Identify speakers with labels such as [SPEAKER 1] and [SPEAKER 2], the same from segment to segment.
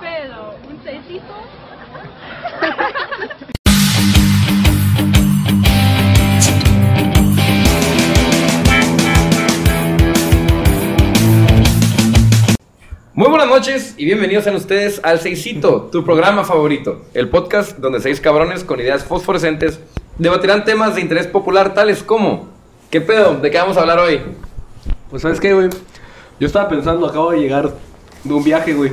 [SPEAKER 1] pedo? ¿Un seisito?
[SPEAKER 2] Muy buenas noches y bienvenidos sean ustedes al Seisito, tu programa favorito, el podcast donde seis cabrones con ideas fosforescentes debatirán temas de interés popular tales como ¿Qué pedo? ¿De qué vamos a hablar hoy?
[SPEAKER 3] Pues sabes qué, güey. Yo estaba pensando, acabo de llegar de un viaje, güey.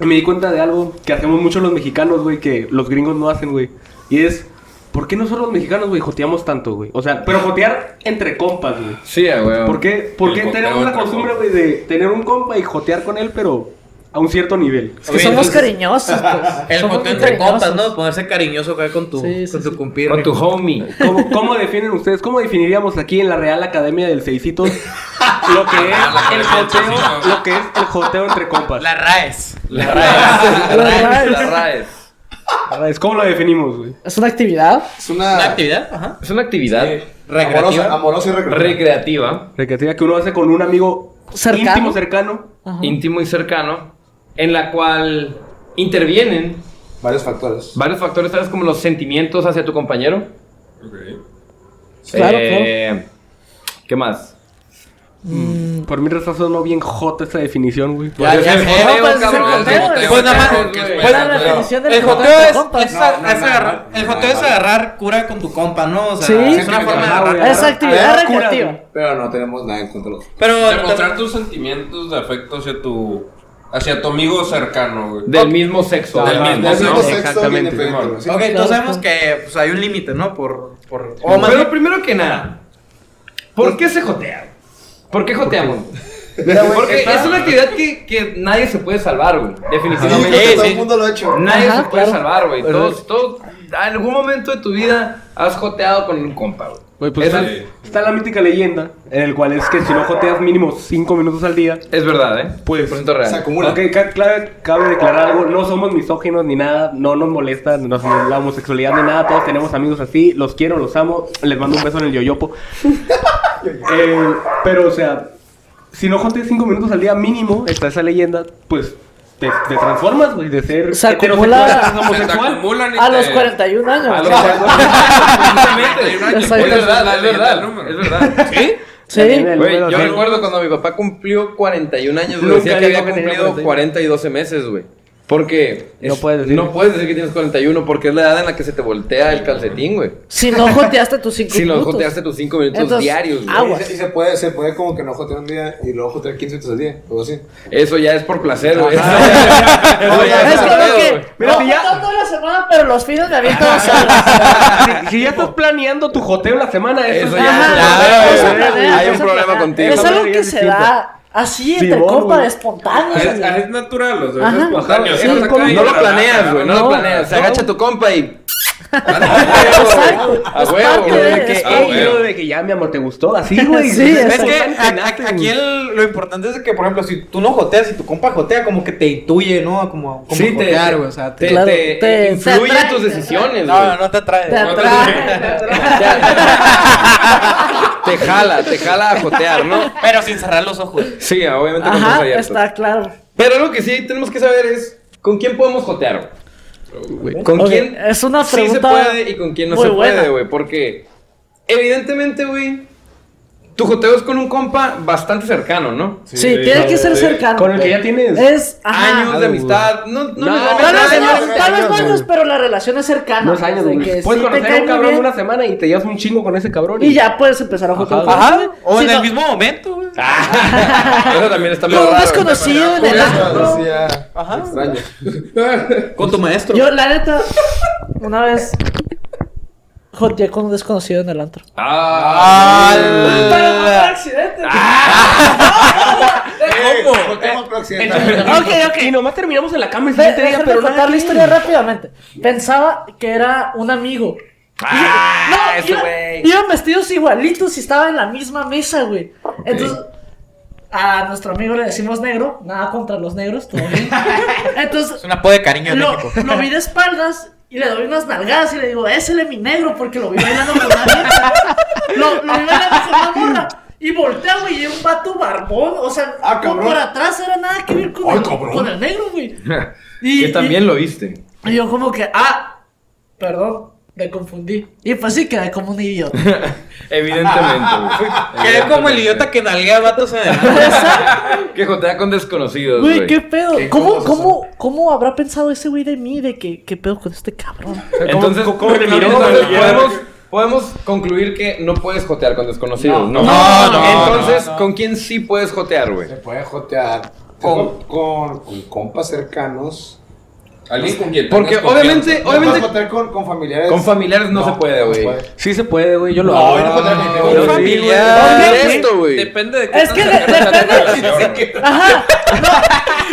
[SPEAKER 3] Y me di cuenta de algo que hacemos mucho los mexicanos, güey, que los gringos no hacen, güey. Y es, ¿por qué nosotros los mexicanos, güey, joteamos tanto, güey? O sea, pero jotear entre compas, güey.
[SPEAKER 2] Sí, ah, a huevo.
[SPEAKER 3] ¿Por qué, por qué tenemos la costumbre, güey, de tener un compa y jotear con él, pero a un cierto nivel?
[SPEAKER 4] Es que somos cariñosos, pues.
[SPEAKER 5] El
[SPEAKER 4] Somos
[SPEAKER 5] conteo
[SPEAKER 4] muy
[SPEAKER 5] entre compas,
[SPEAKER 4] cariñosos.
[SPEAKER 5] ¿no? Ponerse cariñoso acá con tu,
[SPEAKER 4] Sí, sí,
[SPEAKER 5] con tu
[SPEAKER 4] sí.
[SPEAKER 5] compirre.
[SPEAKER 2] Con tu homie.
[SPEAKER 3] ¿Cómo, cómo definen ustedes, cómo definiríamos aquí en la Real Academia del Seisito lo que es el joteo, lo que es el joteo entre compas?
[SPEAKER 5] La RAES.
[SPEAKER 2] La RAES.
[SPEAKER 4] La RAES.
[SPEAKER 2] La RAES.
[SPEAKER 3] ¿Cómo lo definimos, güey?
[SPEAKER 4] Es una actividad.
[SPEAKER 6] Es una,
[SPEAKER 5] Una actividad, ajá.
[SPEAKER 2] Es una actividad
[SPEAKER 5] Recreativa.
[SPEAKER 6] amorosa, amorosa y recreativa.
[SPEAKER 2] recreativa,
[SPEAKER 3] Recreativa que uno hace con un amigo
[SPEAKER 4] Cercano.
[SPEAKER 3] íntimo, cercano.
[SPEAKER 4] Ajá.
[SPEAKER 2] íntimo y cercano, en la cual intervienen
[SPEAKER 6] Varios factores.
[SPEAKER 2] varios factores tales como los sentimientos hacia tu compañero.
[SPEAKER 4] Claro,
[SPEAKER 2] Eh, ¿Qué más?
[SPEAKER 3] Por mi retraso no bien jota esta definición, güey.
[SPEAKER 5] Ya, ya,
[SPEAKER 2] Pues es
[SPEAKER 5] eh,
[SPEAKER 2] joteo,
[SPEAKER 4] pues es el
[SPEAKER 2] cabrón.
[SPEAKER 4] joteo,
[SPEAKER 2] Joteo,
[SPEAKER 5] el Pues nada más,
[SPEAKER 2] joteo,
[SPEAKER 5] pues
[SPEAKER 2] güey.
[SPEAKER 4] Fue la
[SPEAKER 6] no, no.
[SPEAKER 4] definición del
[SPEAKER 5] El joteo
[SPEAKER 4] joteo
[SPEAKER 5] es,
[SPEAKER 4] entre compas.
[SPEAKER 5] es a-
[SPEAKER 6] No, no,
[SPEAKER 5] es
[SPEAKER 6] no,
[SPEAKER 5] agarrar,
[SPEAKER 6] no,
[SPEAKER 5] el
[SPEAKER 6] no,
[SPEAKER 5] joteo es
[SPEAKER 6] no.
[SPEAKER 5] agarrar cura con tu compa, ¿no? O sea,
[SPEAKER 4] Sí.
[SPEAKER 5] es una
[SPEAKER 6] Sí,
[SPEAKER 5] forma de
[SPEAKER 2] ah,
[SPEAKER 6] claro,
[SPEAKER 5] agarrar.
[SPEAKER 6] güey.
[SPEAKER 4] Es actividad
[SPEAKER 6] Ah, cura.
[SPEAKER 4] recreativa.
[SPEAKER 6] Pero no tenemos nada en contra de los.
[SPEAKER 5] Pero
[SPEAKER 7] Demostrar tus sentimientos de afecto hacia tu hacia tu amigo cercano, güey.
[SPEAKER 2] Del mismo sexo.
[SPEAKER 7] Del
[SPEAKER 2] ¿no?
[SPEAKER 7] mismo
[SPEAKER 6] Del mismo
[SPEAKER 7] no,
[SPEAKER 6] sexo bien
[SPEAKER 3] exactamente.
[SPEAKER 6] diferente, güey, sí.
[SPEAKER 5] ok,
[SPEAKER 4] claro,
[SPEAKER 5] entonces sabemos
[SPEAKER 4] claro.
[SPEAKER 5] que pues, hay un límite, ¿no? Por, por... o más
[SPEAKER 2] Pero
[SPEAKER 5] bien-
[SPEAKER 2] primero que nada, ¿por qué se jotea? ¿Por qué joteamos? Porque es una actividad que, que nadie se puede salvar, güey.
[SPEAKER 6] Sí,
[SPEAKER 2] Definitivamente.
[SPEAKER 6] creo que
[SPEAKER 5] Sí,
[SPEAKER 6] todo
[SPEAKER 5] sí.
[SPEAKER 6] el mundo lo ha hecho.
[SPEAKER 2] Nadie
[SPEAKER 4] Ajá,
[SPEAKER 2] se puede
[SPEAKER 4] claro.
[SPEAKER 2] salvar, güey. Todos, todos, en algún momento de tu vida has joteado con un compa, güey.
[SPEAKER 3] Güey, pues
[SPEAKER 2] Esa-
[SPEAKER 3] está, está la mítica leyenda, en el cual es que si no joteas mínimo 5 minutos al día,
[SPEAKER 2] Es verdad, ¿eh?
[SPEAKER 3] Pues,
[SPEAKER 2] 100%
[SPEAKER 6] Se
[SPEAKER 2] real.
[SPEAKER 6] acumula.
[SPEAKER 3] Ok, ca- clave- cabe declarar algo, no somos misóginos ni nada, no nos molesta no somos la homosexualidad ni nada, todos tenemos amigos así, los quiero, los amo, les mando un beso en el yoyopo. Eh, pero, o sea, si no joteas 5 minutos al día mínimo, está esa leyenda, pues te, te transformas, güey, de ser
[SPEAKER 4] Se
[SPEAKER 3] heterosexual
[SPEAKER 4] acumula-
[SPEAKER 3] a ser
[SPEAKER 7] Se te
[SPEAKER 3] homosexual.
[SPEAKER 7] acumulan y
[SPEAKER 4] A
[SPEAKER 7] te-
[SPEAKER 4] los 41
[SPEAKER 2] A
[SPEAKER 4] años.
[SPEAKER 2] lo- Exactamente.
[SPEAKER 7] Hay una que
[SPEAKER 2] Es
[SPEAKER 4] puede
[SPEAKER 2] verdad,
[SPEAKER 7] dar
[SPEAKER 2] es
[SPEAKER 7] la leyenda
[SPEAKER 2] verdad.
[SPEAKER 7] al número.
[SPEAKER 2] Es verdad. ¿Sí?
[SPEAKER 4] Sí.
[SPEAKER 3] Daniel,
[SPEAKER 2] Güey,
[SPEAKER 3] número
[SPEAKER 2] yo
[SPEAKER 3] sí.
[SPEAKER 2] recuerdo cuando mi papá cumplió 41 años, güey.
[SPEAKER 3] Nunca
[SPEAKER 2] Decía que
[SPEAKER 3] dijo
[SPEAKER 2] había
[SPEAKER 3] que tenía
[SPEAKER 2] cumplido
[SPEAKER 3] 41.
[SPEAKER 2] 40 y 12 meses, güey. Porque
[SPEAKER 3] No puedes decir.
[SPEAKER 2] no puedes decir que tienes 41 porque es la edad en la que se te voltea el calcetín, güey.
[SPEAKER 4] Si no joteaste tus 5
[SPEAKER 2] Si
[SPEAKER 4] minutos.
[SPEAKER 2] no joteaste tus 5 minutos
[SPEAKER 4] Entonces,
[SPEAKER 2] diarios, güey.
[SPEAKER 4] ah,
[SPEAKER 6] Y
[SPEAKER 4] güey.
[SPEAKER 6] se- y se puede, se puede como que no jotear un día y luego jotear 15 minutos al día, o así.
[SPEAKER 2] Eso ya es por placer, güey. Eso
[SPEAKER 6] Oye,
[SPEAKER 2] ya
[SPEAKER 4] Es como
[SPEAKER 2] pedo,
[SPEAKER 4] que.
[SPEAKER 2] güey.
[SPEAKER 3] Mira,
[SPEAKER 4] no,
[SPEAKER 3] si ya-
[SPEAKER 4] no toda la semana, pero los fines me aviento dos horas.
[SPEAKER 3] Si- si ya estás planeando tu joteo en la semana, eso,
[SPEAKER 2] Eso
[SPEAKER 3] es-
[SPEAKER 2] ya-
[SPEAKER 4] Ajá,
[SPEAKER 2] ya,
[SPEAKER 4] no,
[SPEAKER 2] eh,
[SPEAKER 4] cosa
[SPEAKER 2] eh,
[SPEAKER 4] planeada,
[SPEAKER 2] hay un
[SPEAKER 4] cosa
[SPEAKER 2] problema
[SPEAKER 4] planeada.
[SPEAKER 2] contigo.
[SPEAKER 4] Es algo que
[SPEAKER 3] Es
[SPEAKER 4] se
[SPEAKER 3] distinto.
[SPEAKER 4] da así entre
[SPEAKER 3] Simón,
[SPEAKER 4] compa
[SPEAKER 3] güey.
[SPEAKER 4] de espontáneo.
[SPEAKER 7] Es,
[SPEAKER 4] güey.
[SPEAKER 7] es natural, o sea, es
[SPEAKER 4] Ajá.
[SPEAKER 7] espontáneo.
[SPEAKER 4] Sí,
[SPEAKER 7] estás acá
[SPEAKER 4] como-
[SPEAKER 7] y-
[SPEAKER 2] No lo planeas, güey. No lo
[SPEAKER 4] No,
[SPEAKER 2] planeas. Se
[SPEAKER 4] no.
[SPEAKER 2] agacha tu compa y.
[SPEAKER 4] Exacto.
[SPEAKER 2] A
[SPEAKER 4] Es
[SPEAKER 2] huevo,
[SPEAKER 4] parte
[SPEAKER 2] güey.
[SPEAKER 4] de-
[SPEAKER 3] de que,
[SPEAKER 4] es
[SPEAKER 7] Ah,
[SPEAKER 3] "Ey,
[SPEAKER 7] güey.
[SPEAKER 3] yo de que ya, mi amor, te gustó, así, güey.
[SPEAKER 4] Sí, es
[SPEAKER 5] Es que
[SPEAKER 3] Espontáneo,
[SPEAKER 5] a- a-
[SPEAKER 3] nace,
[SPEAKER 5] aquí
[SPEAKER 3] güey.
[SPEAKER 5] el- lo importante es que, por ejemplo, si tú no joteas y tu compa jotea, como que te intuye, ¿no? Como, como
[SPEAKER 2] Sí, te,
[SPEAKER 5] jotear, güey. O sea,
[SPEAKER 2] te,
[SPEAKER 5] te...
[SPEAKER 4] Claro,
[SPEAKER 2] te
[SPEAKER 4] te-
[SPEAKER 2] influye
[SPEAKER 4] te
[SPEAKER 2] tus
[SPEAKER 4] atrae, te atrae.
[SPEAKER 2] decisiones,
[SPEAKER 5] No,
[SPEAKER 2] güey.
[SPEAKER 5] no, no te atrae.
[SPEAKER 4] Te
[SPEAKER 5] No te-
[SPEAKER 4] atrae, te atrae.
[SPEAKER 2] Te jala, te jala a jotear, ¿no?
[SPEAKER 5] Pero sin cerrar los ojos.
[SPEAKER 2] Sí, obviamente con ojos
[SPEAKER 4] Ajá,
[SPEAKER 2] abiertos.
[SPEAKER 4] está claro.
[SPEAKER 2] Pero algo que sí tenemos que saber es con quién podemos jotear. güey? ¿Con
[SPEAKER 4] Ok,
[SPEAKER 2] quién
[SPEAKER 4] es una
[SPEAKER 2] sí se
[SPEAKER 4] pregunta
[SPEAKER 2] puede y con quién no
[SPEAKER 4] muy
[SPEAKER 2] se puede,
[SPEAKER 4] buena.
[SPEAKER 2] güey? Porque evidentemente, güey, tu joteo es con un compa bastante cercano, ¿no?
[SPEAKER 4] Sí, tiene que ser cercano.
[SPEAKER 3] Con el que ya tienes.
[SPEAKER 4] Es. ajá.
[SPEAKER 2] Años de amistad, no, no,
[SPEAKER 3] No,
[SPEAKER 4] Tal
[SPEAKER 2] necesariamente años.
[SPEAKER 4] vez años,
[SPEAKER 6] años,
[SPEAKER 4] tal vez
[SPEAKER 6] años,
[SPEAKER 4] años, pero la relación es cercana.
[SPEAKER 3] Dos años,
[SPEAKER 4] de
[SPEAKER 3] güey.
[SPEAKER 4] que
[SPEAKER 3] Puedes
[SPEAKER 4] sí te
[SPEAKER 3] conocer a
[SPEAKER 4] cae
[SPEAKER 3] un
[SPEAKER 4] muy
[SPEAKER 3] cabrón
[SPEAKER 4] bien
[SPEAKER 3] una semana y te llevas un chingo con ese cabrón.
[SPEAKER 4] Y ya puedes empezar a jugar. con
[SPEAKER 5] Ajá.
[SPEAKER 4] él.
[SPEAKER 5] O
[SPEAKER 4] Si
[SPEAKER 5] en el
[SPEAKER 4] no-
[SPEAKER 5] mismo momento, güey.
[SPEAKER 2] Eso también está
[SPEAKER 4] Con
[SPEAKER 2] medio
[SPEAKER 4] un
[SPEAKER 2] raro.
[SPEAKER 4] desconocido en el
[SPEAKER 6] Eso,
[SPEAKER 4] antro.
[SPEAKER 6] sí, ya.
[SPEAKER 5] Ajá.
[SPEAKER 6] Extraño.
[SPEAKER 5] Con tu maestro.
[SPEAKER 4] Yo, la neta, una vez joteé con un desconocido en el antro.
[SPEAKER 2] Ah,
[SPEAKER 4] Pero no fue accidente.
[SPEAKER 6] ¿Cómo? ¿Cómo
[SPEAKER 3] eh,
[SPEAKER 6] accidental?
[SPEAKER 4] Ok, ok.
[SPEAKER 3] Y nomás terminamos en la cama el
[SPEAKER 4] Ve-
[SPEAKER 3] siguiente día,
[SPEAKER 4] Déjame
[SPEAKER 3] pero
[SPEAKER 4] contar la historia rápidamente. Pensaba que era un amigo.
[SPEAKER 2] Ah,
[SPEAKER 4] No,
[SPEAKER 2] ese
[SPEAKER 4] iba-
[SPEAKER 2] güey.
[SPEAKER 4] iban vestidos igualitos y estaba en la misma mesa, güey. Entonces, a nuestro amigo le decimos negro, nada contra los negros, todo bien. Entonces,
[SPEAKER 5] Es un apodo de cariño en
[SPEAKER 4] lo,
[SPEAKER 5] México.
[SPEAKER 4] lo vi de espaldas y le doy unas nalgadas y le digo, ésele mi negro porque lo vi bailando con una vieja. Lo, lo vi bailando con una morra. Y voltea, güey, y era un vato barbón. O sea,
[SPEAKER 6] Ah,
[SPEAKER 4] por,
[SPEAKER 6] cabrón.
[SPEAKER 4] por atrás era nada que ver con,
[SPEAKER 6] Ay,
[SPEAKER 4] el,
[SPEAKER 6] cabrón.
[SPEAKER 4] con el negro, güey. Y-
[SPEAKER 2] Que también lo viste.
[SPEAKER 4] Y yo como que, ah, perdón, me confundí. Y pues sí quedé como un idiota.
[SPEAKER 2] Evidentemente, güey.
[SPEAKER 5] Quedé como el idiota que nalguea vatos en el
[SPEAKER 2] Que jotea con desconocidos, güey.
[SPEAKER 4] Güey, qué pedo.
[SPEAKER 6] Qué
[SPEAKER 4] ¿Cómo,
[SPEAKER 6] cosas
[SPEAKER 4] cómo, ¿Cómo habrá pensado ese güey de mí? De que, qué pedo con este cabrón.
[SPEAKER 2] Entonces,
[SPEAKER 3] ¿Cómo- cómo te miró,
[SPEAKER 2] entonces
[SPEAKER 3] güey?
[SPEAKER 2] podemos, podemos concluir que no puedes jotear con desconocidos, ¿no?
[SPEAKER 4] No, no,
[SPEAKER 5] no,
[SPEAKER 2] Entonces,
[SPEAKER 5] no, no.
[SPEAKER 2] ¿con quién sí puedes jotear, güey?
[SPEAKER 6] Se puede jotear
[SPEAKER 5] Con-
[SPEAKER 6] con, con, con compas cercanos.
[SPEAKER 7] Alguien con quien tengas
[SPEAKER 2] Porque
[SPEAKER 7] confianza.
[SPEAKER 2] obviamente,
[SPEAKER 6] No
[SPEAKER 2] obviamente
[SPEAKER 6] puedes jotear con, con familiares.
[SPEAKER 2] con familiares no, se puede, güey.
[SPEAKER 3] Sí se puede, güey. Yo lo
[SPEAKER 6] No,
[SPEAKER 3] hago.
[SPEAKER 6] yo no jotear con
[SPEAKER 5] Ah,
[SPEAKER 6] mi
[SPEAKER 2] Pero sí,
[SPEAKER 6] familia.
[SPEAKER 5] familia.
[SPEAKER 2] güey, ¿dónde es esto, güey?
[SPEAKER 7] Depende de
[SPEAKER 4] Es
[SPEAKER 7] tan
[SPEAKER 4] que de-
[SPEAKER 7] cercana sea tu
[SPEAKER 4] depende-
[SPEAKER 7] relación, güey.
[SPEAKER 4] Ajá.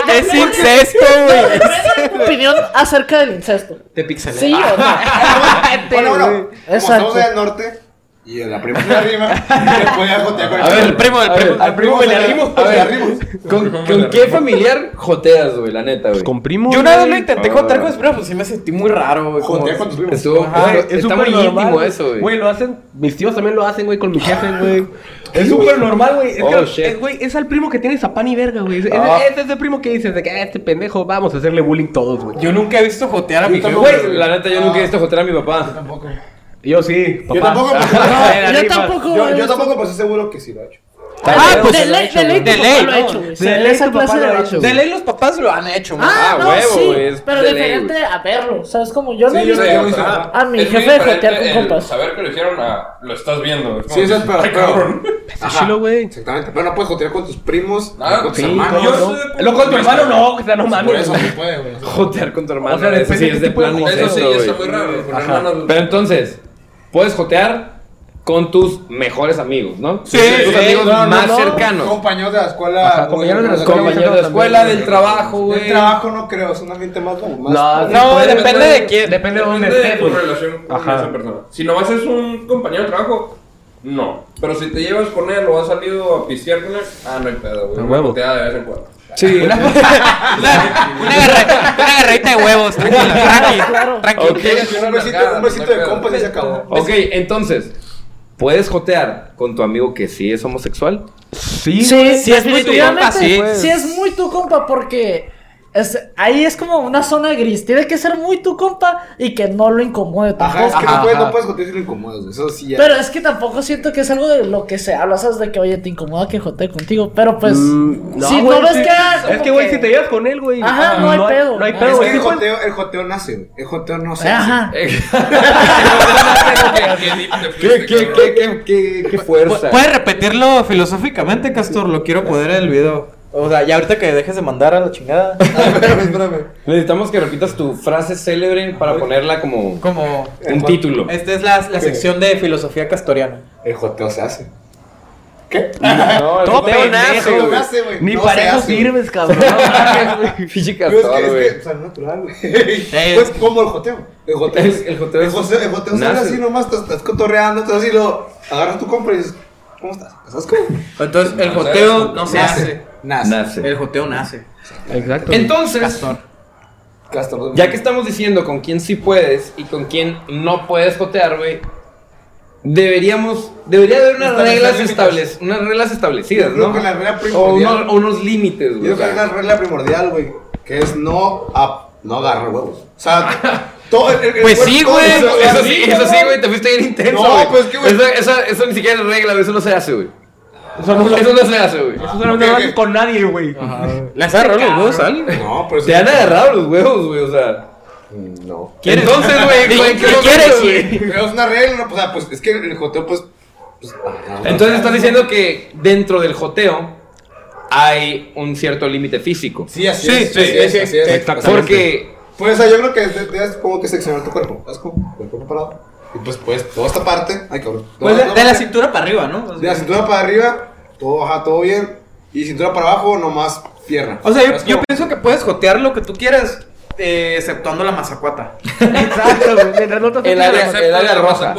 [SPEAKER 5] Es incesto, güey.
[SPEAKER 4] ¿Cuál es tu opinión acerca del incesto?
[SPEAKER 5] Te pixelé.
[SPEAKER 4] Sí o no.
[SPEAKER 6] Bueno, bueno, como
[SPEAKER 4] Exacto.
[SPEAKER 6] estamos del norte y en la prima de arriba, se puede jotear con
[SPEAKER 2] A ver,
[SPEAKER 5] El primo, el
[SPEAKER 2] a ver,
[SPEAKER 5] primo.
[SPEAKER 6] al primo
[SPEAKER 5] le
[SPEAKER 6] le
[SPEAKER 5] arrimo.
[SPEAKER 6] arrimo.
[SPEAKER 2] A ver, ¿con, con qué familiar joteas, güey? La neta, güey.
[SPEAKER 3] Con primo.
[SPEAKER 5] Yo una vez lo
[SPEAKER 3] güey.
[SPEAKER 5] intenté contar con mis primos, pues sí me sentí muy raro, güey. como-
[SPEAKER 6] Jotear con tus primos.
[SPEAKER 2] Estuvo-
[SPEAKER 5] Ajá,
[SPEAKER 2] estuvo-
[SPEAKER 3] Es
[SPEAKER 2] está muy
[SPEAKER 3] súper normal,
[SPEAKER 2] íntimo eso,
[SPEAKER 3] Güey,
[SPEAKER 2] güey.
[SPEAKER 3] lo hacen. Mis tíos también lo hacen, güey, con mi jefe, güey. Es súper normal, güey. Es,
[SPEAKER 2] Oh,
[SPEAKER 3] que,
[SPEAKER 2] shit.
[SPEAKER 3] es, güey, es al primo que tienes a pan y verga, güey. Es, es-
[SPEAKER 6] Ah.
[SPEAKER 3] es ese primo que dices de que "Ah, este pendejo, vamos a hacerle bullying todos, güey.
[SPEAKER 5] Yo nunca he visto jotear a mi jefe.
[SPEAKER 6] tampoco.
[SPEAKER 2] Güey, la neta, yo nunca he visto jotear a mi papá.
[SPEAKER 6] Tampoco.
[SPEAKER 3] Yo sí, papá. Ah,
[SPEAKER 6] Yo tampoco, porque-
[SPEAKER 3] Era
[SPEAKER 4] yo
[SPEAKER 3] rifa.
[SPEAKER 4] tampoco. este,
[SPEAKER 6] Yo, yo tampoco, pero estoy seguro que sí lo ha hecho.
[SPEAKER 4] Ah,
[SPEAKER 3] Tal vez
[SPEAKER 4] pues de
[SPEAKER 3] se lo ha
[SPEAKER 4] ley,
[SPEAKER 3] hecho,
[SPEAKER 4] de ley,
[SPEAKER 5] güey.
[SPEAKER 4] tu
[SPEAKER 5] De
[SPEAKER 4] papá
[SPEAKER 5] ley,
[SPEAKER 4] lo ha
[SPEAKER 5] no.
[SPEAKER 4] hecho, güey.
[SPEAKER 3] De ley
[SPEAKER 4] Esa
[SPEAKER 3] tu papá
[SPEAKER 4] clase
[SPEAKER 3] lo ha hecho.
[SPEAKER 5] De ley los papás lo han hecho, güey.
[SPEAKER 4] Ah,
[SPEAKER 2] Ah,
[SPEAKER 4] no,
[SPEAKER 2] huevo,
[SPEAKER 4] sí.
[SPEAKER 2] güey, es
[SPEAKER 4] Pero
[SPEAKER 2] de ley,
[SPEAKER 4] diferente
[SPEAKER 2] güey.
[SPEAKER 4] a verlo. ¿Sabes cómo? Yo no he
[SPEAKER 6] Sí, yo
[SPEAKER 4] visto
[SPEAKER 6] sé, yo sé.
[SPEAKER 2] Ajá.
[SPEAKER 4] a mi
[SPEAKER 7] Es muy
[SPEAKER 4] jefe
[SPEAKER 7] diferente
[SPEAKER 4] jotear con
[SPEAKER 7] el
[SPEAKER 4] compas.
[SPEAKER 7] Saber que lo hicieron a. Lo estás viendo. como
[SPEAKER 6] Sí, eso es
[SPEAKER 7] que,
[SPEAKER 6] peor,
[SPEAKER 7] "Ay,
[SPEAKER 6] peor".
[SPEAKER 7] cabrón.
[SPEAKER 3] Está chilo, güey.
[SPEAKER 6] Exactamente, pero no puedes jotear con tus primos,
[SPEAKER 7] Ah,
[SPEAKER 6] ni con tus
[SPEAKER 7] sí,
[SPEAKER 6] hermanos.
[SPEAKER 7] yo
[SPEAKER 3] ¿no?
[SPEAKER 7] soy de-
[SPEAKER 3] Lo con tu hermano no, o sea, no
[SPEAKER 6] Por
[SPEAKER 3] mames.
[SPEAKER 6] eso no puede, güey.
[SPEAKER 2] Jotear con tu hermano.
[SPEAKER 3] O sea,
[SPEAKER 2] eso sí
[SPEAKER 3] depende
[SPEAKER 2] es
[SPEAKER 3] de
[SPEAKER 2] de
[SPEAKER 3] qué tipo de
[SPEAKER 2] plano
[SPEAKER 3] jotear.
[SPEAKER 7] Eso sí,
[SPEAKER 2] incesto,
[SPEAKER 7] está
[SPEAKER 2] güey.
[SPEAKER 7] muy raro. con
[SPEAKER 3] Ajá.
[SPEAKER 7] hermanos-
[SPEAKER 2] Pero entonces, puedes jotear con tus mejores amigos, ¿no?
[SPEAKER 5] Sí,
[SPEAKER 2] tus
[SPEAKER 5] sí,
[SPEAKER 2] amigos
[SPEAKER 6] no, no,
[SPEAKER 2] más
[SPEAKER 6] no,
[SPEAKER 2] cercanos.
[SPEAKER 6] Compañeros de la escuela.
[SPEAKER 3] Ajá, compañeros de la escuela,
[SPEAKER 2] Compañeros de la escuela,
[SPEAKER 3] También,
[SPEAKER 2] del trabajo,
[SPEAKER 6] Del
[SPEAKER 2] güey.
[SPEAKER 6] trabajo no creo, es un ambiente más normal.
[SPEAKER 3] No,
[SPEAKER 5] No,
[SPEAKER 3] sí,
[SPEAKER 5] depende
[SPEAKER 3] puede-
[SPEAKER 5] de quién.
[SPEAKER 3] Depende de dónde
[SPEAKER 7] Depende de
[SPEAKER 3] estés,
[SPEAKER 7] tu
[SPEAKER 3] güey.
[SPEAKER 7] relación con
[SPEAKER 3] Ajá.
[SPEAKER 7] esa persona. Si nomás es un compañero de trabajo, no. Pero si te llevas con él o has salido a pistear con él, ah, no hay pedo, güey.
[SPEAKER 3] A
[SPEAKER 7] Una
[SPEAKER 3] huevo.
[SPEAKER 7] puteada de vez en cuando.
[SPEAKER 2] Sí.
[SPEAKER 5] Una garra- una garrita de huevos, tranquilo,
[SPEAKER 4] Claro.
[SPEAKER 5] tranqui, tranqui.
[SPEAKER 2] Ok.
[SPEAKER 6] Un besito, un besito de compas y se acabó.
[SPEAKER 2] Ok, entonces, ¿puedes jotear con tu amigo que sí es homosexual?
[SPEAKER 3] Sí,
[SPEAKER 4] Sí,
[SPEAKER 5] si es muy tu compa,
[SPEAKER 4] definitivamente,
[SPEAKER 5] sí.
[SPEAKER 4] Si es muy tu compa, porque es- ahí es como una zona gris. Tiene que ser muy tu compa y que no lo incomode
[SPEAKER 6] Ajá,
[SPEAKER 4] tampoco.
[SPEAKER 6] es que
[SPEAKER 3] Ajá,
[SPEAKER 6] no puedes,
[SPEAKER 3] ajá.
[SPEAKER 6] no puedes jotear si lo incomodas, güey. Eso sí ya.
[SPEAKER 4] Pero es que tampoco siento que es algo de lo que se habla, ¿sabes? De que, oye, te incomoda que jotee contigo. Pero pues,
[SPEAKER 3] Mm, no,
[SPEAKER 4] si
[SPEAKER 3] güey,
[SPEAKER 4] no ves
[SPEAKER 3] sí.
[SPEAKER 4] que. hagas
[SPEAKER 3] Es
[SPEAKER 4] como
[SPEAKER 3] que, güey, si te llevas con él, güey.
[SPEAKER 4] Ajá, no hay pedo.
[SPEAKER 3] No hay
[SPEAKER 4] Ah,
[SPEAKER 3] pedo,
[SPEAKER 6] es
[SPEAKER 3] güey.
[SPEAKER 6] que el
[SPEAKER 3] Sí, güey.
[SPEAKER 6] joteo, el joteo nace, güey. El joteo no se
[SPEAKER 4] Ajá.
[SPEAKER 2] ¿Qué, qué, qué, qué, qué, qué fuerza?
[SPEAKER 5] Pu- ¿Puedes repetirlo filosóficamente, Castor? Lo quiero poner en el video. O sea, ya ahorita que dejes de mandar a la chingada.
[SPEAKER 6] hace. Espérame, espérame.
[SPEAKER 2] Necesitamos que repitas tu frase célebre para ponerla como
[SPEAKER 5] Como.
[SPEAKER 2] un título.
[SPEAKER 5] Esta es la, la sección de filosofía castoriana.
[SPEAKER 6] El joteo se hace.
[SPEAKER 2] No, el
[SPEAKER 3] Todo
[SPEAKER 2] joteo
[SPEAKER 3] pendejo,
[SPEAKER 2] nace, güey.
[SPEAKER 6] nace, güey.
[SPEAKER 3] Ni
[SPEAKER 6] No
[SPEAKER 3] para
[SPEAKER 6] se
[SPEAKER 3] eso
[SPEAKER 6] hace, güey.
[SPEAKER 3] sirves, cabrón.
[SPEAKER 2] Pinche
[SPEAKER 6] Pero es
[SPEAKER 2] castor,
[SPEAKER 6] que,
[SPEAKER 2] güey.
[SPEAKER 6] es que, o sea, natural, güey. Pues como el joteo. El joteo,
[SPEAKER 2] Es- el joteo
[SPEAKER 6] el
[SPEAKER 2] es-
[SPEAKER 6] joteo, el joteo sale
[SPEAKER 2] nace.
[SPEAKER 6] así nomás, te estás cotorreando, estás así, lo agarras tu compra y dices, ¿cómo estás? ¿Estás cómo?
[SPEAKER 5] Entonces, el
[SPEAKER 7] No se
[SPEAKER 5] joteo
[SPEAKER 7] hace.
[SPEAKER 5] no se hace.
[SPEAKER 6] Nace.
[SPEAKER 2] Nace.
[SPEAKER 5] El joteo nace.
[SPEAKER 3] Exacto.
[SPEAKER 2] Entonces,
[SPEAKER 5] Castor.
[SPEAKER 6] Castor.
[SPEAKER 2] ya que estamos diciendo con quién sí puedes y con quién no puedes jotear, güey, deberíamos, debería haber unas
[SPEAKER 6] Establecer
[SPEAKER 2] reglas,
[SPEAKER 6] límites.
[SPEAKER 2] estables, unas reglas establecidas,
[SPEAKER 6] Yo creo
[SPEAKER 2] ¿no?
[SPEAKER 6] que la regla
[SPEAKER 2] o,
[SPEAKER 6] primordial-
[SPEAKER 2] unos, o unos límites,
[SPEAKER 6] Yo
[SPEAKER 2] güey.
[SPEAKER 6] creo que hay una regla primordial, güey, que es no, a- no agarrar huevos. O sea, todo el, el- el
[SPEAKER 5] Pues sí,
[SPEAKER 6] cuerpo-
[SPEAKER 5] güey.
[SPEAKER 6] todo-
[SPEAKER 2] Eso,
[SPEAKER 6] todo-
[SPEAKER 2] eso sí, eso sí, güey, te fuiste bien intenso,
[SPEAKER 6] No,
[SPEAKER 2] güey.
[SPEAKER 6] pues, ¿qué, güey?
[SPEAKER 2] Eso, eso, eso ni siquiera es regla, güey, eso no se hace, güey.
[SPEAKER 3] Eso no
[SPEAKER 2] Eso no se hace, güey.
[SPEAKER 3] no te vas con nadie, güey.
[SPEAKER 5] ¿Le has agarrado los huevos a alguien?
[SPEAKER 6] No, pero eso-
[SPEAKER 2] Te han agarrado los huevos, güey, o sea.
[SPEAKER 6] No.
[SPEAKER 2] Entonces, güey, ¿en qué momento,
[SPEAKER 5] quieres,
[SPEAKER 2] güey?
[SPEAKER 6] Pero es una regla, pues, o sea, pues es que el joteo, pues. pues, agarrar-
[SPEAKER 2] Entonces estás diciendo que dentro del joteo hay un cierto límite físico.
[SPEAKER 6] Sí, así
[SPEAKER 5] Sí,
[SPEAKER 6] es.
[SPEAKER 5] sí,
[SPEAKER 6] así es,
[SPEAKER 5] sí,
[SPEAKER 6] así es.
[SPEAKER 5] sí,
[SPEAKER 2] Porque
[SPEAKER 6] Pues o sea, yo creo que de- debes como que seccionar tu cuerpo. Haz como el cuerpo parado. Y pues pues toda esta parte. Ay, cabrón. Toda-
[SPEAKER 5] Pues de,
[SPEAKER 6] toda
[SPEAKER 5] de la
[SPEAKER 6] parte-
[SPEAKER 5] cintura para arriba, ¿no?
[SPEAKER 6] De la cintura para arriba, todo baja, todo bien. Y cintura para abajo, nomás pierna.
[SPEAKER 5] O sea, yo,
[SPEAKER 6] Es
[SPEAKER 5] yo
[SPEAKER 6] como-
[SPEAKER 5] pienso que puedes jotear lo que tú quieras, eh, exceptuando la mazacuata.
[SPEAKER 3] Exacto, güey. Mientras no te
[SPEAKER 2] El
[SPEAKER 3] acerques a la
[SPEAKER 2] área- el área rosa.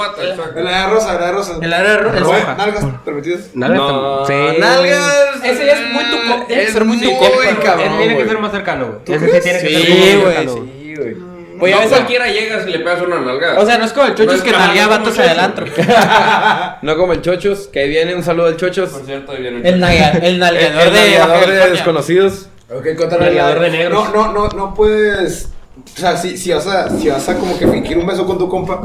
[SPEAKER 6] El área rosa, el área rosa.
[SPEAKER 5] El área ro- el
[SPEAKER 6] Oye,
[SPEAKER 5] roja.
[SPEAKER 6] Nalgas permitidas.
[SPEAKER 3] Nalgas
[SPEAKER 2] No,
[SPEAKER 3] también. Sí.
[SPEAKER 2] Ah, nalgas.
[SPEAKER 5] Ese ya es muy tu compa, tiene que
[SPEAKER 2] Es
[SPEAKER 5] ser muy tu
[SPEAKER 2] muy
[SPEAKER 5] compa, güey.
[SPEAKER 2] cabrón,
[SPEAKER 3] Él tiene que
[SPEAKER 2] güey.
[SPEAKER 3] ser más cercano, güey. Ese sí tiene que ser
[SPEAKER 5] Sí,
[SPEAKER 3] muy
[SPEAKER 5] güey,
[SPEAKER 3] cercano.
[SPEAKER 5] sí, güey.
[SPEAKER 2] Pues
[SPEAKER 1] Oye,
[SPEAKER 7] no
[SPEAKER 1] a veces-
[SPEAKER 7] cualquiera llegas y le pegas una nalgada.
[SPEAKER 1] O sea, no es como el
[SPEAKER 7] No
[SPEAKER 1] chochos
[SPEAKER 7] es
[SPEAKER 1] que
[SPEAKER 7] como-
[SPEAKER 1] nalguea
[SPEAKER 7] no es
[SPEAKER 1] vatos
[SPEAKER 7] como
[SPEAKER 1] en el
[SPEAKER 7] el
[SPEAKER 1] antro.
[SPEAKER 2] No como el Chochos, que ahí viene un saludo al Chochos.
[SPEAKER 7] Por cierto, ahí viene un
[SPEAKER 1] El, nalga- el nalgador
[SPEAKER 2] El
[SPEAKER 1] de. Baja
[SPEAKER 2] navegador de
[SPEAKER 1] California.
[SPEAKER 2] desconocidos.
[SPEAKER 6] Ok, contra
[SPEAKER 1] Radiador de negros.
[SPEAKER 6] No, no, no, no puedes. O sea, si, si, vas a, si vas a como que fingir un beso con tu compa.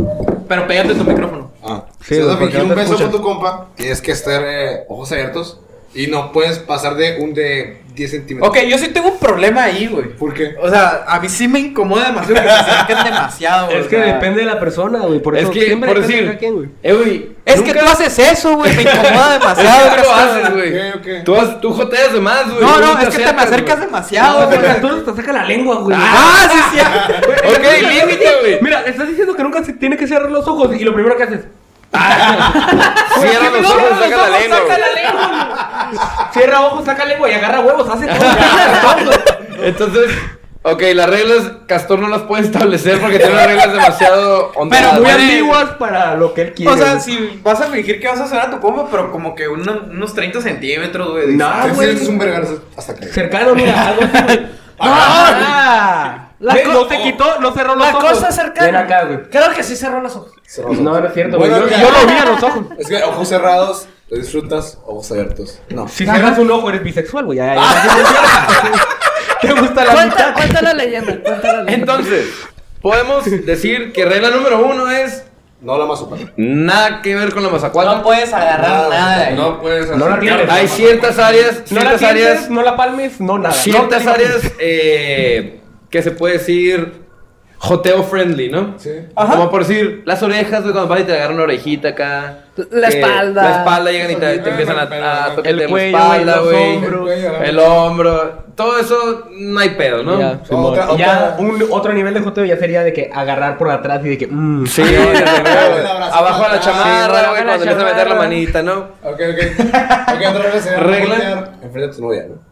[SPEAKER 1] Pero pégate tu micrófono.
[SPEAKER 6] Ah,
[SPEAKER 2] Sí,
[SPEAKER 6] si vas a
[SPEAKER 2] porque
[SPEAKER 6] fingir
[SPEAKER 2] no
[SPEAKER 6] un
[SPEAKER 2] te
[SPEAKER 6] beso
[SPEAKER 2] escuchan.
[SPEAKER 6] con tu compa, tienes que estar eh, ojos abiertos y no puedes pasar de un de 10 centímetros.
[SPEAKER 1] Ok, yo sí tengo un problema ahí, güey.
[SPEAKER 6] ¿Por qué?
[SPEAKER 1] O sea, a mí sí me incomoda demasiado que se acerquen demasiado, güey.
[SPEAKER 5] Es que
[SPEAKER 1] o sea.
[SPEAKER 5] depende de la persona, güey. Por
[SPEAKER 2] Es
[SPEAKER 5] eso
[SPEAKER 2] que,
[SPEAKER 5] siempre
[SPEAKER 2] por
[SPEAKER 5] depende de cada
[SPEAKER 2] decir,
[SPEAKER 5] quien, güey.
[SPEAKER 2] eh, güey,
[SPEAKER 1] Es que tú haces eso, güey. Me incomoda demasiado.
[SPEAKER 2] nunca lo
[SPEAKER 1] Castor.
[SPEAKER 2] haces, güey.
[SPEAKER 6] Ok, ok.
[SPEAKER 2] Tú, has- tú joteas de más, güey.
[SPEAKER 1] No,
[SPEAKER 2] Tú
[SPEAKER 1] no, es que te me acercas
[SPEAKER 2] güey.
[SPEAKER 1] demasiado,
[SPEAKER 5] Porque
[SPEAKER 1] güey.
[SPEAKER 5] Arturo te saca la lengua, güey.
[SPEAKER 1] Ah, sí, sí. ah.
[SPEAKER 2] Ok, límite, güey.
[SPEAKER 5] Mira, estás diciendo que nunca se tiene que cerrar los ojos y lo primero que haces,
[SPEAKER 2] Cierra los ojos,
[SPEAKER 1] No,
[SPEAKER 2] saca la lengua.
[SPEAKER 1] saca
[SPEAKER 2] güey.
[SPEAKER 1] la lengua.
[SPEAKER 5] cierra ojos, saca lengua y agarra huevos, hace todo.
[SPEAKER 2] Entonces, ok, las reglas, Castor no las puede establecer porque tiene unas reglas demasiado ondeadas.
[SPEAKER 1] muy
[SPEAKER 5] Muy
[SPEAKER 1] Puede-
[SPEAKER 5] ambiguas para lo que él quiere.
[SPEAKER 1] O sea,
[SPEAKER 5] güey.
[SPEAKER 1] si vas a fingir que vas a hacer a tu compa, pero como que uno- unos 30 centímetros, güey. de
[SPEAKER 5] No,
[SPEAKER 1] distancia.
[SPEAKER 6] Ah,
[SPEAKER 5] güey.
[SPEAKER 6] Es un vergazo hasta que.
[SPEAKER 5] cercano, mira, algo así. güey.
[SPEAKER 4] Ah, la
[SPEAKER 5] Ve,
[SPEAKER 4] co-
[SPEAKER 5] no te quitó, no cerró los
[SPEAKER 4] La
[SPEAKER 5] ojos.
[SPEAKER 4] cosa cercana.
[SPEAKER 5] Ven acá, güey.
[SPEAKER 4] Claro que sí cerró los ojos.
[SPEAKER 5] No, no es cierto, güey.
[SPEAKER 6] Bueno,
[SPEAKER 5] yo,
[SPEAKER 6] ya.
[SPEAKER 5] yo lo vi a los ojos.
[SPEAKER 6] Es que ojos cerrados, lo disfrutas, ojos abiertos. No.
[SPEAKER 5] Si cerras un ojo, eres bisexual, güey. ya, ya, ya. Te gusta la
[SPEAKER 4] Cuenta,
[SPEAKER 5] mitad.
[SPEAKER 4] cuenta la leyenda, cuenta la leyenda.
[SPEAKER 2] Entonces, podemos decir que regla número uno es
[SPEAKER 6] No la más super.
[SPEAKER 2] nada que ver con la mazacuata.
[SPEAKER 1] No puedes agarrar
[SPEAKER 6] No,
[SPEAKER 1] nada.
[SPEAKER 5] eh.
[SPEAKER 7] beso.
[SPEAKER 1] güey.
[SPEAKER 7] No puedes
[SPEAKER 5] No la
[SPEAKER 7] acercarte.
[SPEAKER 5] tienes.
[SPEAKER 2] Hay ciertas áreas,
[SPEAKER 5] No la
[SPEAKER 2] ciertas áreas,
[SPEAKER 5] sientes, no la palmes, no nada.
[SPEAKER 2] ciertas
[SPEAKER 5] No te-
[SPEAKER 2] áreas eh, que se puede decir joteo friendly, ¿no?
[SPEAKER 6] Sí. Ah,
[SPEAKER 1] Ajá.
[SPEAKER 2] Como por decir, las orejas, güey, cuando vas y te agarran una orejita acá.
[SPEAKER 4] La
[SPEAKER 2] que
[SPEAKER 4] espalda.
[SPEAKER 2] La espalda llegan y te, te
[SPEAKER 7] Eh,
[SPEAKER 2] empiezan a, a
[SPEAKER 7] el
[SPEAKER 2] toquetear
[SPEAKER 5] cuello,
[SPEAKER 2] la espalda,
[SPEAKER 5] los
[SPEAKER 2] güey.
[SPEAKER 5] hombros.
[SPEAKER 2] El hombro. Todo eso no hay pedo, ¿no?
[SPEAKER 5] Ya,
[SPEAKER 6] Simón.
[SPEAKER 5] otra- ya
[SPEAKER 6] otra-
[SPEAKER 5] un, otro nivel de joteo ya sería de que agarrar por atrás y de que. mm,
[SPEAKER 2] Sí, güey, güey, güey.
[SPEAKER 6] Un abrazo
[SPEAKER 2] abajo de la
[SPEAKER 6] atrás.
[SPEAKER 2] chamarra, güey,
[SPEAKER 4] Sí,
[SPEAKER 2] cuando empiezas a meter la
[SPEAKER 4] chamarra.
[SPEAKER 2] manita, ¿no?
[SPEAKER 6] Ok, ok. Ok, otra vez se
[SPEAKER 2] Regla.
[SPEAKER 6] Enfrente de tu novia, ¿no?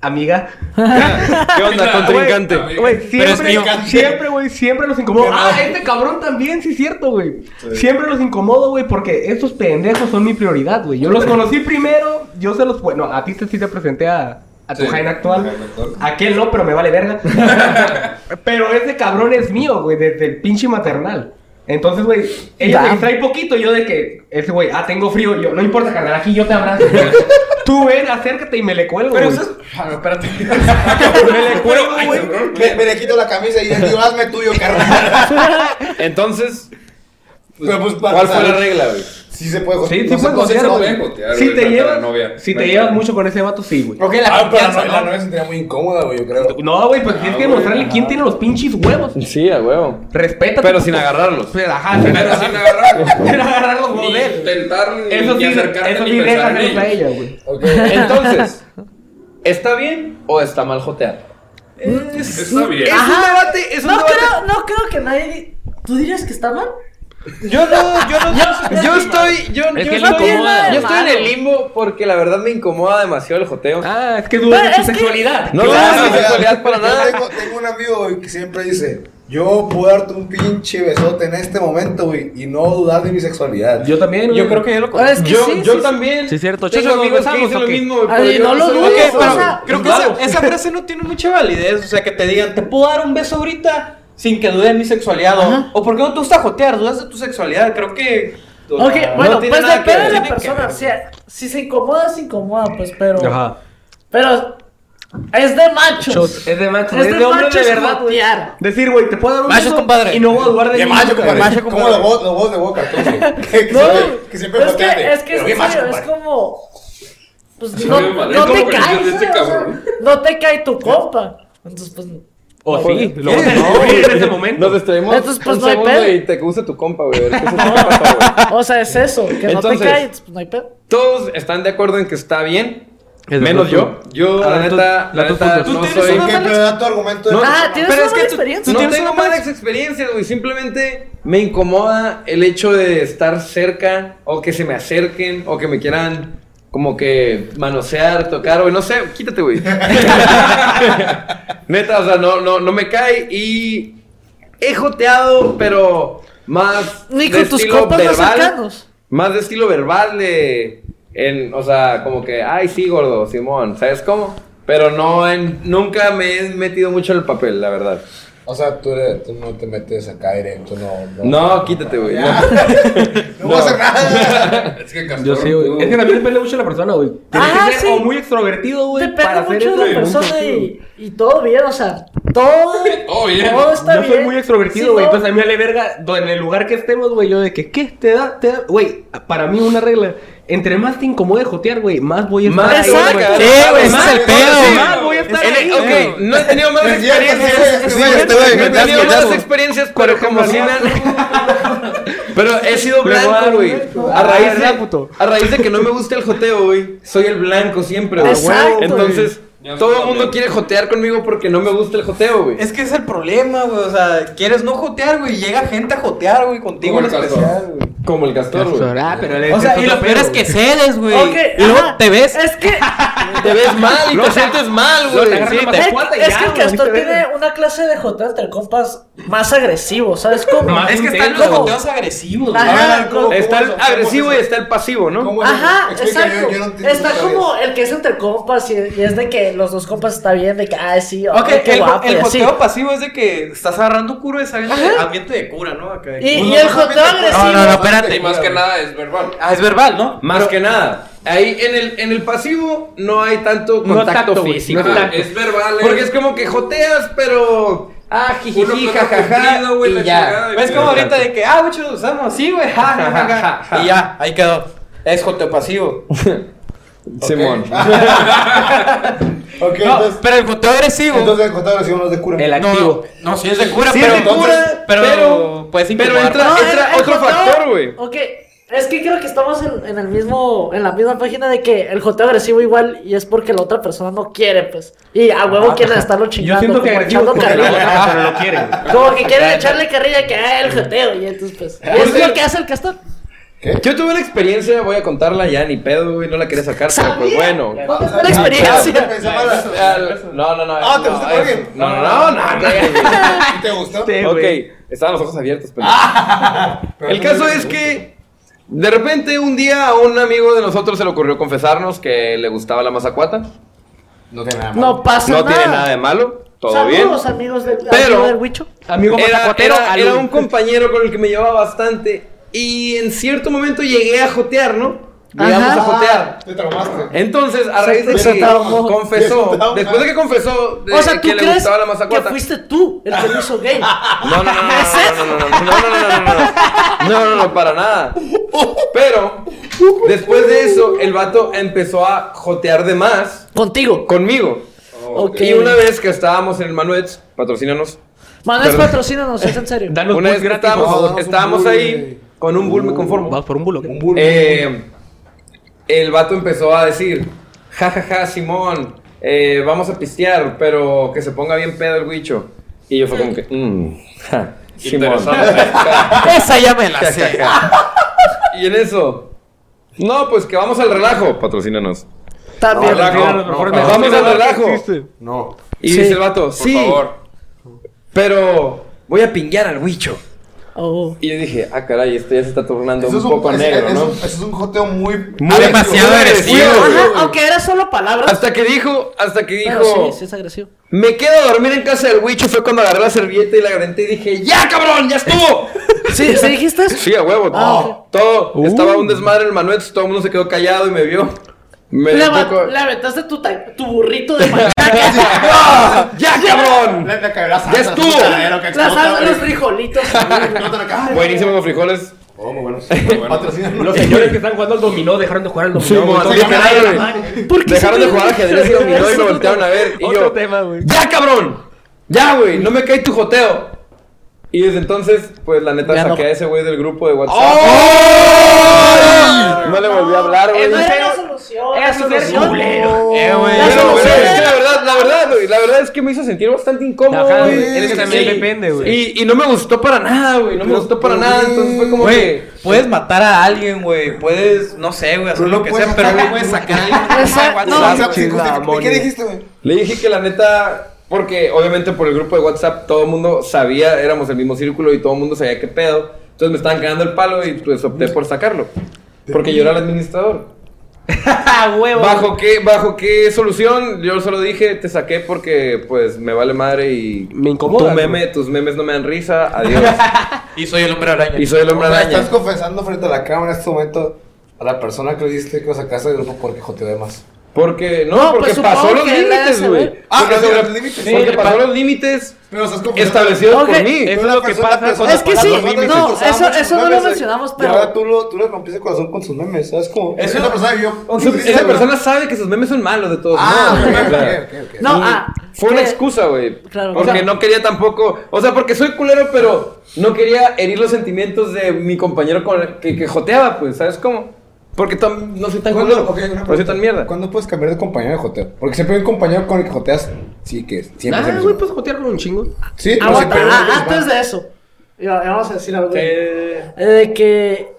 [SPEAKER 5] amiga?
[SPEAKER 2] ¿Qué onda, contrincante?
[SPEAKER 5] Güey,
[SPEAKER 1] Pero es
[SPEAKER 5] siempre,
[SPEAKER 1] mío.
[SPEAKER 5] siempre, güey, siempre los incomodo. Ah, este cabrón también, sí es cierto, güey. Siempre los incomodo, güey, porque estos pendejos son mi prioridad, güey. Yo los conocí primero, yo se los... Bueno, a ti te, sí te presenté a, a tu
[SPEAKER 7] Sí,
[SPEAKER 5] Jaina
[SPEAKER 7] a
[SPEAKER 5] actual.
[SPEAKER 7] Jaina actual.
[SPEAKER 5] Aquel no, pero me vale verga. pero ese cabrón es mío, güey, desde el pinche maternal. Entonces, güey, ella me distrae poquito yo de que... Ese güey, ah, tengo frío. Yo, no importa, carnal, aquí yo te abrazo. güey. Tú ven, acércate y me le cuelgo,
[SPEAKER 1] Pero
[SPEAKER 5] güey.
[SPEAKER 1] eso es. Ah, no, espérate.
[SPEAKER 5] Me le cuelgo, güey.
[SPEAKER 6] Me, me le quito la camisa y le digo, hazme tuyo, carnal.
[SPEAKER 2] Entonces,
[SPEAKER 6] Pero, pues, para-
[SPEAKER 2] ¿cuál fue la regla, güey?
[SPEAKER 6] Sí se puede
[SPEAKER 5] Sí,
[SPEAKER 6] jotear.
[SPEAKER 5] sí
[SPEAKER 6] se
[SPEAKER 5] puede
[SPEAKER 6] no se
[SPEAKER 5] jotear,
[SPEAKER 6] puede.
[SPEAKER 7] güey. jotear,
[SPEAKER 5] Si
[SPEAKER 7] güey,
[SPEAKER 5] te
[SPEAKER 7] la
[SPEAKER 5] llevas,
[SPEAKER 7] novia.
[SPEAKER 5] si te
[SPEAKER 7] Vale.
[SPEAKER 5] llevas mucho con ese vato, sí, güey.
[SPEAKER 1] Ok, la
[SPEAKER 6] Ah, pero la,
[SPEAKER 1] confianza,
[SPEAKER 6] la
[SPEAKER 1] ¿no?
[SPEAKER 6] novia se sentía muy incómoda, güey, yo creo.
[SPEAKER 5] No, güey, pues tienes que
[SPEAKER 7] güey,
[SPEAKER 5] demostrarle
[SPEAKER 7] ajá.
[SPEAKER 5] quién tiene los pinches huevos.
[SPEAKER 2] Sí, a huevo.
[SPEAKER 5] Respeta.
[SPEAKER 2] Pero sin agarrarlos.
[SPEAKER 5] Ajá, sin
[SPEAKER 7] Pero
[SPEAKER 5] agarrar-
[SPEAKER 7] sin agarrar.
[SPEAKER 5] sin agarrar los huevos
[SPEAKER 7] Ni
[SPEAKER 5] de él.
[SPEAKER 7] intentar ni,
[SPEAKER 5] Eso
[SPEAKER 7] ni
[SPEAKER 5] sí,
[SPEAKER 7] acercarte
[SPEAKER 5] eso
[SPEAKER 7] ni
[SPEAKER 5] sí,
[SPEAKER 7] pensar en
[SPEAKER 5] déjanos a
[SPEAKER 7] ello.
[SPEAKER 5] ella, güey.
[SPEAKER 2] Entonces, ¿está bien o está mal jotear?
[SPEAKER 7] Está bien.
[SPEAKER 2] Es un debate, es un
[SPEAKER 4] No
[SPEAKER 2] debate.
[SPEAKER 4] creo, no creo que nadie. di- ¿Tú dirías que está mal?
[SPEAKER 2] Yo no, yo no. yo, estoy, yo,
[SPEAKER 1] Es
[SPEAKER 2] yo,
[SPEAKER 1] que le
[SPEAKER 2] no tiene
[SPEAKER 1] incomoda.
[SPEAKER 2] nada- yo estoy en
[SPEAKER 4] Malo.
[SPEAKER 2] el limbo porque la verdad me incomoda demasiado el joteo.
[SPEAKER 5] Ah, es que duda
[SPEAKER 4] Pero
[SPEAKER 5] de tu
[SPEAKER 4] es que-
[SPEAKER 5] sexualidad.
[SPEAKER 2] No,
[SPEAKER 5] Que-
[SPEAKER 2] no,
[SPEAKER 6] Claro,
[SPEAKER 2] no,
[SPEAKER 6] o sea,
[SPEAKER 2] sexualidad para
[SPEAKER 6] yo
[SPEAKER 2] nada.
[SPEAKER 6] Tengo, tengo un amigo güey, que siempre dice, yo puedo darte un pinche besote en este momento, güey, y no dudar de mi sexualidad.
[SPEAKER 5] Yo también,
[SPEAKER 1] Yo creo que yo lo
[SPEAKER 4] Ahora es que
[SPEAKER 2] yo
[SPEAKER 4] sí,
[SPEAKER 2] yo
[SPEAKER 4] sí,
[SPEAKER 2] también.
[SPEAKER 1] Sí, es cierto.
[SPEAKER 2] Tengo
[SPEAKER 1] Chicos, ¿nos
[SPEAKER 2] amigos que
[SPEAKER 1] besamos
[SPEAKER 2] dicen
[SPEAKER 1] o
[SPEAKER 2] lo
[SPEAKER 1] qué?
[SPEAKER 2] mismo. güey,
[SPEAKER 4] Ay,
[SPEAKER 2] pero yo
[SPEAKER 4] no lo
[SPEAKER 2] soy de
[SPEAKER 4] dudo,
[SPEAKER 1] Ok,
[SPEAKER 2] eso,
[SPEAKER 1] pero
[SPEAKER 2] güey.
[SPEAKER 4] sea,
[SPEAKER 1] creo que esa, esa frase no tiene mucha validez. O sea, que te digan, te puedo dar un beso ahorita sin que dude de mi sexualidad.
[SPEAKER 4] Ajá.
[SPEAKER 1] O, o por qué no te gusta jotear, dudas de tu sexualidad. Creo que. o
[SPEAKER 4] Ok,
[SPEAKER 1] sea, no
[SPEAKER 4] bueno,
[SPEAKER 1] tiene
[SPEAKER 4] pues
[SPEAKER 1] nada
[SPEAKER 4] depende de
[SPEAKER 1] que ver.
[SPEAKER 4] la
[SPEAKER 1] Tiene que
[SPEAKER 4] persona.
[SPEAKER 1] ver.
[SPEAKER 4] Si, si se incomoda, se incomoda, pues, pero.
[SPEAKER 5] Ajá.
[SPEAKER 4] Pero. Es de machos.
[SPEAKER 5] Chos, Es de macho,
[SPEAKER 4] Es
[SPEAKER 5] es
[SPEAKER 4] de
[SPEAKER 5] de hombre de
[SPEAKER 4] machos
[SPEAKER 5] verdad. güey.
[SPEAKER 4] jotear.
[SPEAKER 5] Decir, güey, te puedo dar un
[SPEAKER 1] Machos,
[SPEAKER 5] beso
[SPEAKER 1] compadre.
[SPEAKER 5] Y no voy a dudar de
[SPEAKER 6] De
[SPEAKER 5] mí.
[SPEAKER 6] macho, compadre.
[SPEAKER 1] macho,
[SPEAKER 6] Como
[SPEAKER 1] compadre.
[SPEAKER 6] la voz, la voz de boca, tú, güey. Que, que
[SPEAKER 4] No,
[SPEAKER 6] siempre, que siempre
[SPEAKER 4] es
[SPEAKER 6] jotean de,
[SPEAKER 4] que, es que
[SPEAKER 6] "Pero
[SPEAKER 4] es
[SPEAKER 6] bien
[SPEAKER 4] en
[SPEAKER 6] macho,
[SPEAKER 4] serio, es
[SPEAKER 6] compadre".
[SPEAKER 4] como. Pues
[SPEAKER 7] Sí,
[SPEAKER 4] no,
[SPEAKER 7] mi madre,
[SPEAKER 4] no
[SPEAKER 7] es
[SPEAKER 4] te
[SPEAKER 7] como que
[SPEAKER 4] caes, güey,
[SPEAKER 7] dices, este
[SPEAKER 4] o sea,
[SPEAKER 7] cabrón.
[SPEAKER 4] no te cae tu compa. Entonces, pues.
[SPEAKER 5] O sí, lo voy a
[SPEAKER 2] ¿Qué?
[SPEAKER 5] descubrir en ese
[SPEAKER 2] Nos
[SPEAKER 5] momento.
[SPEAKER 2] distraemos
[SPEAKER 4] Entonces, pues,
[SPEAKER 2] un
[SPEAKER 4] no hay
[SPEAKER 2] segundo
[SPEAKER 4] pedo.
[SPEAKER 2] y te gusta tu compa, güey. a ver qué se te pasa, güey.
[SPEAKER 4] O sea, es eso, que no te
[SPEAKER 2] Entonces-
[SPEAKER 4] cae, pues no hay pedo.
[SPEAKER 2] Todos están de acuerdo en que está bien.
[SPEAKER 5] Es
[SPEAKER 2] menos yo.
[SPEAKER 5] verdad,
[SPEAKER 2] Yo,
[SPEAKER 5] A
[SPEAKER 2] la
[SPEAKER 5] ver, tú-
[SPEAKER 2] neta, la
[SPEAKER 5] tú
[SPEAKER 2] neta,
[SPEAKER 5] puntos.
[SPEAKER 2] no
[SPEAKER 1] Tú tienes
[SPEAKER 2] soy...
[SPEAKER 1] una
[SPEAKER 6] Ok, pero da tu argumento de
[SPEAKER 2] No,
[SPEAKER 4] ah, tienes
[SPEAKER 1] pero
[SPEAKER 4] una
[SPEAKER 1] es
[SPEAKER 4] mala
[SPEAKER 1] que tú-
[SPEAKER 4] experiencia.
[SPEAKER 2] No
[SPEAKER 1] tienes
[SPEAKER 2] tengo
[SPEAKER 1] una
[SPEAKER 2] malas experiencias, güey. Simplemente me incomoda el hecho de estar cerca o que se me acerquen o que me quieran como que manosear, tocar, güey, no sé, quítate, güey. Neta, o sea, no, no, no me cae y he joteado, pero más
[SPEAKER 4] Ni con tus
[SPEAKER 2] estilo
[SPEAKER 4] compas más cercanos.
[SPEAKER 2] Más de estilo verbal de, en, o sea, como que, ay, sí, gordo, Simón, ¿sabes cómo? Pero no, en, nunca me he metido mucho en el papel, la verdad.
[SPEAKER 6] O sea, tú, eres- tú no te metes acá directo, no.
[SPEAKER 2] No, quítate, güey. no.
[SPEAKER 6] No, voy a hacer nada.
[SPEAKER 7] Es que Castor,
[SPEAKER 3] Yo sí, güey.
[SPEAKER 7] tú-
[SPEAKER 3] Es que también depende mucho de la persona, güey. Tienes
[SPEAKER 4] Ah,
[SPEAKER 3] que ser
[SPEAKER 4] sí.
[SPEAKER 3] o muy extrovertido, güey, para
[SPEAKER 4] Depende
[SPEAKER 3] hacer
[SPEAKER 4] mucho
[SPEAKER 3] eso,
[SPEAKER 4] de
[SPEAKER 3] güey.
[SPEAKER 4] la persona y, y todo bien, o sea, todo,
[SPEAKER 7] Todo bien.
[SPEAKER 4] todo está
[SPEAKER 3] yo
[SPEAKER 4] bien.
[SPEAKER 3] soy muy
[SPEAKER 4] Sí,
[SPEAKER 3] extrovertido, güey.
[SPEAKER 4] todo-
[SPEAKER 3] entonces a mí me vale verga do- en el lugar que estemos, güey. Yo de que, ¿qué? Te da, te da. Güey, para mí una regla. Entre más te incomode jotear, güey, más voy a estar.
[SPEAKER 2] Más
[SPEAKER 3] ahí,
[SPEAKER 2] te
[SPEAKER 4] Exacto.
[SPEAKER 2] voy a cagar.
[SPEAKER 5] Sí, güey, ese
[SPEAKER 2] Más,
[SPEAKER 5] es el pedo,
[SPEAKER 2] sí,
[SPEAKER 5] güey.
[SPEAKER 2] más voy a estar
[SPEAKER 5] Es-
[SPEAKER 2] ahí,
[SPEAKER 5] ok,
[SPEAKER 2] güey. No he tenido malas
[SPEAKER 6] Es cierto,
[SPEAKER 2] experiencias.
[SPEAKER 6] sí, güey, este güey,
[SPEAKER 2] No he
[SPEAKER 6] me das
[SPEAKER 2] tenido malas
[SPEAKER 6] coñazo.
[SPEAKER 2] experiencias, pero como si na- Pero he sido blanco, güey. A raíz de, a raíz de que no me gusta el joteo, güey. Soy el blanco siempre, güey.
[SPEAKER 4] Exacto, güey.
[SPEAKER 2] Entonces,
[SPEAKER 7] Ya me
[SPEAKER 2] todo el
[SPEAKER 7] cambié.
[SPEAKER 2] mundo quiere jotear conmigo porque no me gusta el joteo, güey.
[SPEAKER 5] Es que es el problema, güey. O sea, quieres no jotear, güey. y Llega gente a jotear, güey, contigo en
[SPEAKER 7] Como el
[SPEAKER 5] especial,
[SPEAKER 7] Castor.
[SPEAKER 5] güey.
[SPEAKER 2] Como el castor, güey.
[SPEAKER 3] Ah, pero
[SPEAKER 5] O sea, y lo peor es que cedes, güey.
[SPEAKER 4] Ok,
[SPEAKER 5] y luego
[SPEAKER 4] ajá,
[SPEAKER 5] te ves.
[SPEAKER 4] Es que,
[SPEAKER 2] Te ves mal y te sientes mal,
[SPEAKER 3] luego te
[SPEAKER 2] güey.
[SPEAKER 3] agarran
[SPEAKER 2] Sí,
[SPEAKER 3] la
[SPEAKER 2] te-
[SPEAKER 4] es,
[SPEAKER 3] cuata y
[SPEAKER 4] es
[SPEAKER 3] ya,
[SPEAKER 4] que el
[SPEAKER 3] güey,
[SPEAKER 4] castor
[SPEAKER 3] viste,
[SPEAKER 4] tiene una clase de joteo entre compas más agresivo, ¿sabes cómo?
[SPEAKER 3] Más
[SPEAKER 5] Es que están los
[SPEAKER 3] intenso.
[SPEAKER 5] joteos agresivos,
[SPEAKER 4] Ah,
[SPEAKER 5] güey.
[SPEAKER 4] Ajá,
[SPEAKER 6] ¿cómo-
[SPEAKER 2] Está el
[SPEAKER 6] ¿Cómo es
[SPEAKER 2] agresivo y
[SPEAKER 6] eso?
[SPEAKER 2] está el pasivo, ¿no?
[SPEAKER 6] ¿Cómo es eso?
[SPEAKER 4] Ajá,
[SPEAKER 6] Explica, yo-
[SPEAKER 4] exacto.
[SPEAKER 6] yo no entiendo
[SPEAKER 4] está
[SPEAKER 6] todavía.
[SPEAKER 4] como el que es entre compas y, y es de que los dos compas está bien, de que, ah, sí,
[SPEAKER 5] Ok,
[SPEAKER 4] hombre, qué
[SPEAKER 5] el,
[SPEAKER 4] guapo,
[SPEAKER 5] el
[SPEAKER 4] y así.
[SPEAKER 5] joteo pasivo es de que estás agarrando cura ese ambiente, ambiente de cura, ¿no? Acá de-
[SPEAKER 4] Y, y
[SPEAKER 6] Uno
[SPEAKER 4] el
[SPEAKER 6] no sabe
[SPEAKER 4] joteo
[SPEAKER 6] de- No,
[SPEAKER 4] agresivo.
[SPEAKER 5] no, no,
[SPEAKER 7] Y
[SPEAKER 5] espérate.
[SPEAKER 7] más que nada es verbal.
[SPEAKER 5] Ah, es verbal, ¿no?
[SPEAKER 2] Más que nada. Ahí en el, en el pasivo no hay tanto
[SPEAKER 3] No
[SPEAKER 2] contacto
[SPEAKER 3] tacto, güey,
[SPEAKER 2] físico.
[SPEAKER 3] no
[SPEAKER 7] Ajá,
[SPEAKER 3] Exacto.
[SPEAKER 7] es verbal. ¿eh?
[SPEAKER 2] Porque es como que joteas, pero. Ah,
[SPEAKER 7] Uno
[SPEAKER 2] jijiji,
[SPEAKER 7] que otro
[SPEAKER 2] jajaja.
[SPEAKER 7] cumplido, güey,
[SPEAKER 2] Y
[SPEAKER 7] la
[SPEAKER 2] ya.
[SPEAKER 7] chingada.
[SPEAKER 5] Es como "Ah, ahorita de que, ah, muchos usamos, sí, güey, ja, ja, ja, ja, ja. Y ya, ahí quedó. Es joteo pasivo.
[SPEAKER 2] Simón.
[SPEAKER 6] Ok,
[SPEAKER 5] No,
[SPEAKER 6] entonces.
[SPEAKER 5] pero el joteo agresivo.
[SPEAKER 6] Entonces el contador recibo no es de cura.
[SPEAKER 3] El
[SPEAKER 5] no,
[SPEAKER 3] activo.
[SPEAKER 5] No, sí es de cura,
[SPEAKER 2] Sí,
[SPEAKER 5] pero.
[SPEAKER 2] es de Eh, cura,
[SPEAKER 5] pero,
[SPEAKER 2] pero-
[SPEAKER 5] puedes
[SPEAKER 2] pero
[SPEAKER 5] incomodar.
[SPEAKER 2] entra-
[SPEAKER 4] No, el-
[SPEAKER 2] Entra
[SPEAKER 4] el
[SPEAKER 2] otro
[SPEAKER 4] joteo-
[SPEAKER 2] factor, güey.
[SPEAKER 4] Ok, es que creo que estamos en, en el mismo, en la misma página de que el joteo agresivo igual y es porque la otra persona no quiere, pues. Y a huevo quieren estarlo chingando.
[SPEAKER 3] Ah, Yo siento que
[SPEAKER 4] como
[SPEAKER 3] agresivo
[SPEAKER 4] echando
[SPEAKER 3] es porque la
[SPEAKER 4] carrilla.
[SPEAKER 3] otra persona lo quiere, güey.
[SPEAKER 4] Como que quieren echarle carrilla que ah, el joteo y entonces pues. Y eso es lo que hace el castor.
[SPEAKER 2] Yo tuve una experiencia, voy a contarla ya, ni pedo, güey. No la quería sacar, pero pues bueno.
[SPEAKER 4] ¿Dónde está la experiencia?
[SPEAKER 2] Al- No, no, no.
[SPEAKER 6] Ah, ¿te
[SPEAKER 2] no,
[SPEAKER 6] gustó
[SPEAKER 2] es-
[SPEAKER 6] alguien?
[SPEAKER 2] No, no, no, no, no,
[SPEAKER 6] ¿Y ¿Te gustó?
[SPEAKER 2] Ok, estaban los ojos abiertos, pero. Ah, El caso es que de repente un día a un amigo de nosotros se le ocurrió confesarnos que le gustaba la mazacuata.
[SPEAKER 6] No tiene nada.
[SPEAKER 4] No pasa
[SPEAKER 2] No
[SPEAKER 4] nada.
[SPEAKER 2] tiene nada de malo, todo bien.
[SPEAKER 4] Saludos amigos del,
[SPEAKER 2] Pero-
[SPEAKER 4] amigo del Huicho.
[SPEAKER 3] Amigo
[SPEAKER 2] Era,
[SPEAKER 3] mazacuatero,
[SPEAKER 2] era-
[SPEAKER 3] algo.
[SPEAKER 2] era un compañero con el que me llevaba bastante y en cierto momento llegué a jotear, ¿no? Llegamos
[SPEAKER 4] Ajá.
[SPEAKER 2] a jotear.
[SPEAKER 6] Ah, Te traumaste.
[SPEAKER 2] Entonces, a raíz de
[SPEAKER 4] Se
[SPEAKER 2] que
[SPEAKER 4] traumó.
[SPEAKER 2] confesó,
[SPEAKER 6] Se traumó.
[SPEAKER 2] después de que confesó de
[SPEAKER 4] O sea, ¿tú
[SPEAKER 2] que le
[SPEAKER 4] crees
[SPEAKER 2] gustaba la
[SPEAKER 4] que
[SPEAKER 2] mazacuata,
[SPEAKER 4] fuiste tú el que lo hizo gay?
[SPEAKER 2] No, no, no, no, no, no, no, no, no, no, no, no, no, no, no, para nada. Pero después de eso, el vato empezó a jotear de más
[SPEAKER 4] Contigo.
[SPEAKER 2] conmigo.
[SPEAKER 4] Ok.
[SPEAKER 2] Y una vez que estábamos en el Manuets, patrocínanos.
[SPEAKER 4] Manuel,
[SPEAKER 2] Perdón.
[SPEAKER 4] patrocínanos, es en serio.
[SPEAKER 3] Danos
[SPEAKER 2] una
[SPEAKER 3] bulls
[SPEAKER 2] vez que
[SPEAKER 3] gratis.
[SPEAKER 2] estábamos,
[SPEAKER 6] por favor.
[SPEAKER 2] estábamos
[SPEAKER 6] Un bull,
[SPEAKER 2] ahí
[SPEAKER 6] güey.
[SPEAKER 2] con un bull me conformo.
[SPEAKER 3] Vamos por un bulo.
[SPEAKER 2] Eh, el vato empezó a decir, jajaja, Simón, eh, vamos a pistear, pero que se ponga bien pedo el huicho. Y yo fue como que, "Mm, ja, Simón.
[SPEAKER 5] Esa ya me la sé.
[SPEAKER 2] Y en eso. No, pues que vamos al relajo. Patrocínanos.
[SPEAKER 4] También.
[SPEAKER 2] Hola,
[SPEAKER 3] Patrocínanos,
[SPEAKER 2] no,
[SPEAKER 3] por favor,
[SPEAKER 2] no,
[SPEAKER 3] mejor
[SPEAKER 2] vamos
[SPEAKER 3] que
[SPEAKER 2] al
[SPEAKER 3] nada que
[SPEAKER 2] relajo.
[SPEAKER 3] existe.
[SPEAKER 6] No.
[SPEAKER 2] Y
[SPEAKER 4] Sí.
[SPEAKER 2] dice el vato,
[SPEAKER 7] Por
[SPEAKER 2] sí,
[SPEAKER 7] favor.
[SPEAKER 2] pero voy a pinguear al huicho.
[SPEAKER 4] Oh.
[SPEAKER 2] Y yo dije, ah, caray, esto ya se está tornando
[SPEAKER 6] Eso
[SPEAKER 2] un
[SPEAKER 6] es un,
[SPEAKER 2] poco
[SPEAKER 6] es-
[SPEAKER 2] negro,
[SPEAKER 6] es
[SPEAKER 2] ¿no?
[SPEAKER 6] un- eso es un joteo muy.
[SPEAKER 2] Muy
[SPEAKER 5] demasiado agresivo,
[SPEAKER 2] güey.
[SPEAKER 4] Ajá, aunque era solo palabras.
[SPEAKER 2] Hasta que dijo, hasta que
[SPEAKER 4] pero
[SPEAKER 2] dijo,
[SPEAKER 4] sí, sí es agresivo.
[SPEAKER 2] me quedo a dormir en casa del huicho. Fue cuando agarré la servilleta y la aventé y dije, ya, cabrón, ya estuvo.
[SPEAKER 4] ¿Sí, ¿sí dijiste eso?
[SPEAKER 2] Sí, a huevo.
[SPEAKER 4] Ah, ok.
[SPEAKER 2] Todo. Estaba un desmadre en el Manuel, todo el mundo se quedó callado y me vio. Me
[SPEAKER 4] Le,
[SPEAKER 2] dio un
[SPEAKER 4] ma-
[SPEAKER 2] poco-
[SPEAKER 4] le aventaste tu, ta- tu burrito de machaca,
[SPEAKER 2] ¡Ah! ¡Ya, cabrón!
[SPEAKER 6] Le- le cayó la salsa,
[SPEAKER 2] ¡Ya estuvo!
[SPEAKER 6] el putadero que
[SPEAKER 4] las
[SPEAKER 6] explota,
[SPEAKER 4] almas,
[SPEAKER 6] güey.
[SPEAKER 4] los frijolitos.
[SPEAKER 6] No te la cagas.
[SPEAKER 2] Buenísimo con frijoles.
[SPEAKER 6] Oh, muy buenos.
[SPEAKER 7] bueno.
[SPEAKER 6] Patrocínanos.
[SPEAKER 3] Los señores que están jugando al dominó dejaron de jugar al dominó. güey.
[SPEAKER 2] Simón,
[SPEAKER 3] Entonces,
[SPEAKER 2] literal,
[SPEAKER 3] ya me-
[SPEAKER 2] güey.
[SPEAKER 4] ¿Por qué
[SPEAKER 2] Dejaron de
[SPEAKER 4] siempre-
[SPEAKER 2] jugar ajedrez y dominó y me voltearon a ver. Y
[SPEAKER 3] Otro
[SPEAKER 2] yo,
[SPEAKER 3] tema, güey.
[SPEAKER 2] ¡ya, cabrón! ¡Ya, güey! ¡No me cae tu joteo! Y desde entonces, pues la neta
[SPEAKER 4] Ya no.
[SPEAKER 2] saqué a ese güey del grupo de WhatsApp.
[SPEAKER 5] ¡Oh!
[SPEAKER 2] No le volví a hablar,
[SPEAKER 4] Eh, no
[SPEAKER 2] güey.
[SPEAKER 4] era la solución. solución.
[SPEAKER 3] Eso
[SPEAKER 4] la
[SPEAKER 3] es ser
[SPEAKER 4] solución.
[SPEAKER 3] culero.
[SPEAKER 5] Eh, güey.
[SPEAKER 4] Ya
[SPEAKER 2] Pero,
[SPEAKER 4] lo
[SPEAKER 2] güey,
[SPEAKER 4] sé.
[SPEAKER 2] es que la verdad, la verdad, güey, la verdad es que me hizo sentir bastante incómodo,
[SPEAKER 3] Ajá,
[SPEAKER 2] güey.
[SPEAKER 3] güey, es que también depende, güey.
[SPEAKER 2] Y, y no me gustó para nada, güey. No me
[SPEAKER 6] Pero,
[SPEAKER 2] gustó para
[SPEAKER 6] pero,
[SPEAKER 2] nada.
[SPEAKER 6] güey.
[SPEAKER 2] Entonces fue como
[SPEAKER 5] Güey,
[SPEAKER 2] que.
[SPEAKER 5] puedes matar a alguien, güey. Puedes, no sé, güey, hacer
[SPEAKER 6] Pero no
[SPEAKER 5] lo que
[SPEAKER 6] puedes
[SPEAKER 5] sea, pero
[SPEAKER 6] matar a
[SPEAKER 5] no puedes
[SPEAKER 6] alguien.
[SPEAKER 5] sacar a alguien.
[SPEAKER 4] Exacto.
[SPEAKER 5] No,
[SPEAKER 6] O sea,
[SPEAKER 5] no,
[SPEAKER 6] sin
[SPEAKER 5] no,
[SPEAKER 6] justificar-
[SPEAKER 5] no,
[SPEAKER 6] ¿Qué
[SPEAKER 5] no.
[SPEAKER 6] dijiste, güey?
[SPEAKER 2] Le dije que la neta. Porque obviamente por el grupo de WhatsApp todo el mundo sabía, éramos el mismo círculo y todo el mundo sabía qué pedo. Entonces me estaban cagando el palo y pues opté por sacarlo. Porque yo era el administrador.
[SPEAKER 3] ¡Ah, huevo!
[SPEAKER 2] ¿Bajo qué, ¿Bajo qué solución? Yo solo dije, te saqué porque pues me vale madre y...
[SPEAKER 3] Me incomoda,
[SPEAKER 2] Tu meme,
[SPEAKER 3] güey.
[SPEAKER 2] tus memes no me dan risa, adiós.
[SPEAKER 5] Y soy el hombre araña.
[SPEAKER 2] y soy el hombre
[SPEAKER 6] O sea, Estás
[SPEAKER 2] araña.
[SPEAKER 6] confesando frente a la cámara en este momento a la persona que le diste que lo sacaste del grupo porque joteó de más.
[SPEAKER 2] Porque, no,
[SPEAKER 4] No,
[SPEAKER 2] porque
[SPEAKER 4] pues,
[SPEAKER 2] pasó
[SPEAKER 4] supongo
[SPEAKER 2] los
[SPEAKER 4] que él
[SPEAKER 2] límites,
[SPEAKER 4] hace,
[SPEAKER 2] güey.
[SPEAKER 4] güey.
[SPEAKER 6] Ah,
[SPEAKER 2] Porque
[SPEAKER 6] pero
[SPEAKER 2] sobre-
[SPEAKER 6] los límites.
[SPEAKER 2] sí, porque
[SPEAKER 6] Sí,
[SPEAKER 2] pasó los límites
[SPEAKER 6] Pero estás
[SPEAKER 2] establecidos
[SPEAKER 4] Ok.
[SPEAKER 2] por mí.
[SPEAKER 3] Es lo que pasa cuando
[SPEAKER 4] Es que sí, no, eso, eso no lo mencionamos,
[SPEAKER 6] Y ahora
[SPEAKER 4] pero.
[SPEAKER 6] tú, lo, tú le rompiste el corazón con sus memes, ¿sabes cómo? Eh,
[SPEAKER 2] Eso-
[SPEAKER 6] Esa persona vio.
[SPEAKER 2] O sea, Esa persona sabe que sus memes son malos de todos
[SPEAKER 6] Ah,
[SPEAKER 2] modos,
[SPEAKER 6] ok,
[SPEAKER 2] güey, o sea,
[SPEAKER 6] ok, ok, ok.
[SPEAKER 4] No, ah.
[SPEAKER 2] Fue una
[SPEAKER 4] que-
[SPEAKER 2] excusa, güey.
[SPEAKER 4] Claro.
[SPEAKER 2] porque
[SPEAKER 4] O sea-
[SPEAKER 2] no quería tampoco. O sea, porque soy culero, pero no quería herir los sentimientos de mi compañero con el que, que joteaba, pues, ¿sabes cómo? Porque tam- no soy tan culero.
[SPEAKER 6] ¿Cuándo, ok, una
[SPEAKER 2] no soy
[SPEAKER 6] pregunta.
[SPEAKER 2] tan mierda.
[SPEAKER 6] ¿Cuándo puedes cambiar de compañero de joteo? Porque siempre hay un compañero con el que joteas. Sí, que siempre. es el
[SPEAKER 3] Ah,
[SPEAKER 6] mismo.
[SPEAKER 3] güey, pues jotearon un chingo.
[SPEAKER 6] Sí, pero
[SPEAKER 4] Aguanta,
[SPEAKER 6] siempre es el
[SPEAKER 4] ah,
[SPEAKER 6] mismo.
[SPEAKER 4] antes de eso. ya, ya Vamos a decir algo.
[SPEAKER 2] Eh,
[SPEAKER 4] Eh, De que.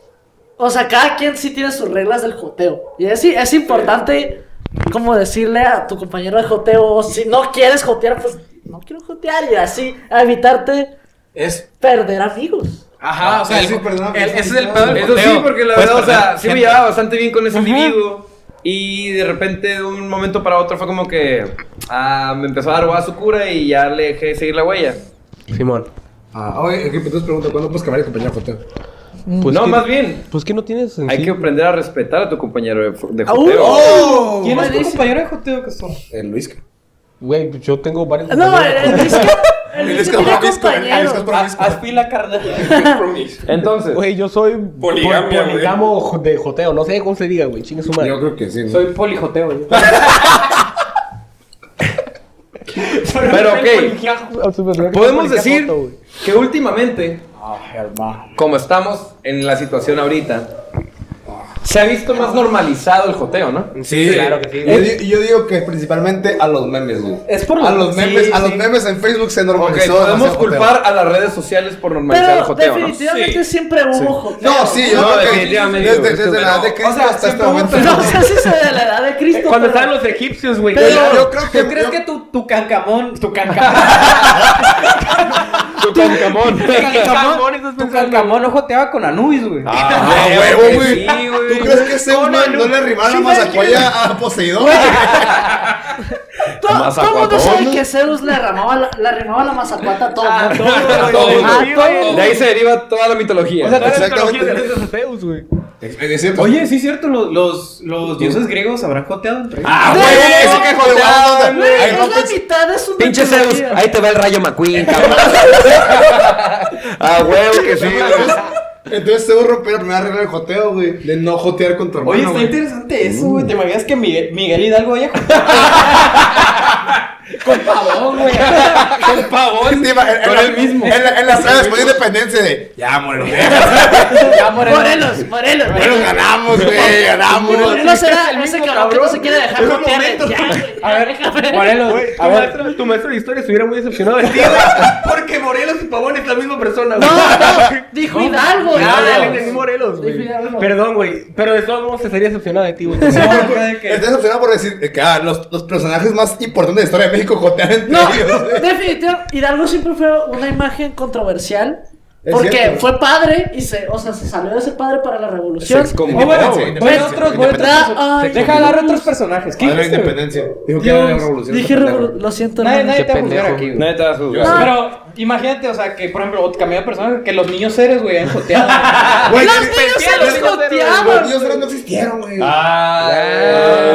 [SPEAKER 4] O sea, cada quien sí tiene sus reglas del joteo. Y es, es importante como decirle a tu compañero de joteo, si no quieres jotear, pues no quiero jotear. Y así evitarte
[SPEAKER 6] Es.
[SPEAKER 4] perder amigos.
[SPEAKER 5] Ajá, o sea,
[SPEAKER 6] Sí,
[SPEAKER 5] el-
[SPEAKER 6] Ah, sí, perdón,
[SPEAKER 5] el- ese es el
[SPEAKER 6] sí,
[SPEAKER 5] pedo del
[SPEAKER 2] Eso sí,
[SPEAKER 5] joteo.
[SPEAKER 2] porque la
[SPEAKER 5] Puedes
[SPEAKER 2] verdad, o sea,
[SPEAKER 5] perder
[SPEAKER 2] sí me
[SPEAKER 5] gente.
[SPEAKER 2] llevaba bastante bien con ese individuo. Y de repente, de un momento para otro, fue como que ah, me empezó a dar guada su cura y ya le dejé de seguir la huella.
[SPEAKER 3] Simón.
[SPEAKER 6] Ah, oye, aquí entonces pregunta: ¿cuándo puedes cambiar de compañero de joteo?
[SPEAKER 3] Pues
[SPEAKER 2] no,
[SPEAKER 3] que-
[SPEAKER 2] más bien,
[SPEAKER 3] Pues que no tienes. en
[SPEAKER 2] hay
[SPEAKER 3] sí.
[SPEAKER 2] que aprender a respetar a tu compañero de, de
[SPEAKER 4] ¡Au!
[SPEAKER 2] joteo.
[SPEAKER 5] ¡Oh! ¿Quién
[SPEAKER 4] ¿Quién
[SPEAKER 5] es tu
[SPEAKER 4] dice?
[SPEAKER 5] compañero de joteo, Castor?
[SPEAKER 6] El Luis.
[SPEAKER 3] Güey,
[SPEAKER 5] pues
[SPEAKER 3] yo tengo varios.
[SPEAKER 4] No, eh, el,
[SPEAKER 3] compañeros.
[SPEAKER 4] el disco.
[SPEAKER 6] El
[SPEAKER 4] El
[SPEAKER 6] disco
[SPEAKER 4] disco tiene
[SPEAKER 6] disco, el disco
[SPEAKER 4] compañeros.
[SPEAKER 6] Pero es-
[SPEAKER 5] Haz pila, carnal.
[SPEAKER 2] Entonces,
[SPEAKER 3] Güey, yo soy.
[SPEAKER 7] Poligamia,
[SPEAKER 3] pol-
[SPEAKER 7] güey.
[SPEAKER 3] Poligamo jo- de joteo. No sé cómo se diga, güey. Chingue su madre.
[SPEAKER 6] Ah, Yo creo que sí. ¿no?
[SPEAKER 3] Soy polijoteo, güey.
[SPEAKER 2] pero ok, podemos decir que últimamente,
[SPEAKER 6] Ah, hermano.
[SPEAKER 2] como estamos en la situación ahorita, se ha visto más normalizado el joteo, ¿no?
[SPEAKER 6] Sí,
[SPEAKER 3] claro que sí,
[SPEAKER 6] Yo, di- yo digo que principalmente a los memes, güey.
[SPEAKER 5] Es por
[SPEAKER 6] a
[SPEAKER 5] los-
[SPEAKER 6] los memes,
[SPEAKER 5] sí,
[SPEAKER 6] a los
[SPEAKER 5] sí.
[SPEAKER 6] memes en Facebook se
[SPEAKER 2] Ok,
[SPEAKER 6] normalizó.
[SPEAKER 2] podemos
[SPEAKER 6] demasiado
[SPEAKER 2] culpar a las redes sociales por normalizar el
[SPEAKER 4] Pero
[SPEAKER 2] joteo, ¿no?
[SPEAKER 4] definitivamente
[SPEAKER 7] Sí.
[SPEAKER 4] siempre hubo
[SPEAKER 6] joteo.
[SPEAKER 4] joteo.
[SPEAKER 6] No, sí, yo
[SPEAKER 2] No,
[SPEAKER 6] creo que
[SPEAKER 2] definitivamente,
[SPEAKER 6] desde,
[SPEAKER 2] güey,
[SPEAKER 6] desde
[SPEAKER 2] pero-
[SPEAKER 6] la edad de Cristo
[SPEAKER 5] o sea,
[SPEAKER 6] hasta este
[SPEAKER 5] siempre
[SPEAKER 6] momento.
[SPEAKER 5] hubo-
[SPEAKER 4] No sé si se de la edad de Cristo.
[SPEAKER 3] Eh, Cuando
[SPEAKER 4] pero-
[SPEAKER 3] estaban los egipcios, güey.
[SPEAKER 4] Pero-
[SPEAKER 3] Yo-
[SPEAKER 6] yo creo que-
[SPEAKER 5] ¿Tú crees
[SPEAKER 6] yo-
[SPEAKER 5] que tu, tu cancamón, tu cancamón,
[SPEAKER 2] Tu cancamón.
[SPEAKER 5] tu cancamón, tu cancamón no joteaba con Anubis, güey?
[SPEAKER 6] Ah,
[SPEAKER 2] huevo
[SPEAKER 6] huevo,
[SPEAKER 2] que
[SPEAKER 6] güey.
[SPEAKER 2] sí, güey.
[SPEAKER 6] ¿Tú crees que ese
[SPEAKER 5] Conan,
[SPEAKER 6] man no
[SPEAKER 5] un-
[SPEAKER 6] le arribaron la
[SPEAKER 5] sí,
[SPEAKER 6] mazacuella a Poseidón?
[SPEAKER 4] Todo, todo el mundo
[SPEAKER 2] Mazacuatón.
[SPEAKER 4] sabe que Zeus le derramaba la, le arrimaba la mazacuata a todo el mundo.
[SPEAKER 2] A
[SPEAKER 4] todo
[SPEAKER 2] todo mundo.
[SPEAKER 4] Ah, todo.
[SPEAKER 2] De ahí se deriva toda la mitología.
[SPEAKER 5] O sea,
[SPEAKER 3] Todas las
[SPEAKER 6] Exactamente.
[SPEAKER 3] mitologías de los Zeus, güey.
[SPEAKER 6] Es cierto.
[SPEAKER 5] Oye, sí es cierto, los, los, los dioses griegos habrán joteado entre ellos.
[SPEAKER 2] ah, güey, ese que joteaban,
[SPEAKER 4] Güey,
[SPEAKER 2] güey.
[SPEAKER 4] es la mitad de su
[SPEAKER 2] Pinche
[SPEAKER 4] mitología.
[SPEAKER 2] Zeus, ahí te va el rayo McQueen, cabrón. ah, huevo que sí,
[SPEAKER 6] Entonces,
[SPEAKER 2] güey.
[SPEAKER 6] entonces se va a romper la primera regla del joteo, güey. De no jotear con tu hermano.
[SPEAKER 5] Oye, está
[SPEAKER 6] güey.
[SPEAKER 5] interesante eso, güey. ¿Te imaginas que Miguel, Miguel Hidalgo haya joteado? con pavón, güey.
[SPEAKER 2] Con pavón.
[SPEAKER 6] Sí, va, en- en
[SPEAKER 2] Con
[SPEAKER 6] la-
[SPEAKER 2] él mismo.
[SPEAKER 6] En, la- en las redes después de independencia de. Ya, Morelos.
[SPEAKER 5] Ya, Moreno.
[SPEAKER 4] Morelos, Morelos.
[SPEAKER 6] Morelos ah, ganamos, güey. Ganamos.
[SPEAKER 4] Morelos era ese cabrón que no se quiere dejar
[SPEAKER 6] Es un
[SPEAKER 4] jotear.
[SPEAKER 6] momento.
[SPEAKER 4] Ya, güey,
[SPEAKER 5] A ver,
[SPEAKER 4] déjame.
[SPEAKER 5] Morelos,
[SPEAKER 3] Güey, tu
[SPEAKER 5] a ver.
[SPEAKER 3] maestro, tu maestro de historia estuviera muy decepcionado de ti, güey. Porque Morelos y Pavón es la misma persona, güey.
[SPEAKER 4] No, no, dijo Hidalgo.
[SPEAKER 3] Ah,
[SPEAKER 4] Hidalgo.
[SPEAKER 3] dale, entendí Morelos, güey.
[SPEAKER 4] Dije, ya, no.
[SPEAKER 3] Perdón, güey. Pero de todos modos estaría decepcionado de ti, güey.
[SPEAKER 6] Estoy decepcionado por decir eh, que ah, los, los personajes más importantes de la historia de México jotean entre
[SPEAKER 4] No,
[SPEAKER 6] ellos. güey.
[SPEAKER 4] definitivamente Hidalgo siempre fue una imagen controversial.
[SPEAKER 6] Es
[SPEAKER 4] Porque
[SPEAKER 6] cierto.
[SPEAKER 4] fue padre y se, o sea, se salió de ser padre para la revolución.
[SPEAKER 2] Sex con-
[SPEAKER 5] Oh, bueno,
[SPEAKER 6] Independencia,
[SPEAKER 5] voy a
[SPEAKER 6] independencia,
[SPEAKER 5] otros, voy a otros.
[SPEAKER 4] independencia.
[SPEAKER 5] personajes.
[SPEAKER 4] Ay.
[SPEAKER 5] Deja agarrar otros personajes. ¿Qué
[SPEAKER 6] Madre de
[SPEAKER 5] dijiste, güey?
[SPEAKER 6] independencia. Dijo que
[SPEAKER 4] Dios,
[SPEAKER 6] era la revolución.
[SPEAKER 4] dije
[SPEAKER 6] pendejo.
[SPEAKER 4] revolu- lo siento,
[SPEAKER 5] Nadie,
[SPEAKER 4] hermano.
[SPEAKER 5] nadie te va a juzgar
[SPEAKER 3] pendejo.
[SPEAKER 5] aquí, güey.
[SPEAKER 2] Nadie te va a juzgar.
[SPEAKER 6] Yo-
[SPEAKER 5] Pero imagínate, o sea, que por ejemplo, otro cambio de personaje, que los niños seres, güey, hayan joteado. güey.
[SPEAKER 6] Ah, Güey,
[SPEAKER 4] Los
[SPEAKER 6] que-
[SPEAKER 4] niños
[SPEAKER 6] que-
[SPEAKER 4] se
[SPEAKER 6] que-
[SPEAKER 4] los
[SPEAKER 6] que-
[SPEAKER 4] joteaban.
[SPEAKER 6] Los niños eran- no existieron, güey.
[SPEAKER 2] Ah,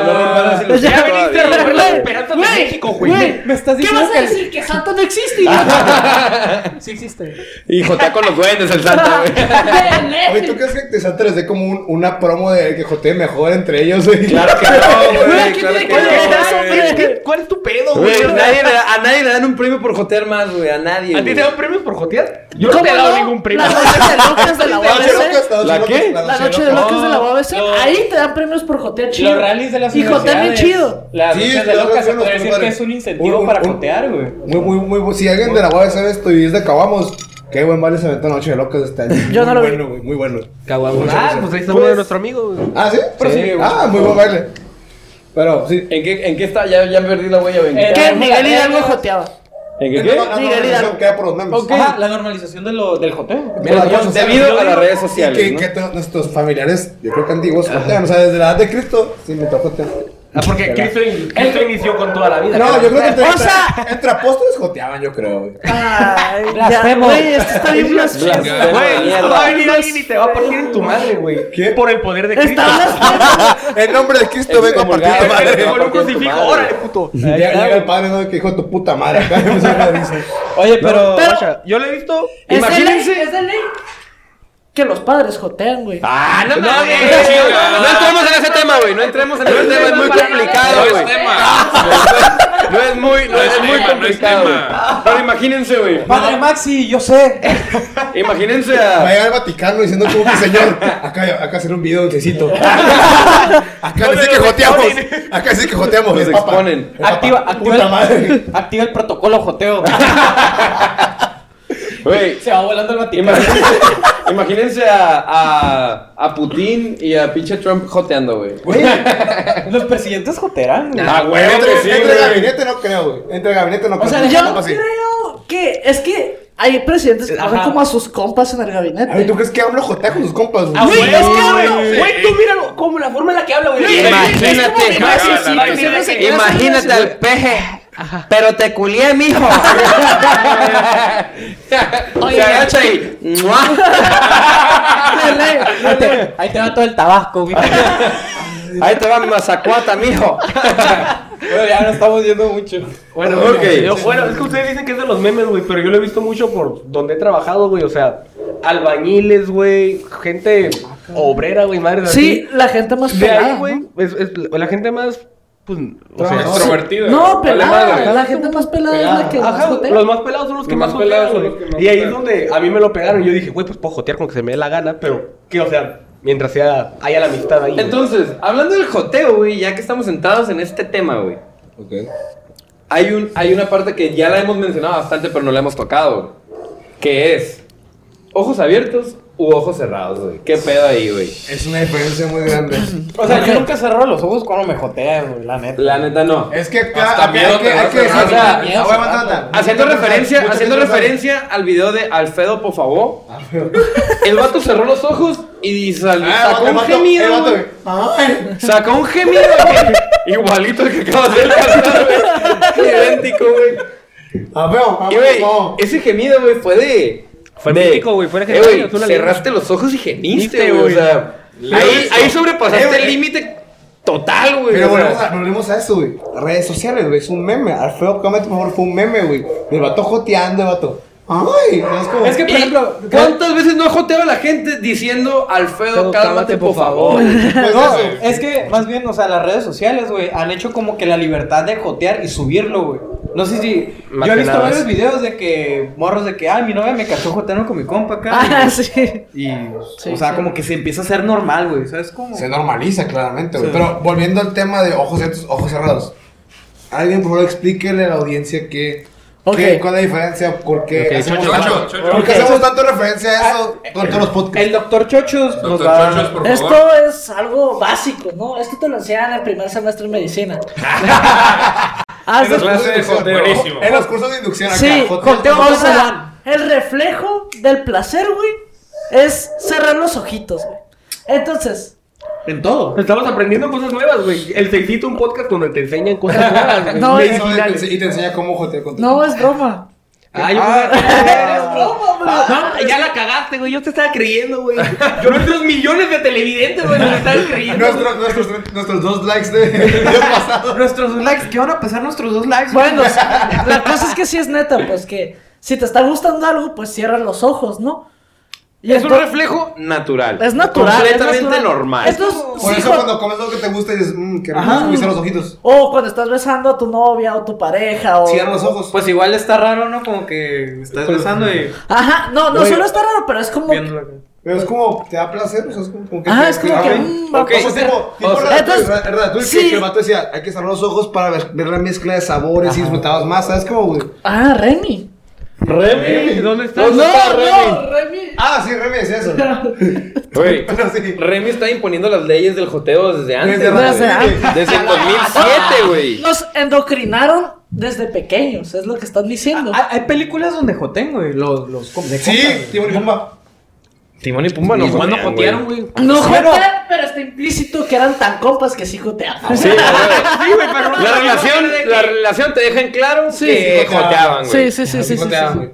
[SPEAKER 2] no rompan las
[SPEAKER 4] Ya
[SPEAKER 2] ilusiones
[SPEAKER 4] viniste
[SPEAKER 2] todavía.
[SPEAKER 4] a romper
[SPEAKER 3] Güey,
[SPEAKER 4] la
[SPEAKER 3] esperanza de México, güey.
[SPEAKER 5] Me estás diciendo
[SPEAKER 4] ¿Qué vas a
[SPEAKER 5] que el-
[SPEAKER 4] decir? Que Santa no existe. idiota? sí existe.
[SPEAKER 2] Y jotea con los duendes el santo, güey.
[SPEAKER 6] Oye, ¿tú crees que te salta les dé como un- una promo de que jotee mejor entre ellos? güey?
[SPEAKER 2] Claro que no,
[SPEAKER 4] Güey,
[SPEAKER 2] güey.
[SPEAKER 4] ¿qué
[SPEAKER 2] Claro
[SPEAKER 4] tiene
[SPEAKER 2] que
[SPEAKER 4] que ver
[SPEAKER 2] no,
[SPEAKER 4] eso,
[SPEAKER 2] güey.
[SPEAKER 4] güey?
[SPEAKER 3] ¿Cuál es tu pedo,
[SPEAKER 2] Güey, nadie le da- a nadie le dan un premio por jotear más, güey. A nadie. nadie.
[SPEAKER 1] ¿A ti
[SPEAKER 2] güey.
[SPEAKER 1] te dan premios por jotear? Yo no
[SPEAKER 4] ¿Cómo
[SPEAKER 1] te he dado
[SPEAKER 4] no?
[SPEAKER 1] ningún premio.
[SPEAKER 4] La noche de locas de la
[SPEAKER 6] La noche loca
[SPEAKER 4] UABC.
[SPEAKER 6] está,
[SPEAKER 5] ¿La
[SPEAKER 6] noche
[SPEAKER 5] qué?
[SPEAKER 6] loca,
[SPEAKER 4] La noche de
[SPEAKER 6] loca.
[SPEAKER 4] locas de la UABC.
[SPEAKER 1] No.
[SPEAKER 4] Ahí te dan premios por jotear chido.
[SPEAKER 1] Los rallies de las
[SPEAKER 4] Y jotear bien
[SPEAKER 1] universidades.
[SPEAKER 4] chido.
[SPEAKER 1] Las
[SPEAKER 6] Sí,
[SPEAKER 1] luchas de
[SPEAKER 6] claro,
[SPEAKER 1] locas se
[SPEAKER 6] claro,
[SPEAKER 1] puede
[SPEAKER 6] claro,
[SPEAKER 1] decir
[SPEAKER 6] claro.
[SPEAKER 1] que es un incentivo
[SPEAKER 6] Un- un-
[SPEAKER 1] para
[SPEAKER 6] un-
[SPEAKER 1] jotear, güey.
[SPEAKER 6] Muy, muy, muy, bu- Si alguien de la UAB sabe esto y es de Acabamos, qué buen vale se aventó la noche de locas este año.
[SPEAKER 4] Yo no
[SPEAKER 6] Muy
[SPEAKER 4] lo vi.
[SPEAKER 6] bueno, güey, muy bueno.
[SPEAKER 1] Ah, pues ahí está
[SPEAKER 3] Uno de
[SPEAKER 1] pues,
[SPEAKER 3] nuestro amigo. güey.
[SPEAKER 6] Ah, ¿sí?
[SPEAKER 2] Sí, güey.
[SPEAKER 6] ah, muy buen baile. Pero, sí.
[SPEAKER 2] ¿En qué, ¿En qué está? Ya, ya perdí la huella, güey.
[SPEAKER 1] Eh,
[SPEAKER 4] Que
[SPEAKER 1] Las
[SPEAKER 4] Miguel Hidalgo
[SPEAKER 1] reglas.
[SPEAKER 4] joteaba.
[SPEAKER 2] ¿En qué
[SPEAKER 6] No,
[SPEAKER 2] qué?
[SPEAKER 6] ah, no, no,
[SPEAKER 4] Miguel
[SPEAKER 6] no,
[SPEAKER 4] Hidalgo.
[SPEAKER 6] eso Queda por los memes.
[SPEAKER 1] Ajá, la normalización de lo- del joteo.
[SPEAKER 6] Por las redes sociales.
[SPEAKER 2] Debido a las redes
[SPEAKER 6] Y que,
[SPEAKER 2] sociales. ¿no?
[SPEAKER 6] que te- nuestros familiares, yo creo que antiguos, jotean, o sea, desde la edad de Cristo, sí me tocó jotear.
[SPEAKER 3] Ah, porque Cristo, in- Cristo inició con toda la vida.
[SPEAKER 6] No, yo creo que entre,
[SPEAKER 4] O sea-
[SPEAKER 6] entre, entre apóstoles joteaban, yo creo. güey.
[SPEAKER 4] Ay, ya,
[SPEAKER 1] Blasfemo.
[SPEAKER 4] güey, esto está bien blasfemo.
[SPEAKER 2] Blasfemo.
[SPEAKER 1] Güey,
[SPEAKER 2] Mierda.
[SPEAKER 1] va a venir alguien y te va a partir en tu madre, güey.
[SPEAKER 6] ¿Qué?
[SPEAKER 1] Por el poder de Cristo.
[SPEAKER 4] Está blasfemo.
[SPEAKER 6] En nombre de Cristo vengo a partir tu
[SPEAKER 1] Pero te
[SPEAKER 6] madre.
[SPEAKER 1] pone un
[SPEAKER 2] Aparte de tu
[SPEAKER 1] crucifijo,
[SPEAKER 2] madre.
[SPEAKER 1] órale, puto.
[SPEAKER 6] Llega, llega el padre, ¿no? Que hijo de tu puta madre. Acá no sé qué dice.
[SPEAKER 1] Oye, pero,
[SPEAKER 4] pero-
[SPEAKER 1] guacha, yo lo he visto.
[SPEAKER 4] Es de ley,
[SPEAKER 1] Imagínense.
[SPEAKER 4] es de ley. Que los padres jotean, güey.
[SPEAKER 1] Ah, no mames.
[SPEAKER 2] No entremos en ese tema, güey. No entremos en ese tema. Es muy complicado,
[SPEAKER 7] No
[SPEAKER 2] güey.
[SPEAKER 7] es tema.
[SPEAKER 2] No es muy, no
[SPEAKER 7] No
[SPEAKER 2] es
[SPEAKER 7] es
[SPEAKER 2] muy
[SPEAKER 7] tema, no es
[SPEAKER 2] complicado. güey.
[SPEAKER 7] tema.
[SPEAKER 2] Pero imagínense, güey.
[SPEAKER 5] Padre Maxi, yo sé.
[SPEAKER 2] Imagínense
[SPEAKER 6] Va a
[SPEAKER 2] a.
[SPEAKER 6] llegar al Vaticano diciendo como que señor, acá, acá hacer un video de necesito. Acá dice que joteamos. Acá dice que joteamos.
[SPEAKER 2] Nos
[SPEAKER 6] el papa.
[SPEAKER 2] exponen.
[SPEAKER 6] El papa,
[SPEAKER 5] Activa,
[SPEAKER 6] Puta
[SPEAKER 5] activa,
[SPEAKER 6] madre.
[SPEAKER 5] el, activa el protocolo joteo.
[SPEAKER 2] Güey.
[SPEAKER 1] Se va volando el batimán.
[SPEAKER 2] Imagínense, imagínense a, a, a Putin y a pinche Trump joteando, güey.
[SPEAKER 5] Los presidentes joterán, güey.
[SPEAKER 2] A huevo
[SPEAKER 6] Entre,
[SPEAKER 2] que sí,
[SPEAKER 6] entre
[SPEAKER 2] güey.
[SPEAKER 6] gabinete no creo, güey. Entre gabinete no
[SPEAKER 4] O
[SPEAKER 6] creo.
[SPEAKER 4] sea,
[SPEAKER 6] No,
[SPEAKER 4] yo
[SPEAKER 6] no, así.
[SPEAKER 4] creo que es que hay presidentes que cogen
[SPEAKER 1] Ajá.
[SPEAKER 4] como a sus compas en el
[SPEAKER 6] A ver, ¿tú
[SPEAKER 4] gabinete.
[SPEAKER 6] crees que AMLO jotea con sus compas, güey?
[SPEAKER 1] Ah,
[SPEAKER 4] Güey, es que
[SPEAKER 1] güey,
[SPEAKER 4] hablo-
[SPEAKER 1] Güey, tú míralo, como la forma en la que habla, güey.
[SPEAKER 2] Imagínate,
[SPEAKER 4] Es como de
[SPEAKER 7] cabrón,
[SPEAKER 4] necesito,
[SPEAKER 7] imagínate.
[SPEAKER 4] no sé qué, no sé qué,
[SPEAKER 2] Imagínate
[SPEAKER 4] no sé
[SPEAKER 2] al peje. Pero te culié, mijo.
[SPEAKER 4] Oye.
[SPEAKER 2] Se agacha y. ¡mua!
[SPEAKER 4] qué.
[SPEAKER 5] Ahí te, ahí te va todo el tabasco, güey.
[SPEAKER 2] Ahí te va mi mazacuata, mijo.
[SPEAKER 1] Bueno, ya nos estamos yendo mucho.
[SPEAKER 3] Bueno,
[SPEAKER 2] Ok.
[SPEAKER 3] yo- bueno, es que ustedes dicen que es de los memes, güey, pero yo lo he visto mucho por donde he trabajado, güey. O sea, albañiles, güey, gente obrera, güey, madre de
[SPEAKER 4] Sí, la gente más
[SPEAKER 3] De
[SPEAKER 4] pelada.
[SPEAKER 3] ahí, güey,
[SPEAKER 4] ¿no?
[SPEAKER 3] es, es la gente más, pues, o sea,
[SPEAKER 7] Extrovertido.
[SPEAKER 4] No, pelada.
[SPEAKER 2] madre.
[SPEAKER 4] La gente más pelada es la que más
[SPEAKER 3] Ajá,
[SPEAKER 4] jotea.
[SPEAKER 3] los más pelados son los que
[SPEAKER 7] Los
[SPEAKER 3] más,
[SPEAKER 7] más pelados
[SPEAKER 3] jotean,
[SPEAKER 7] son
[SPEAKER 3] güey.
[SPEAKER 7] los que más
[SPEAKER 3] Y ahí es
[SPEAKER 7] jotean.
[SPEAKER 3] donde a mí me lo pegaron. Yo dije, güey, pues puedo jotear con que se me dé la gana, pero que, o sea, mientras sea, haya la amistad ahí. güey.
[SPEAKER 2] Entonces, hablando del joteo, güey, ya que estamos sentados en este tema, güey.
[SPEAKER 6] Ok.
[SPEAKER 2] Hay, un, hay una parte que ya la hemos mencionado bastante, pero no la hemos tocado, güey, Que es ojos abiertos u ojos cerrados, güey. ¿Qué pedo ahí, güey?
[SPEAKER 6] Es una diferencia muy grande.
[SPEAKER 5] O sea, yo nunca cerro los ojos cuando me jotean, güey, la neta.
[SPEAKER 2] La neta no.
[SPEAKER 6] Es que
[SPEAKER 7] Hasta
[SPEAKER 6] acá, acá
[SPEAKER 7] miedo
[SPEAKER 6] hay que,
[SPEAKER 7] te
[SPEAKER 6] hay
[SPEAKER 7] da
[SPEAKER 6] que decir,
[SPEAKER 7] cerrar.
[SPEAKER 2] O sea,
[SPEAKER 6] Ah, güey, aguanta,
[SPEAKER 2] Haciendo
[SPEAKER 6] aguanta.
[SPEAKER 2] referencia,
[SPEAKER 6] Mucha
[SPEAKER 2] haciendo
[SPEAKER 6] gente no sabe.
[SPEAKER 2] referencia al video de Alfredo, por favor. El vato cerró los ojos y salió,
[SPEAKER 6] Ah,
[SPEAKER 2] sacó
[SPEAKER 6] el
[SPEAKER 2] un
[SPEAKER 6] vato-
[SPEAKER 2] gemido.
[SPEAKER 6] el vato,
[SPEAKER 2] güey.
[SPEAKER 6] güey. Ay.
[SPEAKER 2] Sacó un gemido, güey. Igualito al que acabas de alcanzar, güey. Idéntico, güey.
[SPEAKER 6] Ah, veo, ah,
[SPEAKER 2] Y, Eh, güey,
[SPEAKER 6] veo.
[SPEAKER 2] ese gemido, güey, fue de.
[SPEAKER 3] Fue
[SPEAKER 2] de-
[SPEAKER 3] mítico, güey, fue
[SPEAKER 2] eh, güey,
[SPEAKER 3] legendario, fue una
[SPEAKER 2] Cerraste los ojos y gemiste,
[SPEAKER 3] Viste,
[SPEAKER 2] güey. O
[SPEAKER 3] güey.
[SPEAKER 2] sea,
[SPEAKER 6] Pero
[SPEAKER 2] ahí,
[SPEAKER 6] eso-
[SPEAKER 2] ahí sobrepasaste
[SPEAKER 6] Eh, güey.
[SPEAKER 2] el límite total, güey.
[SPEAKER 6] Pero
[SPEAKER 2] o sea.
[SPEAKER 6] volvemos a, volvemos a eso, güey. Redes sociales, güey. Es un meme. Alfredo Comet, por favor, fue un meme, güey. El vato joteando, el vato. Ay, no es como.
[SPEAKER 5] Es que, por
[SPEAKER 2] Y
[SPEAKER 5] ejemplo,
[SPEAKER 2] ¿Cuántas veces no joteaba la gente diciendo Alfredo, cálmate, por favor?
[SPEAKER 6] Pues
[SPEAKER 5] No,
[SPEAKER 6] eso.
[SPEAKER 5] es que más bien, o sea, las redes sociales, güey, han hecho como que la libertad de jotear y subirlo, güey. No sé si.
[SPEAKER 3] Más
[SPEAKER 5] yo he
[SPEAKER 3] que
[SPEAKER 5] visto
[SPEAKER 3] nada,
[SPEAKER 5] varios
[SPEAKER 3] sí.
[SPEAKER 5] videos de que morros de que, ay, mi novia me cachó joteando con mi compa acá.
[SPEAKER 4] Ah,
[SPEAKER 5] y-
[SPEAKER 4] sí.
[SPEAKER 5] Y,
[SPEAKER 4] Sí,
[SPEAKER 5] o sea,
[SPEAKER 4] sí.
[SPEAKER 5] como que se empieza a hacer normal, güey, ¿sabes cómo?
[SPEAKER 6] Se normaliza, claramente, güey.
[SPEAKER 5] Sí.
[SPEAKER 6] Pero volviendo al tema de ojos abiertos, ojos cerrados. Alguien, por favor, explíquele a la audiencia que.
[SPEAKER 4] Ok.
[SPEAKER 6] qué- ¿Cuál es la diferencia? ¿Por qué
[SPEAKER 3] Ok,
[SPEAKER 6] hacemos,
[SPEAKER 3] Chocho,
[SPEAKER 6] tanto,
[SPEAKER 7] Chocho, Chocho.
[SPEAKER 6] por qué
[SPEAKER 5] Ok.
[SPEAKER 6] hacemos tanto referencia a eso
[SPEAKER 4] Ah,
[SPEAKER 6] con todos los
[SPEAKER 5] El
[SPEAKER 6] podcasts?
[SPEAKER 5] doctor Chochos nos
[SPEAKER 7] Doctor
[SPEAKER 5] va
[SPEAKER 7] Chochos, por favor.
[SPEAKER 4] Esto es algo básico, ¿no? Esto te lo enseñan en el primer semestre en medicina. Ah,
[SPEAKER 7] Esa
[SPEAKER 4] sí.
[SPEAKER 7] clase de joteo. Buenísimo.
[SPEAKER 6] En los cursos de inducción acá.
[SPEAKER 4] Sí,
[SPEAKER 6] joteo.
[SPEAKER 4] o
[SPEAKER 5] vamos
[SPEAKER 4] sea,
[SPEAKER 5] a Juan.
[SPEAKER 4] el reflejo del placer, güey, es cerrar los ojitos, güey. Entonces,
[SPEAKER 5] en todo.
[SPEAKER 3] Estamos aprendiendo cosas nuevas, güey. El Seisito, un podcast donde te enseñan cosas nuevas, güey.
[SPEAKER 4] No,
[SPEAKER 6] Y
[SPEAKER 4] es-
[SPEAKER 6] eso-
[SPEAKER 3] Medicinales.
[SPEAKER 6] Y te enseña cómo jotear con
[SPEAKER 4] no es broma.
[SPEAKER 3] Ay,
[SPEAKER 1] "Ah, ya la cagaste, güey. Yo te estaba creyendo, güey. Yo nuestros millones de televidentes, güey, nos estaban creyendo.
[SPEAKER 6] Nuestro- nuestros, nuestros dos likes de, de pasado.
[SPEAKER 5] Nuestros dos likes, ¿qué van a pasar nuestros dos likes?
[SPEAKER 4] Bueno, sí, la cosa es que sí es neta, pues que si te está gustando algo, pues cierra los ojos, ¿no? Y
[SPEAKER 2] es un
[SPEAKER 4] entonces-
[SPEAKER 2] reflejo natural.
[SPEAKER 4] Es natural.
[SPEAKER 2] Completamente
[SPEAKER 4] es natural.
[SPEAKER 2] normal.
[SPEAKER 4] Esto es-
[SPEAKER 6] Por
[SPEAKER 4] sí,
[SPEAKER 6] eso
[SPEAKER 4] Juan-
[SPEAKER 6] cuando comes algo que te gusta y dices, mmm, que
[SPEAKER 5] Ajá.
[SPEAKER 6] rico, cierra los ojitos.
[SPEAKER 4] O cuando estás besando a tu novia o tu pareja o...
[SPEAKER 6] Cierra los ojos.
[SPEAKER 5] Pues igual está raro, ¿no? Como que estás besando y.
[SPEAKER 4] Ajá, no, no,
[SPEAKER 6] Oye.
[SPEAKER 4] solo está raro, pero es como...
[SPEAKER 5] viéndolo acá.
[SPEAKER 6] Pero es como, te da placer, o sea, es como, como que.
[SPEAKER 4] Ajá,
[SPEAKER 6] te-
[SPEAKER 4] es como
[SPEAKER 6] te-
[SPEAKER 4] que,
[SPEAKER 6] ah,
[SPEAKER 4] mm,
[SPEAKER 6] ok.
[SPEAKER 4] vamos a
[SPEAKER 6] O sea,
[SPEAKER 4] hacer-
[SPEAKER 6] tipo, tipo
[SPEAKER 4] o sea,
[SPEAKER 6] Ratatouille,
[SPEAKER 4] entonces-
[SPEAKER 6] Ra- Ratatouille, que-
[SPEAKER 4] sí.
[SPEAKER 6] que el vato decía, hay que cerrar los ojos para ver, ver la mezcla de sabores y disfrutabas más, ¿sabes cómo, güey?
[SPEAKER 4] Ah, Remy.
[SPEAKER 6] Remy.
[SPEAKER 5] ¿Dónde está?
[SPEAKER 2] ¿Dónde está
[SPEAKER 4] no,
[SPEAKER 2] Remy?
[SPEAKER 4] Remy.
[SPEAKER 6] Ah, sí, Remy decía eso.
[SPEAKER 2] Güey,
[SPEAKER 6] Pero sí.
[SPEAKER 2] Remy está imponiendo las leyes del joteo desde antes.
[SPEAKER 6] Desde
[SPEAKER 2] güey.
[SPEAKER 4] Desde Ah, antes.
[SPEAKER 2] Desde el 2007, güey.
[SPEAKER 4] Nos Ah, endocrinaron desde pequeños, es lo que están diciendo.
[SPEAKER 5] Hay, hay películas donde joten, güey. Los, los com- de
[SPEAKER 6] Sí,
[SPEAKER 5] compas, güey.
[SPEAKER 6] Timón y Pumba.
[SPEAKER 2] Timón y Pumba no
[SPEAKER 5] Igual no
[SPEAKER 2] jotean,
[SPEAKER 5] jotearon, güey.
[SPEAKER 4] No
[SPEAKER 5] Sí,
[SPEAKER 4] jotean, pero está implícito que eran tan compas que sí joteaban.
[SPEAKER 2] Sí, güey.
[SPEAKER 5] Sí, güey, pero no-
[SPEAKER 2] La relación, la relación te deja en claro
[SPEAKER 4] Sí,
[SPEAKER 2] que
[SPEAKER 6] sí, joteaban.
[SPEAKER 2] joteaban, güey.
[SPEAKER 4] Sí, sí, sí, sí, sí, sí,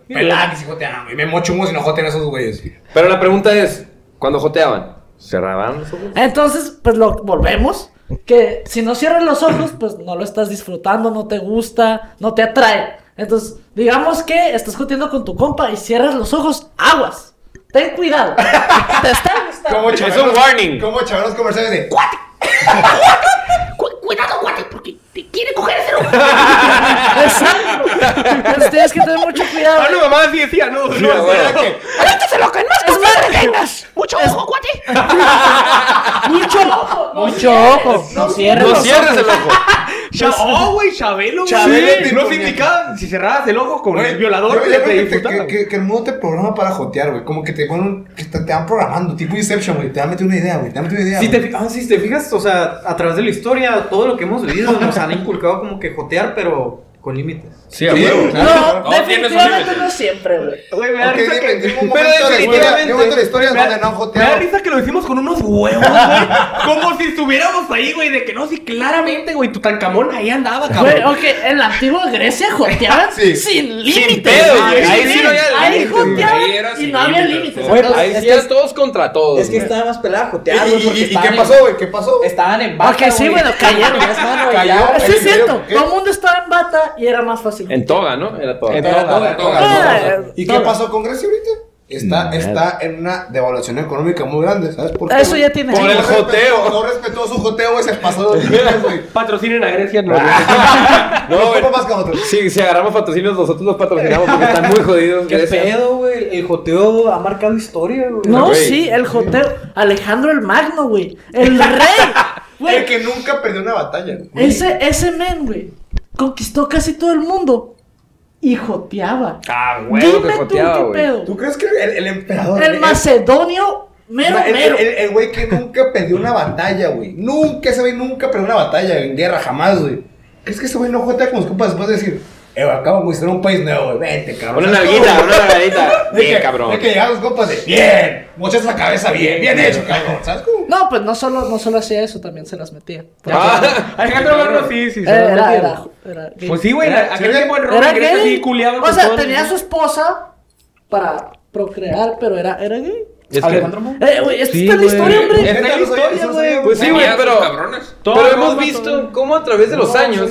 [SPEAKER 4] sí.
[SPEAKER 6] Pelada que sí joteaban, güey. Me mochumo si no jotean esos güeyes.
[SPEAKER 2] Pero la pregunta es, ¿cuándo joteaban? ¿Cerraban los ojos?
[SPEAKER 4] Entonces, pues lo volvemos. Que si no cierras los ojos, pues no lo estás disfrutando, no te gusta, no te atrae. Entonces, digamos que estás jodiendo con tu compa y cierras los ojos, aguas. Ten cuidado. te está gustando.
[SPEAKER 6] Como
[SPEAKER 2] Es
[SPEAKER 6] chavalos-
[SPEAKER 2] un warning.
[SPEAKER 6] Como chavalos comerciales de.
[SPEAKER 4] Cu- cuidado, guate, porque te quiere coger ese ojo. Exacto. Entonces tienes que tener mucho
[SPEAKER 5] Ah,
[SPEAKER 4] cuidado.
[SPEAKER 2] Ah, no, mamá sí decía, no. no,
[SPEAKER 6] así era que-
[SPEAKER 4] es más regañas. Mucho ojo, guate. mucho ojo. no
[SPEAKER 5] Mucho
[SPEAKER 4] cierres.
[SPEAKER 5] ojo.
[SPEAKER 4] No
[SPEAKER 5] cierres.
[SPEAKER 2] No cierres el ojo.
[SPEAKER 5] Cha- oh, güey, Chabelo, güey.
[SPEAKER 6] Chabelo
[SPEAKER 5] Sí,
[SPEAKER 6] te
[SPEAKER 5] no se
[SPEAKER 6] imponía.
[SPEAKER 5] indicaba si cerrabas el ojo con
[SPEAKER 6] Güey,
[SPEAKER 5] el violador.
[SPEAKER 6] yo-
[SPEAKER 5] güey,
[SPEAKER 6] yo
[SPEAKER 5] te
[SPEAKER 6] creo que, te-
[SPEAKER 5] disfrutaba.
[SPEAKER 6] que- que- que el mundo te programa para jotear, güey. Como que te ponen, que te, te van programando, tipo Inception, güey. Te van a meter una idea, güey. Te van a meter una idea.
[SPEAKER 5] Si te,
[SPEAKER 6] güey.
[SPEAKER 5] fi- ah, sí, si te fijas, o sea, a través de la historia, todo lo que hemos vivido nos han inculcado como que jotear, pero con límites.
[SPEAKER 2] Sí, a
[SPEAKER 6] Sí,
[SPEAKER 2] huevo.
[SPEAKER 6] claro,
[SPEAKER 4] No,
[SPEAKER 6] claro.
[SPEAKER 7] No, tienes un
[SPEAKER 4] definitivamente
[SPEAKER 7] límite.
[SPEAKER 4] no siempre, güey.
[SPEAKER 5] Güey, me
[SPEAKER 6] Ok, dime, dime un
[SPEAKER 5] Pero
[SPEAKER 6] momento de la historia,
[SPEAKER 5] definitivamente.
[SPEAKER 6] dime un momento de la historia
[SPEAKER 5] me da-
[SPEAKER 6] donde no han
[SPEAKER 5] Me
[SPEAKER 6] joteado.
[SPEAKER 5] da risa que lo hicimos con unos huevos, güey. Como si estuviéramos ahí, güey, de que no, sí, claramente, güey, Tutankamón ahí andaba,
[SPEAKER 4] Güey,
[SPEAKER 5] cabrón.
[SPEAKER 4] ok, en la antigua Grecia joteaban sin
[SPEAKER 6] Sí.
[SPEAKER 2] Sin
[SPEAKER 4] límites.
[SPEAKER 2] pedo,
[SPEAKER 4] güey.
[SPEAKER 2] güey. Ahí sí no había
[SPEAKER 4] Ahí
[SPEAKER 2] límites,
[SPEAKER 4] joteaban
[SPEAKER 7] güey. Ahí era
[SPEAKER 4] y
[SPEAKER 7] sin
[SPEAKER 4] no había
[SPEAKER 7] límites,
[SPEAKER 4] límites. Pues,
[SPEAKER 7] güey.
[SPEAKER 4] Entonces,
[SPEAKER 2] Ahí sí eran todos contra
[SPEAKER 4] oh.
[SPEAKER 2] todos. güey.
[SPEAKER 5] estaba más pelada jotear,
[SPEAKER 6] ¿Y, y- y- y qué pasó, güey? ¿Qué pasó?
[SPEAKER 5] Estaban en
[SPEAKER 4] Ok, sí, bueno, cayeron. Sí, es
[SPEAKER 6] Cayó. El imperio,
[SPEAKER 4] cierto.
[SPEAKER 6] ¿qué?
[SPEAKER 4] Todo el mundo estaba en bata y era más fácil.
[SPEAKER 2] En toga, ¿no? Era toga.
[SPEAKER 5] En toga, toga, toga.
[SPEAKER 4] Ah,
[SPEAKER 6] ¿Y
[SPEAKER 4] todo.
[SPEAKER 6] qué pasó con Grecia ahorita? Está,
[SPEAKER 2] Nada.
[SPEAKER 6] está en una devaluación económico muy grande, ¿sabes por qué?
[SPEAKER 4] Eso
[SPEAKER 6] güey?
[SPEAKER 4] ya tiene.
[SPEAKER 2] Por
[SPEAKER 6] No
[SPEAKER 2] el
[SPEAKER 6] respetó-
[SPEAKER 2] joteo.
[SPEAKER 6] No respetó su joteo, güey, se pasó de límites, güey.
[SPEAKER 5] Patrocinen a Grecia, no.
[SPEAKER 6] No,
[SPEAKER 2] No, güey.
[SPEAKER 6] más que nosotros.
[SPEAKER 2] Sí, si agarramos patrocinios, nosotros los patrocinamos porque están muy jodidos.
[SPEAKER 5] ¿Qué
[SPEAKER 2] Grecia.
[SPEAKER 5] pedo, güey? El joteo ha marcado historia, güey.
[SPEAKER 4] No,
[SPEAKER 2] Güey.
[SPEAKER 4] sí, el joteo. Alejandro el Magno, güey. El rey.
[SPEAKER 6] El
[SPEAKER 4] Güey,
[SPEAKER 6] que nunca perdió una batalla. güey.
[SPEAKER 4] ese, ese men, güey, conquistó casi todo el mundo y joteaba.
[SPEAKER 2] Ah,
[SPEAKER 4] Dime
[SPEAKER 2] huevo que
[SPEAKER 4] tú
[SPEAKER 2] joteaba,
[SPEAKER 4] qué
[SPEAKER 2] güey.
[SPEAKER 4] pedo.
[SPEAKER 6] ¿Tú crees que el, el emperador...
[SPEAKER 4] El macedonio, mero,
[SPEAKER 6] el-
[SPEAKER 4] mero.
[SPEAKER 6] el- el- el güey que nunca perdió una batalla, güey. Nunca, ese güey nunca perdió una batalla en guerra, jamás, güey. ¿Crees que ese güey no jotea con sus compas después de decir, eh, güey, acabo de conquistar un país nuevo, güey, vente, cabrón?
[SPEAKER 2] Una
[SPEAKER 6] ¿Sabes
[SPEAKER 2] nalguita,
[SPEAKER 6] cómo?
[SPEAKER 2] una nalgadita.
[SPEAKER 6] De
[SPEAKER 2] Bien,
[SPEAKER 6] que-
[SPEAKER 2] cabrón.
[SPEAKER 6] De que llegaron los compas de, bien, mochas la cabeza, bien, bien hecho, cabrón. ¿Sabes cómo?
[SPEAKER 4] No, pues no solo, no solo hacía eso, también se las metía.
[SPEAKER 2] Ah,
[SPEAKER 5] Alejandro Magno, sí, sí.
[SPEAKER 4] Eh,
[SPEAKER 5] se lo
[SPEAKER 4] era,
[SPEAKER 5] metieron.
[SPEAKER 4] era, era gay.
[SPEAKER 5] Pues sí, güey, la- aquel tiempo en Roma
[SPEAKER 4] Era
[SPEAKER 5] en Grecia
[SPEAKER 4] gay.
[SPEAKER 5] sí culiaban
[SPEAKER 4] o
[SPEAKER 5] con
[SPEAKER 4] sea,
[SPEAKER 5] todo el
[SPEAKER 4] tenía a su
[SPEAKER 5] mundo.
[SPEAKER 4] esposa para procrear, pero era, era gay.
[SPEAKER 2] Es que-
[SPEAKER 5] Alejandro Magno.
[SPEAKER 4] Eh, güey, esta
[SPEAKER 5] Sí,
[SPEAKER 4] es la
[SPEAKER 5] güey.
[SPEAKER 4] historia, hombre.
[SPEAKER 5] Está en la
[SPEAKER 6] Neta, no sabía,
[SPEAKER 5] historia,
[SPEAKER 6] no sabía,
[SPEAKER 5] güey.
[SPEAKER 2] Pues sí, güey,
[SPEAKER 7] Tenías
[SPEAKER 2] pero.
[SPEAKER 7] los cabrones.
[SPEAKER 5] Todo
[SPEAKER 2] Pero hemos
[SPEAKER 5] Roma, todo
[SPEAKER 2] visto
[SPEAKER 5] el-
[SPEAKER 2] cómo a través de los años.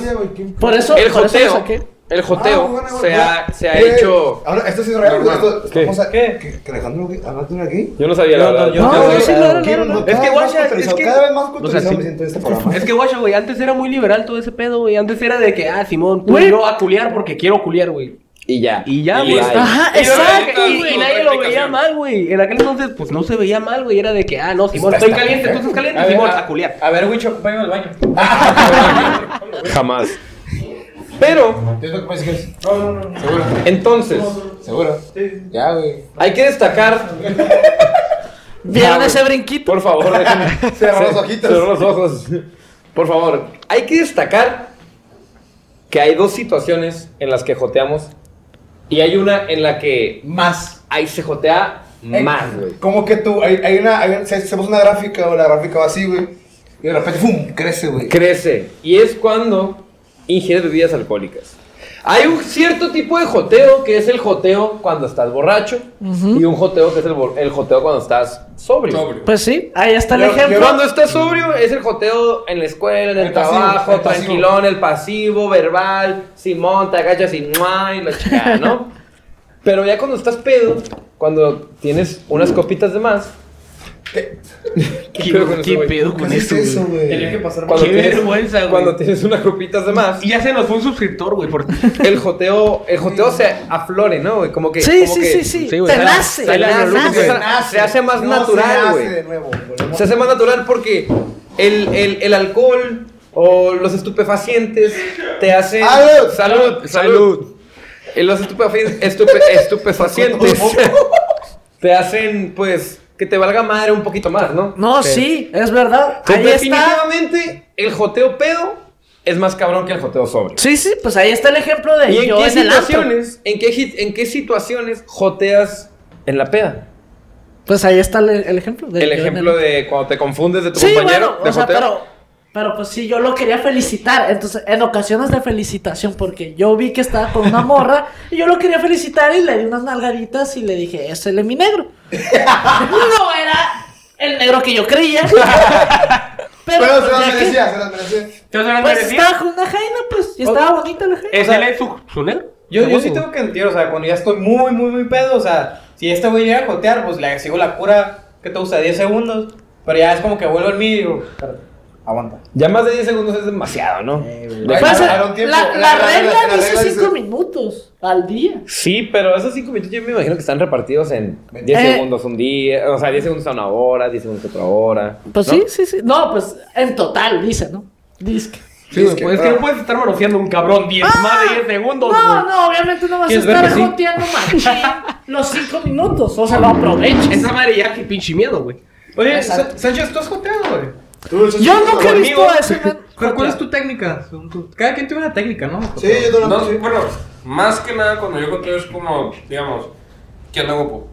[SPEAKER 4] Por eso,
[SPEAKER 2] El
[SPEAKER 4] por eso lo
[SPEAKER 2] joteo.
[SPEAKER 4] saqué.
[SPEAKER 2] El
[SPEAKER 6] Ah,
[SPEAKER 2] joteo
[SPEAKER 6] bueno, bueno,
[SPEAKER 2] se
[SPEAKER 6] bueno.
[SPEAKER 2] ha, se ha
[SPEAKER 6] Eh,
[SPEAKER 2] hecho.
[SPEAKER 6] Ahora, esto sí es real. güey, esto-
[SPEAKER 2] ¿Qué?
[SPEAKER 6] vamos a-
[SPEAKER 5] ¿Qué?
[SPEAKER 6] que- que Alejandro, güey, Alejandro era gay.
[SPEAKER 2] Yo no sabía, la
[SPEAKER 5] Yo no,
[SPEAKER 2] verdad.
[SPEAKER 5] yo
[SPEAKER 2] no
[SPEAKER 5] no,
[SPEAKER 2] sabía.
[SPEAKER 5] yo sí
[SPEAKER 4] lo era,
[SPEAKER 6] Quiero
[SPEAKER 4] lo era.
[SPEAKER 6] notar
[SPEAKER 5] Es que,
[SPEAKER 6] más
[SPEAKER 5] guacha, es
[SPEAKER 6] culturizado,
[SPEAKER 5] que-
[SPEAKER 6] Cada vez más
[SPEAKER 5] O sea,
[SPEAKER 6] culturizado
[SPEAKER 5] sí.
[SPEAKER 6] me siento en este programa.
[SPEAKER 5] Es que guacha, güey, antes era muy liberal todo ese pedo, güey. Antes era de que, ah, Simón, tú
[SPEAKER 4] Güey.
[SPEAKER 5] y yo a culiar porque quiero culiar, güey.
[SPEAKER 2] Y ya.
[SPEAKER 5] Y ya,
[SPEAKER 2] Y
[SPEAKER 5] güey.
[SPEAKER 2] ya,
[SPEAKER 4] Ajá,
[SPEAKER 7] Y luego
[SPEAKER 4] exacto.
[SPEAKER 7] ahorita-
[SPEAKER 5] Y, y nadie lo veía
[SPEAKER 7] Rectificación.
[SPEAKER 5] mal, güey. En aquel entonces, pues no se veía mal, güey. Era de que, ah, no, Simón,
[SPEAKER 6] Está-
[SPEAKER 5] estoy
[SPEAKER 6] está
[SPEAKER 5] caliente, tú estás caliente, Simón, a culiar.
[SPEAKER 8] A ver, Wicho, váyame al baño.
[SPEAKER 2] Jamás. Pero,
[SPEAKER 6] Yo creo que parece que es.
[SPEAKER 2] entonces,
[SPEAKER 6] Seguro. Ya, güey.
[SPEAKER 2] hay que destacar.
[SPEAKER 4] ¿Vieron
[SPEAKER 2] Ya,
[SPEAKER 4] ese
[SPEAKER 2] güey.
[SPEAKER 4] brinquito?
[SPEAKER 2] Por favor, déjame.
[SPEAKER 6] Cerró los ojitos.
[SPEAKER 2] Cerró los ojos. Por favor, hay que destacar que hay dos situaciones en las que joteamos y hay una en la que
[SPEAKER 5] Más.
[SPEAKER 2] ahí se jotea más, güey.
[SPEAKER 6] Como que tú, hay, hay una, hay, se, se puso una gráfica o la gráfica va así, güey. Y de repente, ¡fum! Crece, güey.
[SPEAKER 2] crece y es cuando ingieres bebidas alcohólicas. Hay un cierto tipo de joteo que es el joteo cuando estás borracho y un joteo que es el, bo- el joteo cuando estás sobrio.
[SPEAKER 7] Sobrio.
[SPEAKER 4] Pues sí, ahí está el
[SPEAKER 6] Yo- yo-
[SPEAKER 4] ejemplo.
[SPEAKER 2] Cuando estás sobrio es el joteo en la escuela, en el,
[SPEAKER 6] El pasivo,
[SPEAKER 2] trabajo,
[SPEAKER 6] el pasivo.
[SPEAKER 2] tranquilón, el pasivo, verbal, Simón, te agachas y, ¡mua! y la chica, ¿no? Pero ya cuando estás pedo, cuando tienes unas copitas de más. ¿Qué, pedo con eso, güey?
[SPEAKER 6] ¿Qué es eso,
[SPEAKER 5] Tenía que
[SPEAKER 6] güey?
[SPEAKER 5] pasar
[SPEAKER 2] Cuando
[SPEAKER 5] por-
[SPEAKER 2] tienes-
[SPEAKER 5] vergüenza, güey.
[SPEAKER 2] Cuando tienes unas copitas de más,
[SPEAKER 5] Y ya se nos fue un suscriptor, güey, por
[SPEAKER 2] el joteo, el joteo se aflore, ¿no? güey? Como que.
[SPEAKER 4] Sí,
[SPEAKER 2] como
[SPEAKER 4] sí,
[SPEAKER 2] que-
[SPEAKER 4] sí, sí.
[SPEAKER 3] Sí, güey,
[SPEAKER 4] Te
[SPEAKER 3] sale-
[SPEAKER 4] nace, te
[SPEAKER 2] sale la luz,
[SPEAKER 4] nace.
[SPEAKER 2] güey. se hace más natural,
[SPEAKER 6] se
[SPEAKER 2] güey.
[SPEAKER 6] hace de nuevo, volvemos.
[SPEAKER 2] Se hace más natural porque el, el, el alcohol o los estupefacientes te hacen.
[SPEAKER 6] ¡Salud!
[SPEAKER 2] ¡Salud! ¡Salud! Eh, Los estupefaci- estupe- estupefacientes te hacen, pues, que te valga madre un poquito más, ¿no?
[SPEAKER 4] No, sí, es verdad.
[SPEAKER 2] Pues,
[SPEAKER 4] Ahí está.
[SPEAKER 2] definitivamente, el joteo pedo es más cabrón que el joteo sobrio.
[SPEAKER 4] Sí, sí, pues ahí está el ejemplo de
[SPEAKER 2] ¿Y en
[SPEAKER 4] yo
[SPEAKER 2] qué
[SPEAKER 4] en el antro.
[SPEAKER 2] situaciones, en qué, hit- en qué situaciones joteas en la peda?
[SPEAKER 4] Pues ahí está el, el ejemplo. de
[SPEAKER 2] El
[SPEAKER 4] yo en
[SPEAKER 2] ejemplo de cuando te confundes de tu
[SPEAKER 4] Sí,
[SPEAKER 2] compañero
[SPEAKER 4] bueno,
[SPEAKER 2] de
[SPEAKER 4] o sea,
[SPEAKER 2] joteo.
[SPEAKER 4] pero, pero pues sí, yo lo quería felicitar. Entonces, en ocasiones de felicitación, porque yo vi que estaba con una morra y yo lo quería felicitar y le di unas nalgaditas y le dije, ese es mi negro. no era el negro que yo creía. pero
[SPEAKER 6] Pero se
[SPEAKER 4] pues,
[SPEAKER 6] las
[SPEAKER 4] ya que-
[SPEAKER 6] merecía, se las merecía.
[SPEAKER 5] ¿Te vas a
[SPEAKER 4] pues
[SPEAKER 5] decir?
[SPEAKER 4] estaba con una jaina, pues, y estaba bonita la jaina.
[SPEAKER 6] Eh,
[SPEAKER 5] ¿Es él es su, su negro?
[SPEAKER 1] Yo, yo sí tengo que entender, o sea, cuando ya estoy muy, muy, muy pedo, o sea, si este güey llega a jotear, pues le sigo la cura, que te gusta? 10 segundos, pero ya es como que vuelvo al mí y digo, espérate, aguanta.
[SPEAKER 2] Ya más de 10 segundos es demasiado, ¿no?
[SPEAKER 6] Ay,
[SPEAKER 4] Pues,
[SPEAKER 6] para un tiempo,
[SPEAKER 4] la,
[SPEAKER 6] la-
[SPEAKER 4] la
[SPEAKER 6] la
[SPEAKER 4] regla
[SPEAKER 6] regla- la
[SPEAKER 4] dice
[SPEAKER 6] regla dice-
[SPEAKER 4] 5 minutos al día.
[SPEAKER 2] Sí, pero esos 5 minutos yo me imagino que están repartidos en 10
[SPEAKER 4] Eh.
[SPEAKER 2] segundos un día, o sea, 10 segundos a una hora, 10 segundos a otra hora.
[SPEAKER 4] Pues
[SPEAKER 2] ¿no?
[SPEAKER 4] sí, sí, sí. No, pues en total, dice, ¿no? Dice que.
[SPEAKER 5] Sí, güey, pues es
[SPEAKER 6] ah.
[SPEAKER 5] que no puedes estar manoseando un cabrón
[SPEAKER 4] Ah,
[SPEAKER 5] 10 más de 10 segundos,
[SPEAKER 4] No,
[SPEAKER 5] güey.
[SPEAKER 4] Ah, no, obviamente no vas a
[SPEAKER 5] ¿Quieres ver
[SPEAKER 4] estar
[SPEAKER 5] que sí?
[SPEAKER 4] joteando machín los cinco minutos. O sea, lo aproveches.
[SPEAKER 5] Esa madre ya, qué pinche miedo, güey.
[SPEAKER 1] Oye,
[SPEAKER 4] Exacto.
[SPEAKER 1] Sa- Sánchez, ¿tú has joteado, güey?
[SPEAKER 6] Tú,
[SPEAKER 4] Yo nunca he
[SPEAKER 1] Conmigo,
[SPEAKER 4] visto a ese men
[SPEAKER 1] ¿Cuál cuál es
[SPEAKER 4] jotear.
[SPEAKER 1] tu técnica? Según tú. Cada quien tiene una técnica, ¿no?
[SPEAKER 6] Sí, yo
[SPEAKER 7] No,
[SPEAKER 6] también. sí.
[SPEAKER 7] bueno, más que nada cuando yo conté es como, digamos, ¿qué onda, guapo?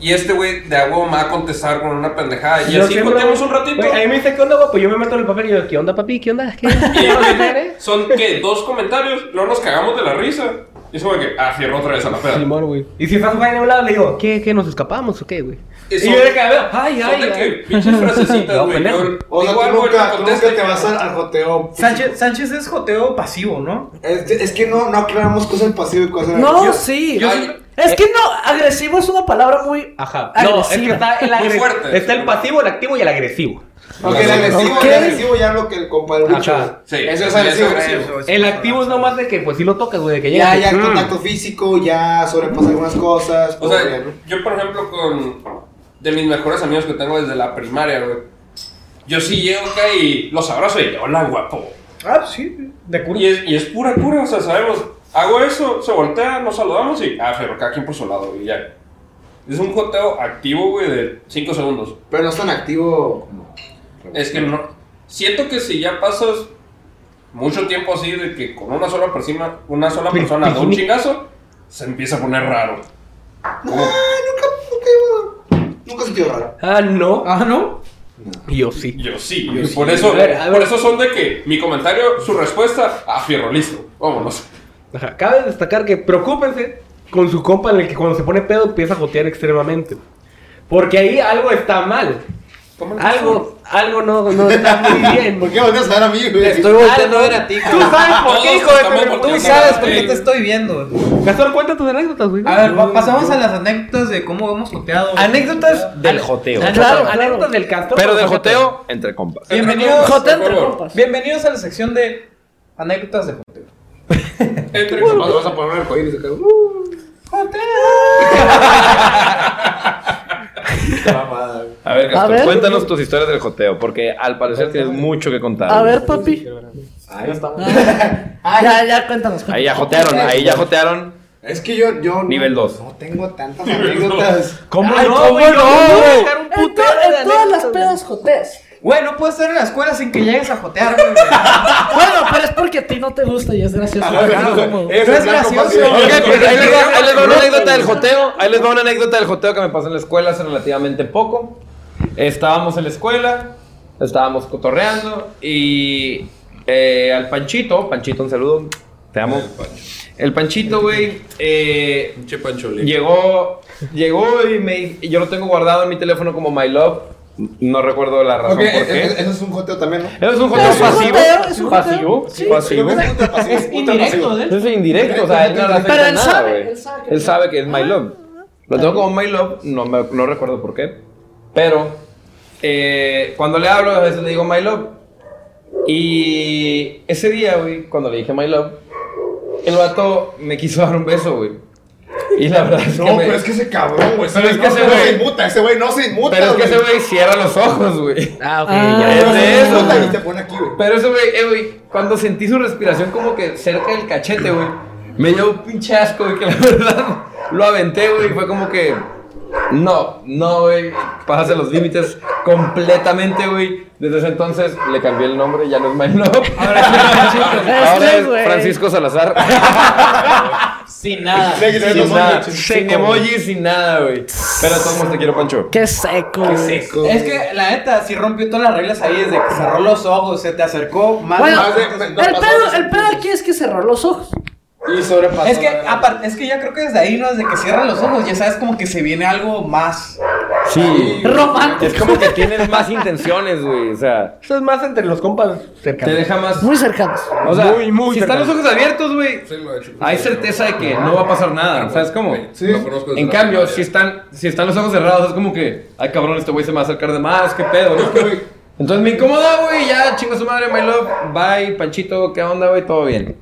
[SPEAKER 7] Y este güey de agua me va a contestar con una pendejada. Y
[SPEAKER 5] Yo
[SPEAKER 7] así
[SPEAKER 5] siempre-
[SPEAKER 7] contemos un ratito.
[SPEAKER 5] Güey, a mí me dice, ¿qué onda,
[SPEAKER 1] Pues
[SPEAKER 5] guapo? Yo me meto en el papel y yo, ¿qué onda, papi? ¿Qué onda? ¿Qué onda?
[SPEAKER 7] Y son, ¿qué? Dos comentarios, luego nos cagamos de la risa. Y es como que, ah, cierro otra vez a la peda.
[SPEAKER 5] Simón, güey. Y si estás jugando a un lado, le digo, ¿qué? ¿Qué? ¿Nos escapamos o qué, güey?
[SPEAKER 7] Y
[SPEAKER 5] Y
[SPEAKER 7] son-
[SPEAKER 5] yo le cago, ay,
[SPEAKER 7] Son de
[SPEAKER 5] ay,
[SPEAKER 7] que
[SPEAKER 5] ay.
[SPEAKER 7] pinches frasecitas,
[SPEAKER 5] No,
[SPEAKER 7] güey.
[SPEAKER 5] pendejo.
[SPEAKER 7] Yo
[SPEAKER 6] O sea,
[SPEAKER 7] digo
[SPEAKER 6] tú
[SPEAKER 7] algo, él
[SPEAKER 6] nunca,
[SPEAKER 7] me
[SPEAKER 6] tú
[SPEAKER 7] contesta
[SPEAKER 6] nunca te
[SPEAKER 7] y-
[SPEAKER 6] vas al, al joteo.
[SPEAKER 1] Sánchez, Sánchez es joteo pasivo, ¿no?
[SPEAKER 6] Es que, es que no, no aclaramos cosas en pasivo y cosas en
[SPEAKER 4] No,
[SPEAKER 6] agresivo.
[SPEAKER 4] sí.
[SPEAKER 7] yo
[SPEAKER 4] Ay,
[SPEAKER 7] siempre-
[SPEAKER 4] es que no, agresivo es una palabra muy.
[SPEAKER 5] Ajá. No, es que
[SPEAKER 4] Agresiva.
[SPEAKER 5] está el
[SPEAKER 7] Muy
[SPEAKER 5] agresivo.
[SPEAKER 7] fuerte.
[SPEAKER 5] Está el pasivo, el activo y el agresivo.
[SPEAKER 6] Ok, el agresivo,
[SPEAKER 4] Ok.
[SPEAKER 6] el agresivo ya lo que el compa del bicho.
[SPEAKER 5] Ajá.
[SPEAKER 7] Sí,
[SPEAKER 6] Eso es
[SPEAKER 7] ya
[SPEAKER 6] agresivo.
[SPEAKER 7] agresivo.
[SPEAKER 5] El activo es nomás de que, pues, si lo tocas, güey, de que "Mm". llega.
[SPEAKER 6] Ya, ya contacto físico, ya sobrepasa algunas cosas.
[SPEAKER 7] O
[SPEAKER 6] pues, ya,
[SPEAKER 7] sea,
[SPEAKER 6] ¿no?
[SPEAKER 7] yo por ejemplo con de mis mejores amigos que tengo desde la primaria, güey. Yo sí llego acá y los abrazo y hola guapo.
[SPEAKER 1] Ah,
[SPEAKER 5] pues,
[SPEAKER 1] sí, de cura.
[SPEAKER 7] Y es, y es pura cura, o sea, sabemos, hago eso, se voltea, nos saludamos y ah, pero cada quien por su lado y ya. Es un joteo activo, güey, de 5 segundos.
[SPEAKER 6] Pero no es tan activo. como-
[SPEAKER 7] Es que no. Siento que si ya pasas mucho tiempo así de que con una sola persona, una sola
[SPEAKER 5] Pi-
[SPEAKER 7] persona da un
[SPEAKER 5] pijini.
[SPEAKER 7] chingazo, se empieza a poner raro. Como-
[SPEAKER 6] Nunca he sentido raro.
[SPEAKER 5] Ah, no.
[SPEAKER 1] Ah, ¿no?
[SPEAKER 5] Yo sí.
[SPEAKER 7] Yo sí, yo sí. Por eso,
[SPEAKER 5] A ver, a ver.
[SPEAKER 7] por eso son de que mi comentario, su respuesta, a fierro listo. Vámonos.
[SPEAKER 5] Ajá. Cabe destacar que preocúpense con su compa en el que cuando se pone pedo empieza a jotear extremadamente. Porque ahí algo está mal. Algo, algo no, no está muy bien.
[SPEAKER 6] ¿Por qué volteas a ver a mí, güey?
[SPEAKER 1] Estoy volteando a ver a ti.
[SPEAKER 5] Tú sabes por
[SPEAKER 7] Todos
[SPEAKER 5] qué, hijo de
[SPEAKER 7] estamos
[SPEAKER 5] perro.
[SPEAKER 1] Tú
[SPEAKER 7] volteando
[SPEAKER 1] sabes
[SPEAKER 7] a
[SPEAKER 1] por qué
[SPEAKER 7] ti.
[SPEAKER 1] te estoy viendo.
[SPEAKER 5] Gastón, cuenta tus anécdotas, güey.
[SPEAKER 1] A ver, pa- pasamos a las anécdotas de cómo hemos joteado.
[SPEAKER 5] anécdotas
[SPEAKER 2] Del joteo.
[SPEAKER 5] Claro,
[SPEAKER 4] Claro,
[SPEAKER 5] anécdotas
[SPEAKER 4] claro.
[SPEAKER 5] del Castor.
[SPEAKER 2] Pero del joteo, entre compas.
[SPEAKER 1] Bienvenidos,
[SPEAKER 4] Joteo entre
[SPEAKER 7] Por favor.
[SPEAKER 4] compas.
[SPEAKER 1] bienvenidos a la sección de anécdotas de joteo.
[SPEAKER 7] Entre compas, vas a poner-
[SPEAKER 6] poner arcoíris acá.
[SPEAKER 7] uh,
[SPEAKER 6] Ah,
[SPEAKER 2] A ver,
[SPEAKER 4] A ver.
[SPEAKER 2] Castor, cuéntanos tus historias del joteo, porque al parecer tienes mucho que contar.
[SPEAKER 4] A ver, papi. Ah.
[SPEAKER 6] Ahí está.
[SPEAKER 4] Ya, ya, cuéntanos.
[SPEAKER 2] Ahí ya jotearon, ahí ya jotearon.
[SPEAKER 6] Es que yo, yo. no-
[SPEAKER 2] Nivel dos.
[SPEAKER 6] No tengo tantas anécdotas.
[SPEAKER 5] ¿Cómo
[SPEAKER 1] Ay,
[SPEAKER 5] no,
[SPEAKER 1] ¿cómo
[SPEAKER 5] güey?
[SPEAKER 1] no?
[SPEAKER 5] Yo voy a dejar un
[SPEAKER 4] En, to-
[SPEAKER 5] putero de
[SPEAKER 4] en todas las
[SPEAKER 5] anécdotas.
[SPEAKER 4] pedas joteas.
[SPEAKER 1] Güey, no puedes estar en la escuela sin que llegues a jotear, güey.
[SPEAKER 4] Bueno, pero es porque a ti no te gusta y es gracioso.
[SPEAKER 6] Eso
[SPEAKER 1] No es
[SPEAKER 6] Ah, es blanco
[SPEAKER 1] gracioso.
[SPEAKER 6] fácil.
[SPEAKER 2] Ok, pues ahí les va, ahí les va una anécdota del joteo. Ahí les va una anécdota del joteo que me pasó en la escuela hace relativamente poco. Estábamos en la escuela, estábamos cotorreando y eh, al Panchito, Panchito, un saludo, te amo. El Panchito, güey, eh,
[SPEAKER 7] Pinche Pancho Lima.
[SPEAKER 2] llegó, llegó y me, y yo lo tengo guardado en mi teléfono como My Love. No recuerdo la razón
[SPEAKER 6] Ok,
[SPEAKER 2] por
[SPEAKER 6] eso
[SPEAKER 2] qué.
[SPEAKER 6] eso es un joteo también, ¿no?
[SPEAKER 2] Eso es un
[SPEAKER 4] Pero
[SPEAKER 2] joteo
[SPEAKER 4] es un
[SPEAKER 2] pasivo.
[SPEAKER 4] joteo, es un
[SPEAKER 5] ¿Pasivo?
[SPEAKER 4] joteo. Sí.
[SPEAKER 2] Pasivo.
[SPEAKER 6] Creo que es ultra pasivo,
[SPEAKER 1] Es
[SPEAKER 6] ultra pasivo.
[SPEAKER 1] indirecto, ¿eh?
[SPEAKER 2] Eso es indirecto, o sea, él no le afecta
[SPEAKER 4] Pero él
[SPEAKER 2] nada,
[SPEAKER 4] sabe,
[SPEAKER 2] güey.
[SPEAKER 4] él sabe que-
[SPEAKER 2] Él sabe que es
[SPEAKER 6] Ah.
[SPEAKER 2] My Love. Lo tengo como My Love, no, me, no recuerdo por qué. Pero eh, cuando le hablo, a veces le digo My Love. Y ese día, güey, cuando le dije My Love, el vato me quiso dar un beso, güey. Y la verdad es que.
[SPEAKER 6] No,
[SPEAKER 2] me-
[SPEAKER 6] pero es que ese cabrón, güey.
[SPEAKER 2] Pero es que
[SPEAKER 6] no,
[SPEAKER 2] ese
[SPEAKER 6] no
[SPEAKER 2] güey-
[SPEAKER 6] se inmuta, ese güey no se inmuta.
[SPEAKER 2] pero es que
[SPEAKER 6] güey.
[SPEAKER 2] ese güey cierra los ojos, güey.
[SPEAKER 5] Ah, ok,
[SPEAKER 4] Ah.
[SPEAKER 5] ya.
[SPEAKER 2] Es
[SPEAKER 6] No
[SPEAKER 2] de
[SPEAKER 6] se
[SPEAKER 2] eso,
[SPEAKER 6] inmuta
[SPEAKER 2] güey.
[SPEAKER 6] y te pone aquí, güey.
[SPEAKER 2] Pero eso, güey, eh, güey, cuando sentí su respiración como que cerca del cachete, güey, me dio un pinche asco, güey, que la verdad lo aventé, güey, y fue como que. No, no, güey, pasaste los límites completamente, güey. Desde ese entonces le cambié el nombre, ya no es My Love. Ahora,
[SPEAKER 4] Este,
[SPEAKER 2] es
[SPEAKER 4] güey.
[SPEAKER 2] Francisco Salazar.
[SPEAKER 1] Sin nada.
[SPEAKER 6] Le quitas
[SPEAKER 2] sin
[SPEAKER 6] los
[SPEAKER 2] nada,
[SPEAKER 6] ojos,
[SPEAKER 2] sin emojis, sin nada, güey. Pero de todos modos te quiero, Pancho.
[SPEAKER 4] Qué seco. güey.
[SPEAKER 6] chico.
[SPEAKER 1] Es que la neta, si rompió todas las reglas ahí desde que cerró los ojos, se te acercó más.
[SPEAKER 4] Bueno,
[SPEAKER 1] más
[SPEAKER 6] de-
[SPEAKER 4] el
[SPEAKER 6] no pasó
[SPEAKER 4] pedo,
[SPEAKER 6] los-
[SPEAKER 4] el pedo aquí es que cerró los ojos.
[SPEAKER 6] Y sobrepasó.
[SPEAKER 1] es que
[SPEAKER 6] la-
[SPEAKER 1] aparte, es que ya creo que desde ahí, ¿no? Desde que cierran los ojos, ya sabes como que se viene algo más.
[SPEAKER 2] Sí.
[SPEAKER 4] Romántico.
[SPEAKER 2] Es como que tienes más intenciones, güey. O sea,
[SPEAKER 5] Eso es más entre los compas
[SPEAKER 2] te
[SPEAKER 5] cercanos.
[SPEAKER 2] deja más
[SPEAKER 4] Muy cercanos.
[SPEAKER 2] O sea,
[SPEAKER 5] Muy, muy
[SPEAKER 2] si están los
[SPEAKER 5] cercano.
[SPEAKER 2] ojos abiertos, güey,
[SPEAKER 8] Sí, lo he hecho.
[SPEAKER 2] hay certeza de que no va a pasar nada, ¿sabes cómo?
[SPEAKER 8] Sí. Lo conozco desde
[SPEAKER 2] En
[SPEAKER 8] la
[SPEAKER 2] cambio,
[SPEAKER 8] primaria.
[SPEAKER 2] si están, si están los ojos cerrados, es como que, ay cabrón, este güey se me va a acercar de más, qué pedo, ¿no? Entonces me incomoda, güey, ya, chingo su madre, my love, bye, Panchito, ¿qué onda, güey? Todo bien.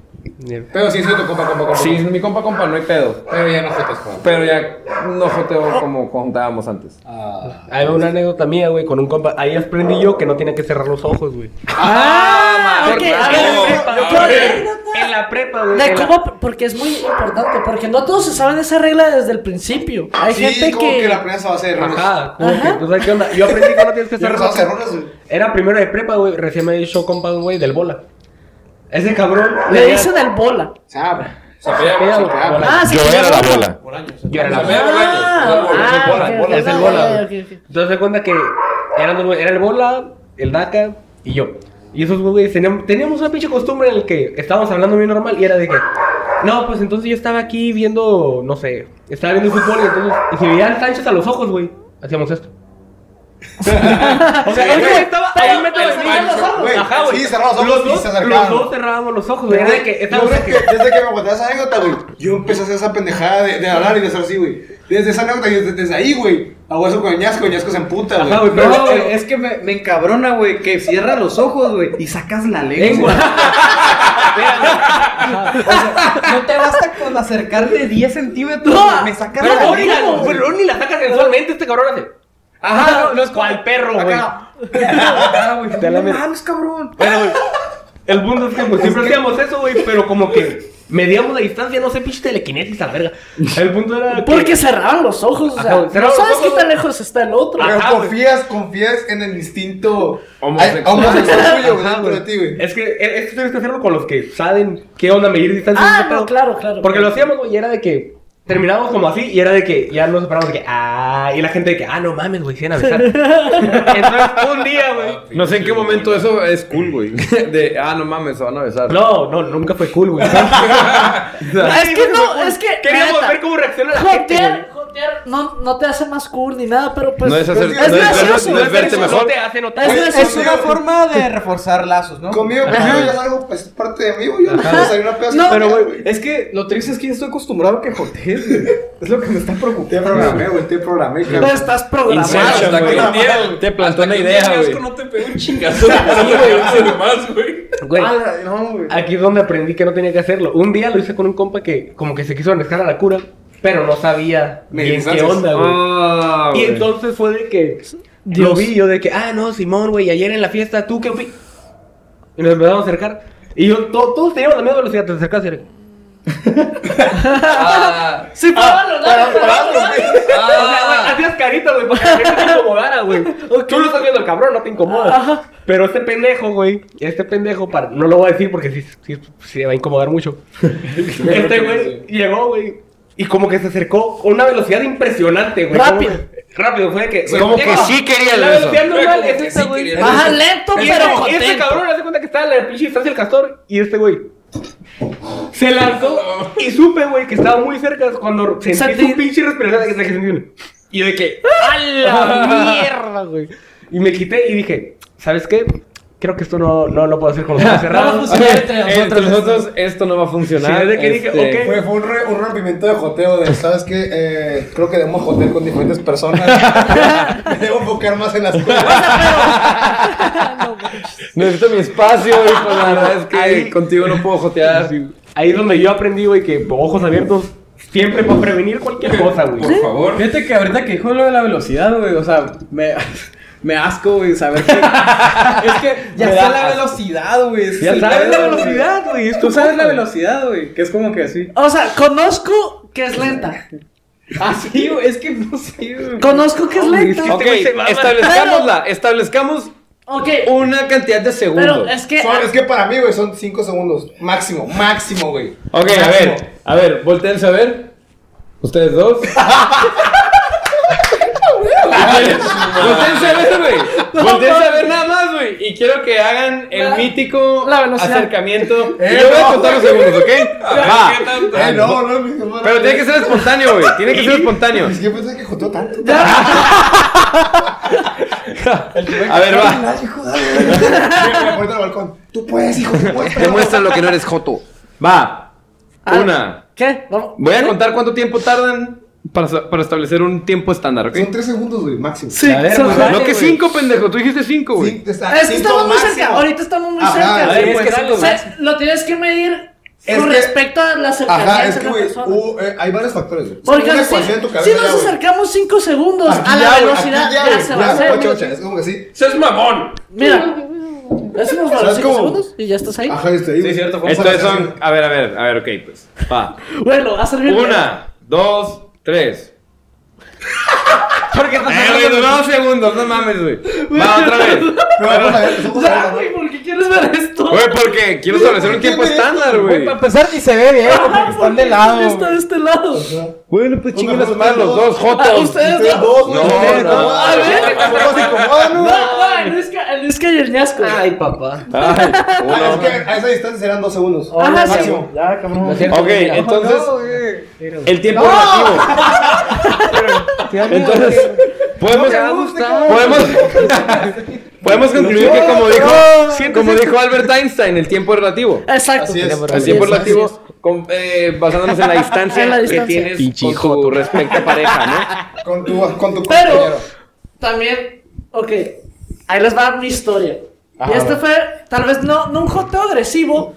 [SPEAKER 8] Pero sí, sí, tu compa, compa, compa.
[SPEAKER 2] Sí, es mi compa, compa, no hay pedo.
[SPEAKER 8] Pero ya no jotas con.
[SPEAKER 2] Pero ya no joteo como contábamos antes.
[SPEAKER 5] Hay una anécdota mía, güey, con un compa. Ahí aprendí yo que no tenía que cerrar los ojos, güey.
[SPEAKER 4] Ah, ok, a ver, yo-
[SPEAKER 5] En la prepa, güey.
[SPEAKER 4] De
[SPEAKER 5] en la-
[SPEAKER 4] cómo, porque es muy importante, porque no todos se saben esa regla desde el principio. Hay
[SPEAKER 6] Sí,
[SPEAKER 4] gente
[SPEAKER 6] como
[SPEAKER 4] que...
[SPEAKER 6] que la primera se va a hacer.
[SPEAKER 5] Ajá, como
[SPEAKER 4] Ajá.
[SPEAKER 5] que, pues, ¿sabes qué onda? Yo aprendí que no tienes que
[SPEAKER 6] Ya
[SPEAKER 5] cerrar
[SPEAKER 6] no
[SPEAKER 5] los
[SPEAKER 6] se va a hacer
[SPEAKER 5] ojos.
[SPEAKER 6] rolas, güey.
[SPEAKER 5] Era primero de prepa, güey. Recién me hizo compa, un güey, del bola. Ese cabrón.
[SPEAKER 4] Le
[SPEAKER 5] tenía-
[SPEAKER 4] dicen el bola.
[SPEAKER 6] O sea,
[SPEAKER 5] tenía
[SPEAKER 8] Sapeamos.
[SPEAKER 5] bola.
[SPEAKER 4] Ah, sí, sí,
[SPEAKER 5] Yo era la bola.
[SPEAKER 4] Ah,
[SPEAKER 5] Es el bola,
[SPEAKER 4] ok,
[SPEAKER 5] bola,
[SPEAKER 4] ok,
[SPEAKER 5] es el
[SPEAKER 4] ok,
[SPEAKER 5] bola.
[SPEAKER 4] ok, ok.
[SPEAKER 5] Entonces se cuenta que eran dos güeyes, era el bola, el daca y yo. Y esos güeyes teníamos, teníamos una pinche costumbre en el que estábamos hablando muy normal y era de que, no, pues entonces yo estaba aquí viendo, no sé, estaba viendo fútbol y entonces, y se veían Sánchez a los ojos, güey. Hacíamos esto. o sea, el güey estaba
[SPEAKER 4] Pero
[SPEAKER 5] ahí metido
[SPEAKER 4] el
[SPEAKER 5] en
[SPEAKER 4] man
[SPEAKER 5] mí.
[SPEAKER 4] los ojos.
[SPEAKER 6] Güey,
[SPEAKER 5] Ajá, güey.
[SPEAKER 6] sí, cerraba los ojos
[SPEAKER 5] Los
[SPEAKER 6] y
[SPEAKER 5] dos,
[SPEAKER 6] se
[SPEAKER 5] los
[SPEAKER 6] acercaban.
[SPEAKER 5] dos cerrábamos los ojos, güey. Era de que, esta
[SPEAKER 6] Yo
[SPEAKER 5] hora
[SPEAKER 6] creo que desde que me contaste esa anécdota, güey, yo empecé a hacer esa pendejada de, de hablar y de hacer así, güey. Desde esa anécdota y desde, desde ahí, güey, hago eso con Ñasco, Ñasco se emputa,
[SPEAKER 5] Ajá,
[SPEAKER 6] güey.
[SPEAKER 5] güey, pero-
[SPEAKER 1] No, güey, es que me, me encabrona, güey, que cierra los ojos, güey, y sacas la lengua. O sea, no te basta con acercarte 10 centímetros, güey, me sacas
[SPEAKER 5] Pero
[SPEAKER 1] la
[SPEAKER 5] luego ni
[SPEAKER 1] lengua.
[SPEAKER 5] la- pero luego ni la saca sensualmente este cabrón hace.
[SPEAKER 1] Ajá, no, no es como-
[SPEAKER 5] cual perro,
[SPEAKER 1] Acá.
[SPEAKER 5] güey.
[SPEAKER 1] Acá, güey.
[SPEAKER 5] Te la
[SPEAKER 1] No
[SPEAKER 5] met-
[SPEAKER 1] mames, cabrón.
[SPEAKER 5] Bueno, güey. El punto es que pues, siempre hacíamos eso, güey, pero como que medíamos la distancia, no sé, pinche telequinesis a la verga. El punto era que-
[SPEAKER 4] Porque cerraban los ojos, o sea,
[SPEAKER 5] Ajá,
[SPEAKER 4] no
[SPEAKER 5] Ah, cerraban los
[SPEAKER 4] sabes qué
[SPEAKER 5] ojos, Ah,
[SPEAKER 4] tan
[SPEAKER 5] güey.
[SPEAKER 4] lejos está el otro.
[SPEAKER 6] Pero
[SPEAKER 5] Ajá, güey.
[SPEAKER 6] confías, confías en el instinto
[SPEAKER 2] Homosexual.
[SPEAKER 6] ay, homosexual tuyo, güey,
[SPEAKER 5] Ajá,
[SPEAKER 6] dentro de ti,
[SPEAKER 5] güey.
[SPEAKER 6] güey.
[SPEAKER 5] Es que eh, esto tienes que hacerlo con los que saben qué onda medir distancia.
[SPEAKER 4] Ah, no, claro, claro.
[SPEAKER 5] Porque lo hacíamos, güey, y era de que terminábamos como así y era de que ya nos separamos de que ah, y la gente de que ah, no mames, güey, se iban a besar. Entonces, un día, güey.
[SPEAKER 2] No sé en qué momento eso es cool, güey. De, ah, no mames, se van a besar.
[SPEAKER 5] No, no, nunca fue cool, güey.
[SPEAKER 4] Es que no, es que.
[SPEAKER 5] Queríamos
[SPEAKER 4] neta,
[SPEAKER 5] ver cómo reacciona la gente. güey.
[SPEAKER 4] Jotear, jotear, no, no te hace más cool ni nada, pero pues.
[SPEAKER 2] No es hacer-
[SPEAKER 4] es
[SPEAKER 2] no es ver-
[SPEAKER 4] gracioso.
[SPEAKER 2] no es verte mejor.
[SPEAKER 5] No te hace notar.
[SPEAKER 4] Es
[SPEAKER 6] Güey,
[SPEAKER 1] Es,
[SPEAKER 4] gracioso.
[SPEAKER 1] una forma de reforzar lazos, ¿no?
[SPEAKER 6] Conmigo, conmigo ya es algo, pues, parte de mí, güey. Yo no puedo salir una pedazo.
[SPEAKER 4] No,
[SPEAKER 1] Pero, güey, es que lo triste es que yo estoy acostumbrado a que jotees, güey. Es lo que me está
[SPEAKER 6] Te
[SPEAKER 1] preocupando. este,
[SPEAKER 6] programé, güey, te programé,
[SPEAKER 4] Pero
[SPEAKER 6] cabrón.
[SPEAKER 4] estás
[SPEAKER 2] Inception,
[SPEAKER 4] programado.
[SPEAKER 2] güey.
[SPEAKER 6] güey.
[SPEAKER 2] Te plantó una idea, güey.
[SPEAKER 7] No te pegó un chingazo. No más, güey.
[SPEAKER 5] Güey,
[SPEAKER 1] Ah, no, güey.
[SPEAKER 5] aquí es donde aprendí que no tenía que hacerlo. Un día lo hice con un compa que como que se quiso arriesgar a la cura, pero no sabía
[SPEAKER 6] Medio
[SPEAKER 5] bien qué
[SPEAKER 6] distancias.
[SPEAKER 5] onda, güey.
[SPEAKER 2] Ah,
[SPEAKER 5] y
[SPEAKER 2] güey.
[SPEAKER 5] entonces fue de que lo
[SPEAKER 4] Dios.
[SPEAKER 5] vi yo de que, ah, no, Simón, güey, ayer en la fiesta, ¿tú qué opinas? Y nos empezamos a acercar. Y yo, to- todos teníamos la misma velocidad, te acercas y era-
[SPEAKER 2] Ah,
[SPEAKER 4] Sí, páralo,
[SPEAKER 6] Para-
[SPEAKER 4] dale,
[SPEAKER 6] para-
[SPEAKER 4] páralo, dale.
[SPEAKER 5] O sea, güey, hacías carita, güey, para que la gente te incomodara, güey. Tú lo estás viendo al cabrón, no te incomoda.
[SPEAKER 4] Ajá.
[SPEAKER 5] Pero este pendejo, güey, este pendejo, para, no lo voy a decir porque sí, sí, sí va a incomodar mucho. este güey llegó, güey, y como que se acercó a una velocidad impresionante, güey.
[SPEAKER 4] Rápido.
[SPEAKER 5] Como que- rápido, fue de que.
[SPEAKER 2] como
[SPEAKER 5] llegó.
[SPEAKER 2] que sí quería el
[SPEAKER 5] La
[SPEAKER 2] beso.
[SPEAKER 5] velocidad normal
[SPEAKER 7] Fue como
[SPEAKER 5] es
[SPEAKER 7] que
[SPEAKER 5] esta,
[SPEAKER 7] sí
[SPEAKER 5] güey.
[SPEAKER 7] quería el
[SPEAKER 4] Ajá, lento,
[SPEAKER 5] Y
[SPEAKER 4] pero
[SPEAKER 5] este- y este
[SPEAKER 4] contento.
[SPEAKER 5] cabrón hace cuenta que estaba en la pinche distancia del castor y este güey se lanzó y supe, güey, que estaba muy cerca cuando sentí
[SPEAKER 4] Sentí-
[SPEAKER 5] su pinche respiración de que sentí un- Y yo de que ¡a la mierda, güey! Y me quité y dije, ¿sabes qué? Creo que esto no, no pues, lo puedo hacer con los ojos cerrados.
[SPEAKER 4] funcionar entre
[SPEAKER 2] Ah, Entre nosotros esto no va a funcionar.
[SPEAKER 5] Sí, desde que dije,
[SPEAKER 2] Este,
[SPEAKER 5] ok.
[SPEAKER 6] Fue, fue un, re- un rompimiento de joteo de, ¿sabes qué? Eh, creo que debemos jotear con diferentes personas. Me debo enfocar más en las cosas.
[SPEAKER 2] Necesito mi espacio y pues la verdad es que
[SPEAKER 5] Ahí-
[SPEAKER 2] contigo no puedo jotear.
[SPEAKER 5] Ahí es donde yo aprendí, güey, que ojos abiertos siempre para prevenir cualquier cosa, güey.
[SPEAKER 7] Por favor.
[SPEAKER 1] Fíjate que ahorita que dijo lo de la velocidad, güey, o sea, me, me asco, güey, saber que... es que ya
[SPEAKER 5] Me
[SPEAKER 1] está
[SPEAKER 5] da
[SPEAKER 1] la
[SPEAKER 5] asco.
[SPEAKER 1] velocidad, güey. ese es
[SPEAKER 5] Ya
[SPEAKER 1] el
[SPEAKER 5] sabes la
[SPEAKER 1] pedo, güey.
[SPEAKER 5] velocidad, güey. es
[SPEAKER 1] Tú
[SPEAKER 5] tu
[SPEAKER 1] sabes la
[SPEAKER 5] cosa.
[SPEAKER 1] velocidad, güey, que es como que así.
[SPEAKER 4] O sea, conozco que es lenta.
[SPEAKER 1] Así, Ah, güey, es que no sé, güey.
[SPEAKER 4] Conozco que es lenta.
[SPEAKER 2] Ok,
[SPEAKER 7] Este
[SPEAKER 5] güey se mama.
[SPEAKER 2] establezcámosla, establezcamos
[SPEAKER 4] Ok,
[SPEAKER 2] una cantidad de segundos.
[SPEAKER 4] pero es que.
[SPEAKER 6] Son- es que para mí, güey, son 5 segundos. Máximo, máximo, güey.
[SPEAKER 2] Ok, a
[SPEAKER 6] Máximo.
[SPEAKER 2] ver, a ver, volteense a ver. Ustedes dos. volteense a ver, güey. Volteense a ver nada más, güey. Y quiero que hagan el
[SPEAKER 4] La-
[SPEAKER 2] mítico
[SPEAKER 4] la velocidad.
[SPEAKER 2] acercamiento.
[SPEAKER 6] Eh,
[SPEAKER 2] Y yo voy a
[SPEAKER 6] no,
[SPEAKER 2] contar los segundos, ¿ok?
[SPEAKER 7] ¿Qué
[SPEAKER 2] Va.
[SPEAKER 7] tanto?
[SPEAKER 6] Eh, no, no, mi cámara.
[SPEAKER 2] Pero tiene que ser espontáneo, güey. Tiene que ser espontáneo.
[SPEAKER 6] Ni siquiera pensé que joteo tanto.
[SPEAKER 2] A ver, va.
[SPEAKER 6] hijo de- Ahorita al balcón. Tú puedes, hijo, tú puedes.
[SPEAKER 2] Demuestra lo que no eres Joto. Va.
[SPEAKER 4] Ah,
[SPEAKER 2] Una.
[SPEAKER 4] ¿Qué? Vamos-
[SPEAKER 2] Voy a contar cuánto tiempo tardan para, para establecer un tiempo estándar, ¿ok?
[SPEAKER 6] Son 3 segundos, güey, máximo.
[SPEAKER 4] Sí,
[SPEAKER 5] A ver,
[SPEAKER 4] son- Ah,
[SPEAKER 5] güey,
[SPEAKER 2] No que cinco, pendejo. Tú dijiste cinco, güey.
[SPEAKER 6] Sí, está-
[SPEAKER 4] Es que
[SPEAKER 6] cinco
[SPEAKER 4] estamos muy
[SPEAKER 6] máximo.
[SPEAKER 4] cerca. Ahorita estamos muy
[SPEAKER 6] Ajá,
[SPEAKER 4] cerca.
[SPEAKER 6] a
[SPEAKER 5] ver,
[SPEAKER 4] güey.
[SPEAKER 5] es que
[SPEAKER 4] Pues,
[SPEAKER 5] dale,
[SPEAKER 4] o sea, lo tienes que medir
[SPEAKER 6] Es
[SPEAKER 4] con
[SPEAKER 6] que-
[SPEAKER 4] respecto a la cercanía
[SPEAKER 6] Ajá,
[SPEAKER 4] de
[SPEAKER 6] es que,
[SPEAKER 4] esa
[SPEAKER 6] güey,
[SPEAKER 4] persona.
[SPEAKER 6] hubo- eh, hay varios factores, güey.
[SPEAKER 4] Porque
[SPEAKER 6] Una
[SPEAKER 4] si,
[SPEAKER 6] ecuación en tu
[SPEAKER 4] si
[SPEAKER 6] cabeza
[SPEAKER 4] nos
[SPEAKER 6] ya, güey.
[SPEAKER 4] acercamos 5 segundos
[SPEAKER 6] Aquí
[SPEAKER 4] a la
[SPEAKER 6] ya, güey,
[SPEAKER 4] velocidad,
[SPEAKER 6] aquí
[SPEAKER 4] ya,
[SPEAKER 6] güey,
[SPEAKER 4] se va a
[SPEAKER 6] ya,
[SPEAKER 4] hacer.
[SPEAKER 6] ocho, ocho, Es como que sí.
[SPEAKER 7] Seas mamón.
[SPEAKER 4] Mira, decimos para
[SPEAKER 6] ¿Sabes
[SPEAKER 4] 5
[SPEAKER 6] cómo?
[SPEAKER 4] segundos y ya estás ahí.
[SPEAKER 6] Ajá, este ahí. Sí,
[SPEAKER 1] cierto, fue
[SPEAKER 2] Esto es son. A ver, a ver, a ver, ok, pues. Va.
[SPEAKER 4] Bueno, va a servir.
[SPEAKER 2] Una, dos, tres.
[SPEAKER 5] Porque estás
[SPEAKER 2] Eh, güey,
[SPEAKER 5] hablando-
[SPEAKER 2] duró dos segundos, no mames, güey. Va otra vez.
[SPEAKER 6] Pero vamos a ver, los ojos
[SPEAKER 4] Ya,
[SPEAKER 6] cerrados, ¿no?
[SPEAKER 4] güey, ¿por qué quieres ver esto?
[SPEAKER 2] Güey, porque quiero establecer un tiempo estándar, güey.
[SPEAKER 1] Para empezar, ni se ve bien, güey, porque
[SPEAKER 4] Ajá, ¿por
[SPEAKER 1] están de
[SPEAKER 4] qué
[SPEAKER 1] lado.
[SPEAKER 4] Está
[SPEAKER 1] güey.
[SPEAKER 4] de este lado.
[SPEAKER 2] Bueno, pues
[SPEAKER 6] chinguen
[SPEAKER 2] chinguen
[SPEAKER 6] a
[SPEAKER 2] las
[SPEAKER 6] su madre
[SPEAKER 2] los dos,
[SPEAKER 4] Ah,
[SPEAKER 2] Jotos.
[SPEAKER 4] ustedes
[SPEAKER 6] Ustedes
[SPEAKER 4] dos.
[SPEAKER 6] dos, güey.
[SPEAKER 2] No,
[SPEAKER 6] ustedes
[SPEAKER 2] no,
[SPEAKER 6] dos.
[SPEAKER 2] no.
[SPEAKER 6] A ver, tampoco se incomodan,
[SPEAKER 4] No,
[SPEAKER 6] güey.
[SPEAKER 4] no, el Luisca, el Luisca y el ñasco.
[SPEAKER 5] Ay, papá.
[SPEAKER 2] Ay,
[SPEAKER 6] Ah, Es
[SPEAKER 2] uno.
[SPEAKER 6] que a esa distancia serán dos segundos.
[SPEAKER 4] Ajá, sí.
[SPEAKER 6] Máximo.
[SPEAKER 5] Ya, cabrón.
[SPEAKER 2] Ok, entonces,
[SPEAKER 1] No, güey.
[SPEAKER 2] el tiempo relativo. Entonces, podemos, podemos, podemos concluir que como dijo, como dijo Albert Einstein, el tiempo es relativo.
[SPEAKER 4] Exacto.
[SPEAKER 6] Así es.
[SPEAKER 2] El tiempo relativo, con- eh, basándonos en la distancia,
[SPEAKER 4] En la distancia.
[SPEAKER 2] que tienes
[SPEAKER 5] Pinche
[SPEAKER 2] con tu respecta pareja, ¿no?
[SPEAKER 6] Con tu, con tu
[SPEAKER 4] Pero
[SPEAKER 6] compañero.
[SPEAKER 4] también, ok, ahí les va mi historia.
[SPEAKER 2] Ajá,
[SPEAKER 4] y este
[SPEAKER 2] va.
[SPEAKER 4] fue, tal vez no, no un joteo agresivo,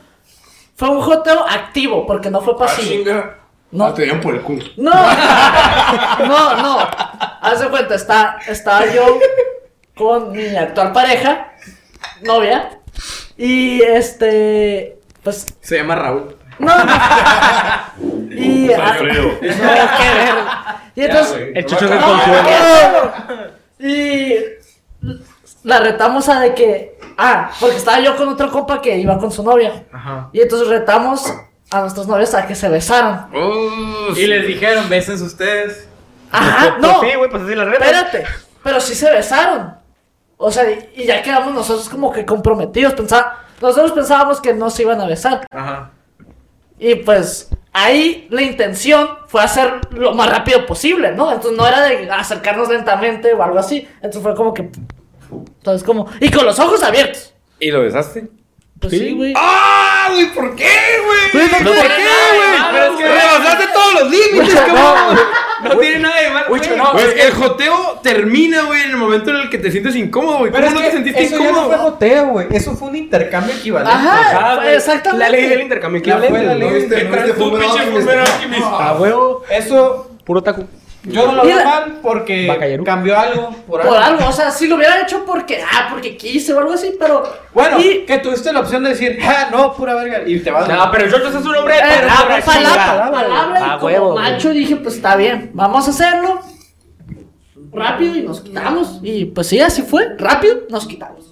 [SPEAKER 4] fue un joteo activo, porque no fue
[SPEAKER 7] Ah,
[SPEAKER 4] pasivo.
[SPEAKER 7] Chinga. Ah,
[SPEAKER 4] No,
[SPEAKER 6] te dieron por el culo.
[SPEAKER 4] no, no, no. Haz de cuenta, está, estaba yo con mi actual pareja, novia, y este, pues,
[SPEAKER 1] Se llama Raúl.
[SPEAKER 4] no. no. Y, ah,
[SPEAKER 7] Alfredo.
[SPEAKER 4] no, qué ver. Y entonces,
[SPEAKER 5] El chucho se
[SPEAKER 4] ¡No,
[SPEAKER 5] consuela.
[SPEAKER 4] no! Y la retamos a de que. Ah, porque estaba yo con otro compa que iba con su novia. Y entonces retamos a nuestros novios a que se besaran.
[SPEAKER 1] Y les dijeron, besen ustedes.
[SPEAKER 4] Ajá, no.
[SPEAKER 5] Sí, güey, pues así la regla.
[SPEAKER 4] Espérate. Pero sí se besaron. O sea, y, y ya quedamos nosotros como que comprometidos. Pensá- nosotros pensábamos que no se iban a besar.
[SPEAKER 1] Ajá.
[SPEAKER 4] Y pues ahí la intención fue hacer lo más rápido posible, ¿no? Entonces no era de acercarnos lentamente o algo así. Entonces fue como que. Entonces, como. Y con los ojos abiertos.
[SPEAKER 2] ¿Y lo besaste?
[SPEAKER 4] Pues sí, güey.
[SPEAKER 2] ¡Ah, güey! ¿Por qué, güey?
[SPEAKER 4] Güey, no
[SPEAKER 2] ¿Por qué,
[SPEAKER 4] tiene nada de
[SPEAKER 2] güey?
[SPEAKER 4] malo,
[SPEAKER 2] Pero es que
[SPEAKER 4] güey.
[SPEAKER 2] rebasaste todos los límites, cabrón.
[SPEAKER 5] No tiene nada de malo.
[SPEAKER 1] Uy, no,
[SPEAKER 2] Güey, es
[SPEAKER 1] es
[SPEAKER 2] que el joteo termina, güey, en el momento en el que te sientes incómodo, güey. ¿Cómo
[SPEAKER 1] Pero es
[SPEAKER 2] no
[SPEAKER 1] que
[SPEAKER 2] te sentiste
[SPEAKER 1] eso ya no
[SPEAKER 2] incómodo?
[SPEAKER 1] fue joteo, güey. Eso fue un intercambio equivalente.
[SPEAKER 4] Ajá, fue exactamente.
[SPEAKER 5] La ley del intercambio
[SPEAKER 1] La fue Este, la
[SPEAKER 5] equivalente.
[SPEAKER 1] ley.
[SPEAKER 6] ¿No viste? ¿No viste
[SPEAKER 7] Tú,
[SPEAKER 6] Fullmetal
[SPEAKER 7] pinche
[SPEAKER 6] Alchemist?
[SPEAKER 7] Fulmer Alchemist.
[SPEAKER 5] A huevo,
[SPEAKER 2] Este,
[SPEAKER 1] Eso
[SPEAKER 5] puro taco.
[SPEAKER 1] yo no lo veo
[SPEAKER 4] Mira.
[SPEAKER 1] mal porque
[SPEAKER 5] Bacallarú.
[SPEAKER 1] cambió algo por algo.
[SPEAKER 4] Por algo, o sea, si lo hubiera hecho porque. Ah, porque quise o algo así, pero.
[SPEAKER 1] Bueno,
[SPEAKER 4] y-
[SPEAKER 1] que tuviste la opción de decir, ah, no, pura verga. Y te vas
[SPEAKER 5] No, pero yo es un hombre
[SPEAKER 4] eh,
[SPEAKER 5] de
[SPEAKER 4] palabra,
[SPEAKER 5] palabras,
[SPEAKER 4] palabra,
[SPEAKER 5] chingada.
[SPEAKER 4] palabra, y
[SPEAKER 5] A
[SPEAKER 4] como
[SPEAKER 5] huevo, güey.
[SPEAKER 4] macho dije, pues está bien, vamos a hacerlo. Rápido y nos quitamos. Y pues sí, así fue. Rápido, nos quitamos.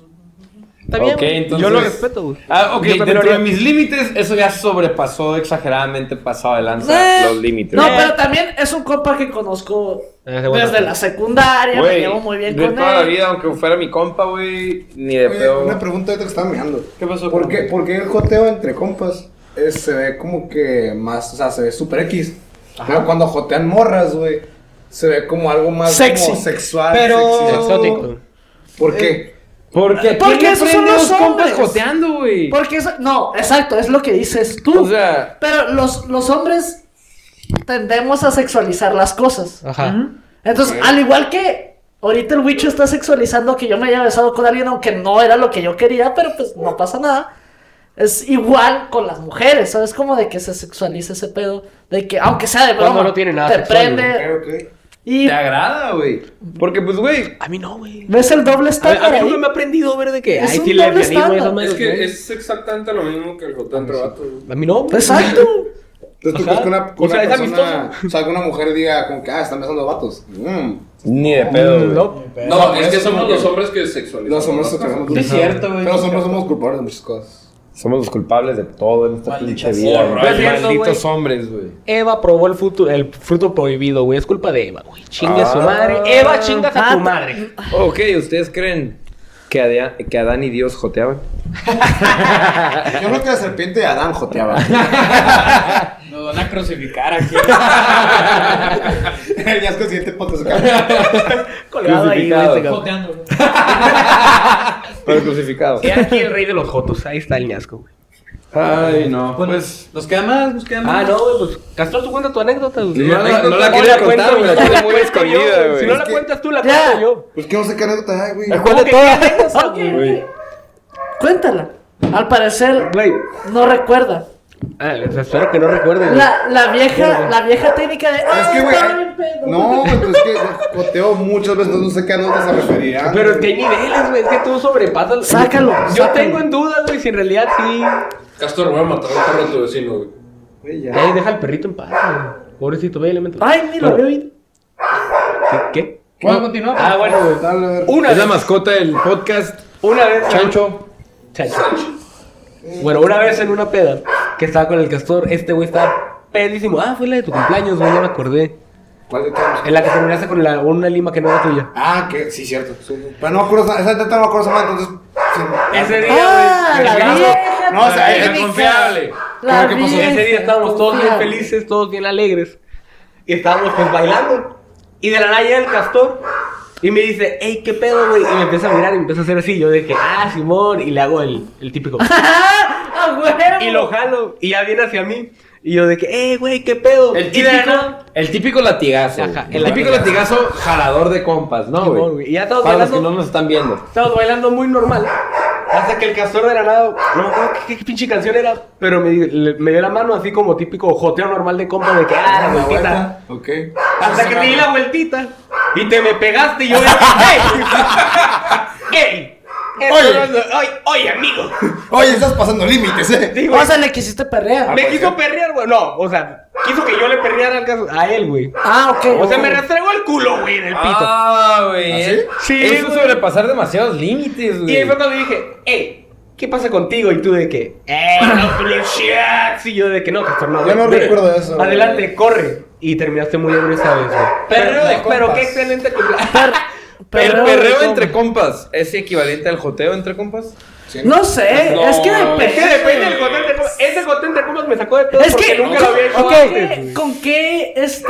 [SPEAKER 5] Está bien,
[SPEAKER 2] Ok,
[SPEAKER 5] güey.
[SPEAKER 2] entonces-
[SPEAKER 5] Yo lo respeto, güey.
[SPEAKER 2] Ah, ok,
[SPEAKER 5] Yo también
[SPEAKER 2] dentro
[SPEAKER 5] lo
[SPEAKER 2] de
[SPEAKER 5] haría.
[SPEAKER 2] mis límites, eso ya sobrepasó exageradamente pasado de lanza
[SPEAKER 4] Eh,
[SPEAKER 2] los límites.
[SPEAKER 4] No, pero también es un compa que conozco
[SPEAKER 5] Ah, ese bueno.
[SPEAKER 4] desde la secundaria, me
[SPEAKER 2] Güey,
[SPEAKER 4] llevo muy bien
[SPEAKER 2] de
[SPEAKER 4] con
[SPEAKER 2] toda la
[SPEAKER 4] él.
[SPEAKER 2] vida, aunque fuera mi compa, güey, ni de
[SPEAKER 6] Oye,
[SPEAKER 2] pedo.
[SPEAKER 6] Eh, Una pregunta ahorita que estaba mirando.
[SPEAKER 1] ¿Qué pasó?
[SPEAKER 6] ¿Por qué, por qué el joteo entre compas eh, se ve como que más, o sea, se ve super X? Pero cuando jotean morras, güey, se ve como algo más
[SPEAKER 4] Sexy.
[SPEAKER 6] como sexual,
[SPEAKER 1] Pero-
[SPEAKER 6] sexy.
[SPEAKER 5] Exótico.
[SPEAKER 2] ¿Por qué?
[SPEAKER 5] Porque aquí
[SPEAKER 4] Porque
[SPEAKER 5] le
[SPEAKER 4] esos
[SPEAKER 5] prenden
[SPEAKER 4] son los
[SPEAKER 5] los compas
[SPEAKER 4] hombres.
[SPEAKER 5] joteando, güey.
[SPEAKER 4] Porque eso, no, exacto, es lo que dices tú.
[SPEAKER 2] O sea-
[SPEAKER 4] pero los, los hombres tendemos a sexualizar las cosas.
[SPEAKER 5] Ajá.
[SPEAKER 4] Ujú. Entonces, al igual que ahorita el Wicho está sexualizando que yo me haya besado con alguien, aunque no era lo que yo quería, pero pues no pasa nada. Es igual con las mujeres, ¿sabes? Como de que se sexualiza ese pedo, de que aunque sea de broma,
[SPEAKER 5] Cuando no tiene nada
[SPEAKER 4] te
[SPEAKER 5] sexual,
[SPEAKER 4] prende
[SPEAKER 8] Ok, ok.
[SPEAKER 4] y
[SPEAKER 2] ¿Te agrada, güey? Porque, pues, güey.
[SPEAKER 5] A mí no, güey.
[SPEAKER 4] ves el doble
[SPEAKER 5] A, a
[SPEAKER 4] estándar
[SPEAKER 5] mí
[SPEAKER 4] ahí.
[SPEAKER 5] nunca me ha aprendido ver de que.
[SPEAKER 4] Es
[SPEAKER 5] Ay,
[SPEAKER 4] un
[SPEAKER 5] sí le
[SPEAKER 4] doble
[SPEAKER 5] pianismo
[SPEAKER 4] estándar.
[SPEAKER 5] esas madres,
[SPEAKER 7] Es que
[SPEAKER 5] güey.
[SPEAKER 7] es exactamente lo mismo que el joteo entre vatos. güey.
[SPEAKER 5] A mí no, güey.
[SPEAKER 4] Exacto.
[SPEAKER 8] Entonces tú
[SPEAKER 5] Ajá.
[SPEAKER 8] crees que una, que
[SPEAKER 5] O sea,
[SPEAKER 8] una
[SPEAKER 5] es
[SPEAKER 8] persona, o sea, que una mujer diga como que, ah, están besando vatos. Mm.
[SPEAKER 2] Ni de pedo, güey.
[SPEAKER 5] No.
[SPEAKER 7] No, es que
[SPEAKER 8] eso
[SPEAKER 7] somos
[SPEAKER 8] como que-
[SPEAKER 7] los hombres que sexualizamos.
[SPEAKER 8] Los hombres
[SPEAKER 7] las cosas.
[SPEAKER 8] tenemos...
[SPEAKER 1] Sí, es cierto, güey.
[SPEAKER 8] Pero los hombres somos culpables de muchas cosas.
[SPEAKER 2] Somos los culpables de todo en esta
[SPEAKER 1] Maldita
[SPEAKER 2] pinche
[SPEAKER 7] sea.
[SPEAKER 2] vida. güey.
[SPEAKER 7] Por
[SPEAKER 5] cierto,
[SPEAKER 2] Malditos hombres, güey.
[SPEAKER 5] Eva probó el fruto, el fruto prohibido, güey. Es culpa de Eva, güey. Chinga a su
[SPEAKER 2] Ah.
[SPEAKER 5] madre. Eva, chinga a tu madre.
[SPEAKER 2] Ok, ¿ustedes creen que, Adea- que Adán y Dios joteaban?
[SPEAKER 8] Yo creo que la serpiente de Adán joteaba.
[SPEAKER 1] Nos van a crucificar aquí.
[SPEAKER 8] ya es consciente, ponte su cara.
[SPEAKER 5] Colgado ahí, güey.
[SPEAKER 2] Crucificado.
[SPEAKER 5] este cabrón.
[SPEAKER 1] Joteando, güey.
[SPEAKER 2] Pero crucificados.
[SPEAKER 5] He aquí el rey de los jotos. Ahí está el ñasco, güey.
[SPEAKER 2] Ay, no.
[SPEAKER 1] Bueno,
[SPEAKER 2] Pues.
[SPEAKER 1] nos queda más, nos queda más.
[SPEAKER 5] Ah, no, güey, pues. Castro, tú cuenta tu anécdota, güey.
[SPEAKER 2] No, la- no
[SPEAKER 5] O
[SPEAKER 2] la quería
[SPEAKER 5] cuento
[SPEAKER 2] contar, güey.
[SPEAKER 5] yo,
[SPEAKER 2] La tiene muy
[SPEAKER 5] cuento yo,
[SPEAKER 2] escondida,
[SPEAKER 5] Si no
[SPEAKER 2] güey.
[SPEAKER 5] la cuentas tú, la
[SPEAKER 4] Ya.
[SPEAKER 5] cuento yo.
[SPEAKER 8] Pues que no sé qué anécdota hay, güey.
[SPEAKER 2] ¿Cuál de todas?
[SPEAKER 4] Ok, Cuéntala. Al parecer
[SPEAKER 5] Güey.
[SPEAKER 4] no recuerda.
[SPEAKER 5] Ah, o sea, espero que no recuerden. güey.
[SPEAKER 4] La, la vieja, la vieja técnica de.
[SPEAKER 8] Es que,
[SPEAKER 4] "Ay,
[SPEAKER 8] güey.
[SPEAKER 4] estaba bien pedo".
[SPEAKER 8] No, güey, pues es que joteo muchas veces, entonces no sé qué anécdota se referirá.
[SPEAKER 5] Pero es que hay niveles, güey. Es que tú sobrepasas.
[SPEAKER 4] Sácalo,
[SPEAKER 5] Yo
[SPEAKER 4] sácalo.
[SPEAKER 5] tengo en duda, güey, si en realidad sí.
[SPEAKER 7] Castor, voy a matar al perro de tu vecino, güey.
[SPEAKER 8] Güey, ya.
[SPEAKER 5] Ey, deja al perrito en paz, güey. Pobrecito, ve elemento.
[SPEAKER 4] Ay, mira,
[SPEAKER 5] Bueno.
[SPEAKER 4] veo y-
[SPEAKER 5] ¿Qué? ¿Qué?
[SPEAKER 1] Bueno, continúa. pues.
[SPEAKER 5] Ah, bueno, güey.
[SPEAKER 8] Dale, a ver.
[SPEAKER 5] Una
[SPEAKER 2] Es
[SPEAKER 5] vez.
[SPEAKER 2] la mascota del podcast.
[SPEAKER 5] Una vez.
[SPEAKER 2] Chancho.
[SPEAKER 5] Chacho. Bueno, una vez en una peda que estaba con el castor, este güey estaba pedísimo. Ah, fue la de tu cumpleaños, güey, ya me acordé.
[SPEAKER 8] ¿Cuál de todas?
[SPEAKER 5] En la que terminaste con la- una lima que no era tuya.
[SPEAKER 8] Ah, que sí, cierto. Sí, sí. Pero no me acuerdo, esa esa neta no me acuerdo esa madre, entonces. sí, no.
[SPEAKER 5] Ese día,
[SPEAKER 4] Ah,
[SPEAKER 5] güey.
[SPEAKER 4] la
[SPEAKER 5] el
[SPEAKER 4] vieja.
[SPEAKER 8] No, o sea,
[SPEAKER 4] técnica.
[SPEAKER 8] es
[SPEAKER 2] confiable.
[SPEAKER 8] ¿Qué
[SPEAKER 4] La
[SPEAKER 8] pasó?
[SPEAKER 4] vieja
[SPEAKER 5] pues, Ese día estábamos todos bien
[SPEAKER 4] confiable.
[SPEAKER 5] felices, todos bien alegres. Y estábamos pues bailando. Y de la nada llega el castor. Y me dice, hey, ¿qué pedo, güey? Y me empieza a mirar y me empieza a hacer así. Yo de que, ah, Simón. Y le hago el, el típico.
[SPEAKER 4] ¡Ah! ¡A huevo!
[SPEAKER 5] y lo jalo. Y ya viene hacia mí. Y yo de que, hey, güey, ¿qué pedo?
[SPEAKER 2] El
[SPEAKER 5] Y de la
[SPEAKER 2] típico,
[SPEAKER 5] nada-
[SPEAKER 2] el típico latigazo.
[SPEAKER 5] Ajá,
[SPEAKER 2] güey.
[SPEAKER 5] el
[SPEAKER 2] el típico latigazo jalador de compas, ¿no,
[SPEAKER 5] Simón,
[SPEAKER 2] güey?
[SPEAKER 5] güey. Y ya todos
[SPEAKER 2] Para los que
[SPEAKER 5] bailando.
[SPEAKER 2] no nos están viendo.
[SPEAKER 5] Estábamos bailando muy normal. Hasta que el castor de la nada, no me acuerdo qué, qué pinche canción era, pero me, le- me dio la mano así como típico joteo normal de compa de que, ah, la
[SPEAKER 8] La
[SPEAKER 5] vueltita.
[SPEAKER 8] vuelta, Ok.
[SPEAKER 5] Hasta que te di la vueltita y te me pegaste y yo era ¡Ey! ¡Ey! Esto
[SPEAKER 8] Oye.
[SPEAKER 5] no es lo- ¡Oye! oye, amigo!
[SPEAKER 8] Oye, estás pasando límites, eh.
[SPEAKER 5] Sí, güey.
[SPEAKER 4] O sea, le quisiste perrear.
[SPEAKER 5] me quiso perrear, güey. No, o sea, quiso que yo le perreara al caso- a él, güey.
[SPEAKER 4] Ah, ok.
[SPEAKER 5] O sea, me restregó el culo, güey, en el pito.
[SPEAKER 2] Ah, güey.
[SPEAKER 5] Sí,
[SPEAKER 2] Eso es
[SPEAKER 5] güey.
[SPEAKER 2] sobrepasar demasiados límites,
[SPEAKER 5] y
[SPEAKER 2] güey.
[SPEAKER 5] ahí fue cuando dije, ¡Ey! ¿Qué pasa contigo? Y tú de que, ¡Ey! ¡No, pero shit! Y yo de que no, Castor, no.
[SPEAKER 8] Yo
[SPEAKER 5] güey,
[SPEAKER 8] no
[SPEAKER 5] güey.
[SPEAKER 8] recuerdo eso, güey.
[SPEAKER 5] Adelante, corre. Y terminaste muy ebrio esa vez, güey.
[SPEAKER 2] Perreo de
[SPEAKER 5] Pero
[SPEAKER 2] compas.
[SPEAKER 5] qué excelente cumpleaños.
[SPEAKER 2] el
[SPEAKER 4] perreo de
[SPEAKER 2] perreo
[SPEAKER 4] compas.
[SPEAKER 2] entre compas es equivalente al joteo entre compas.
[SPEAKER 4] No sé,
[SPEAKER 7] No,
[SPEAKER 4] es que
[SPEAKER 5] Es que
[SPEAKER 4] depende.
[SPEAKER 5] depende del contente de Pumas. Ese contente de Pumas me sacó de todo
[SPEAKER 4] Es
[SPEAKER 5] porque
[SPEAKER 4] que,
[SPEAKER 5] nunca lo había hecho
[SPEAKER 4] ok,
[SPEAKER 5] antes, güey.
[SPEAKER 4] ¿con qué, este,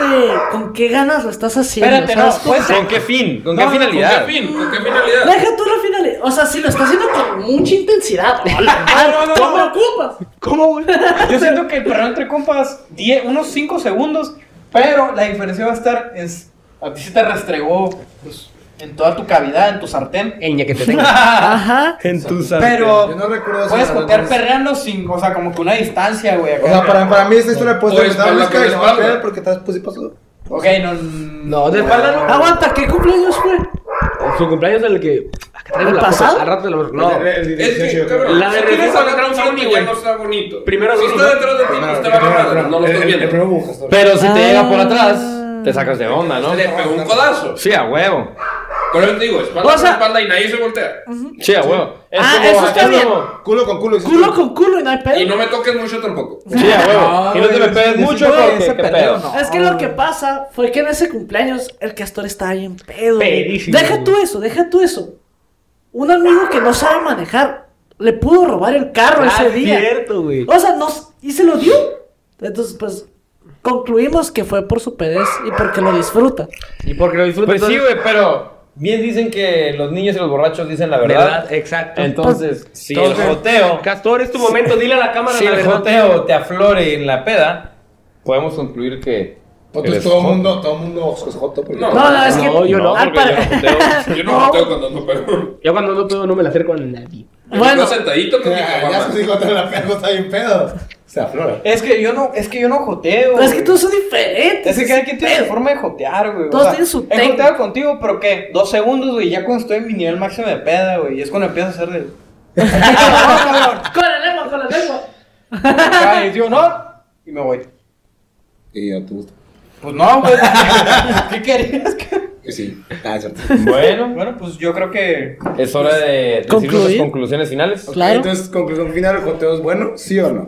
[SPEAKER 4] con qué ganas lo estás haciendo?
[SPEAKER 1] Espérate, no,
[SPEAKER 4] ¿Sabes?
[SPEAKER 1] pues.
[SPEAKER 2] ¿Con qué fin? ¿Con qué
[SPEAKER 7] No, no,
[SPEAKER 2] finalidad?
[SPEAKER 7] ¿Con qué fin? ¿Con qué finalidad?
[SPEAKER 4] Deja tú la final. O sea, si lo estás haciendo con mucha intensidad. hola, madre,
[SPEAKER 1] no, no,
[SPEAKER 4] ¿Cómo
[SPEAKER 1] no.
[SPEAKER 4] ocupas?
[SPEAKER 5] ¿Cómo, güey?
[SPEAKER 1] Yo siento que el perreo entre compas, die- unos 5 segundos, pero la diferencia va a estar en. s- A ti se te restregó pues, en toda tu cavidad, en tu sartén.
[SPEAKER 5] Eña que te tenga.
[SPEAKER 4] Ajá.
[SPEAKER 2] En tus
[SPEAKER 1] Pero
[SPEAKER 8] Yo no recuerdo eso.
[SPEAKER 1] puedes
[SPEAKER 8] la verdad.
[SPEAKER 1] jotear perreando sin, o sea, como que una distancia, güey. acá.
[SPEAKER 8] O sea, para, para mí esta historia puede ser
[SPEAKER 7] Pues, para
[SPEAKER 8] tan
[SPEAKER 7] la
[SPEAKER 8] rica y no va a
[SPEAKER 7] espalda.
[SPEAKER 8] creer porque estás pues sí pasó.
[SPEAKER 1] Ok, no.
[SPEAKER 5] No, de espalda no.
[SPEAKER 4] Aguanta, ¿qué cumpleaños fue?
[SPEAKER 5] Su cumpleaños en el que. Ah, que traigo
[SPEAKER 4] ¿El
[SPEAKER 5] la foto.
[SPEAKER 4] pasado?
[SPEAKER 5] Al rato te lo. No.
[SPEAKER 7] Es que, cabrón,
[SPEAKER 5] La de
[SPEAKER 7] si quieres
[SPEAKER 5] regreso
[SPEAKER 7] hablar
[SPEAKER 5] contra
[SPEAKER 7] de
[SPEAKER 5] un
[SPEAKER 7] un
[SPEAKER 5] zombie,
[SPEAKER 7] que
[SPEAKER 5] güey.
[SPEAKER 7] ya no está bonito.
[SPEAKER 5] Primero
[SPEAKER 7] si
[SPEAKER 5] vino,
[SPEAKER 7] está
[SPEAKER 5] ¿no?
[SPEAKER 7] detrás de ti, pues te va a ganar, no lo estás
[SPEAKER 8] El
[SPEAKER 7] viendo.
[SPEAKER 8] primero bujas.
[SPEAKER 2] Pero si te llega por
[SPEAKER 4] Ah.
[SPEAKER 2] atrás, te sacas de onda, ¿no?
[SPEAKER 7] Le pegó un codazo.
[SPEAKER 2] Sí, a huevo.
[SPEAKER 7] Por eso te digo, espalda
[SPEAKER 4] O sea-
[SPEAKER 7] con espalda y nadie se voltea.
[SPEAKER 2] Sí, a huevo. Es
[SPEAKER 4] Ah,
[SPEAKER 2] como-
[SPEAKER 4] eso está
[SPEAKER 2] es
[SPEAKER 4] bien.
[SPEAKER 2] como-
[SPEAKER 8] Culo con culo. hiciste.
[SPEAKER 4] Culo con culo y no hay pedo.
[SPEAKER 7] Y no me toques mucho tampoco.
[SPEAKER 2] Sí, a huevo. y no te me
[SPEAKER 1] güey,
[SPEAKER 2] pegues
[SPEAKER 1] ese-
[SPEAKER 2] mucho
[SPEAKER 1] güey,
[SPEAKER 2] porque
[SPEAKER 1] ese
[SPEAKER 2] qué
[SPEAKER 1] perreo
[SPEAKER 2] pedo.
[SPEAKER 1] no.
[SPEAKER 4] Es que lo que pasa fue que en ese cumpleaños el castor estaba bien pedo. güey.
[SPEAKER 5] Pedísimo,
[SPEAKER 4] Deja
[SPEAKER 5] güey.
[SPEAKER 4] tú eso, deja tú eso. Un amigo que no sabe manejar le pudo robar el carro
[SPEAKER 5] Ah,
[SPEAKER 4] ese día.
[SPEAKER 5] cierto, güey.
[SPEAKER 4] O sea, nos, y se lo dio. Entonces, pues, concluimos que fue por su pedez y porque lo disfruta.
[SPEAKER 5] Y porque lo disfrutas.
[SPEAKER 2] Pues sí, güey, pero Bien dicen que los niños y los borrachos dicen la verdad.
[SPEAKER 5] ¿Verdad? Exacto.
[SPEAKER 2] Entonces, si el
[SPEAKER 5] entonces,
[SPEAKER 2] joteo,
[SPEAKER 5] Castor, es tu momento, dile a la cámara
[SPEAKER 2] si
[SPEAKER 5] la
[SPEAKER 2] el
[SPEAKER 5] verdad.
[SPEAKER 2] joteo te aflore en la peda, podemos concluir que
[SPEAKER 6] Entonces
[SPEAKER 2] eres
[SPEAKER 6] todo el
[SPEAKER 2] joto.
[SPEAKER 6] mundo, todo el mundo se jota
[SPEAKER 8] pues.
[SPEAKER 6] porque...
[SPEAKER 7] No.
[SPEAKER 4] No, no, es que.
[SPEAKER 5] No, yo no.
[SPEAKER 4] al
[SPEAKER 7] porque
[SPEAKER 4] pare-
[SPEAKER 7] yo no joteo. Yo no joteo cuando ando pedo.
[SPEAKER 5] Yo cuando no puedo no me la acerco a nadie.
[SPEAKER 7] Bueno.
[SPEAKER 4] Bueno.
[SPEAKER 7] sentadito con mi
[SPEAKER 6] Ya, ya
[SPEAKER 7] caguama.
[SPEAKER 6] se dijo, la pedo, está bien pedo. Se aflora.
[SPEAKER 1] Es que yo no, es que yo no joteo.
[SPEAKER 4] Pero es que
[SPEAKER 1] güey.
[SPEAKER 4] todos son diferentes.
[SPEAKER 1] Es que cada quien tiene su
[SPEAKER 4] pedo.
[SPEAKER 1] forma de jotear, güey.
[SPEAKER 4] Todos tienen su
[SPEAKER 1] He
[SPEAKER 4] técnica.
[SPEAKER 1] joteado contigo, pero ¿qué? Dos segundos, güey. Ya cuando estoy en mi nivel máximo de peda, güey. Y es cuando empiezo a hacer de.
[SPEAKER 4] Con la lengua, con la lengua.
[SPEAKER 1] Ay, digo, no. Y me voy.
[SPEAKER 6] Y a tu gusto.
[SPEAKER 1] Pues no, güey. ¿Qué querías que.?
[SPEAKER 6] Y sí. Ah, es cierto.
[SPEAKER 2] Bueno,
[SPEAKER 1] Bueno, pues yo creo que.
[SPEAKER 2] es hora de decir
[SPEAKER 4] Concluir.
[SPEAKER 2] nuestras conclusiones finales.
[SPEAKER 4] Claro.
[SPEAKER 6] Entonces, conclusión final, ¿el joteo es bueno? ¿Sí o no?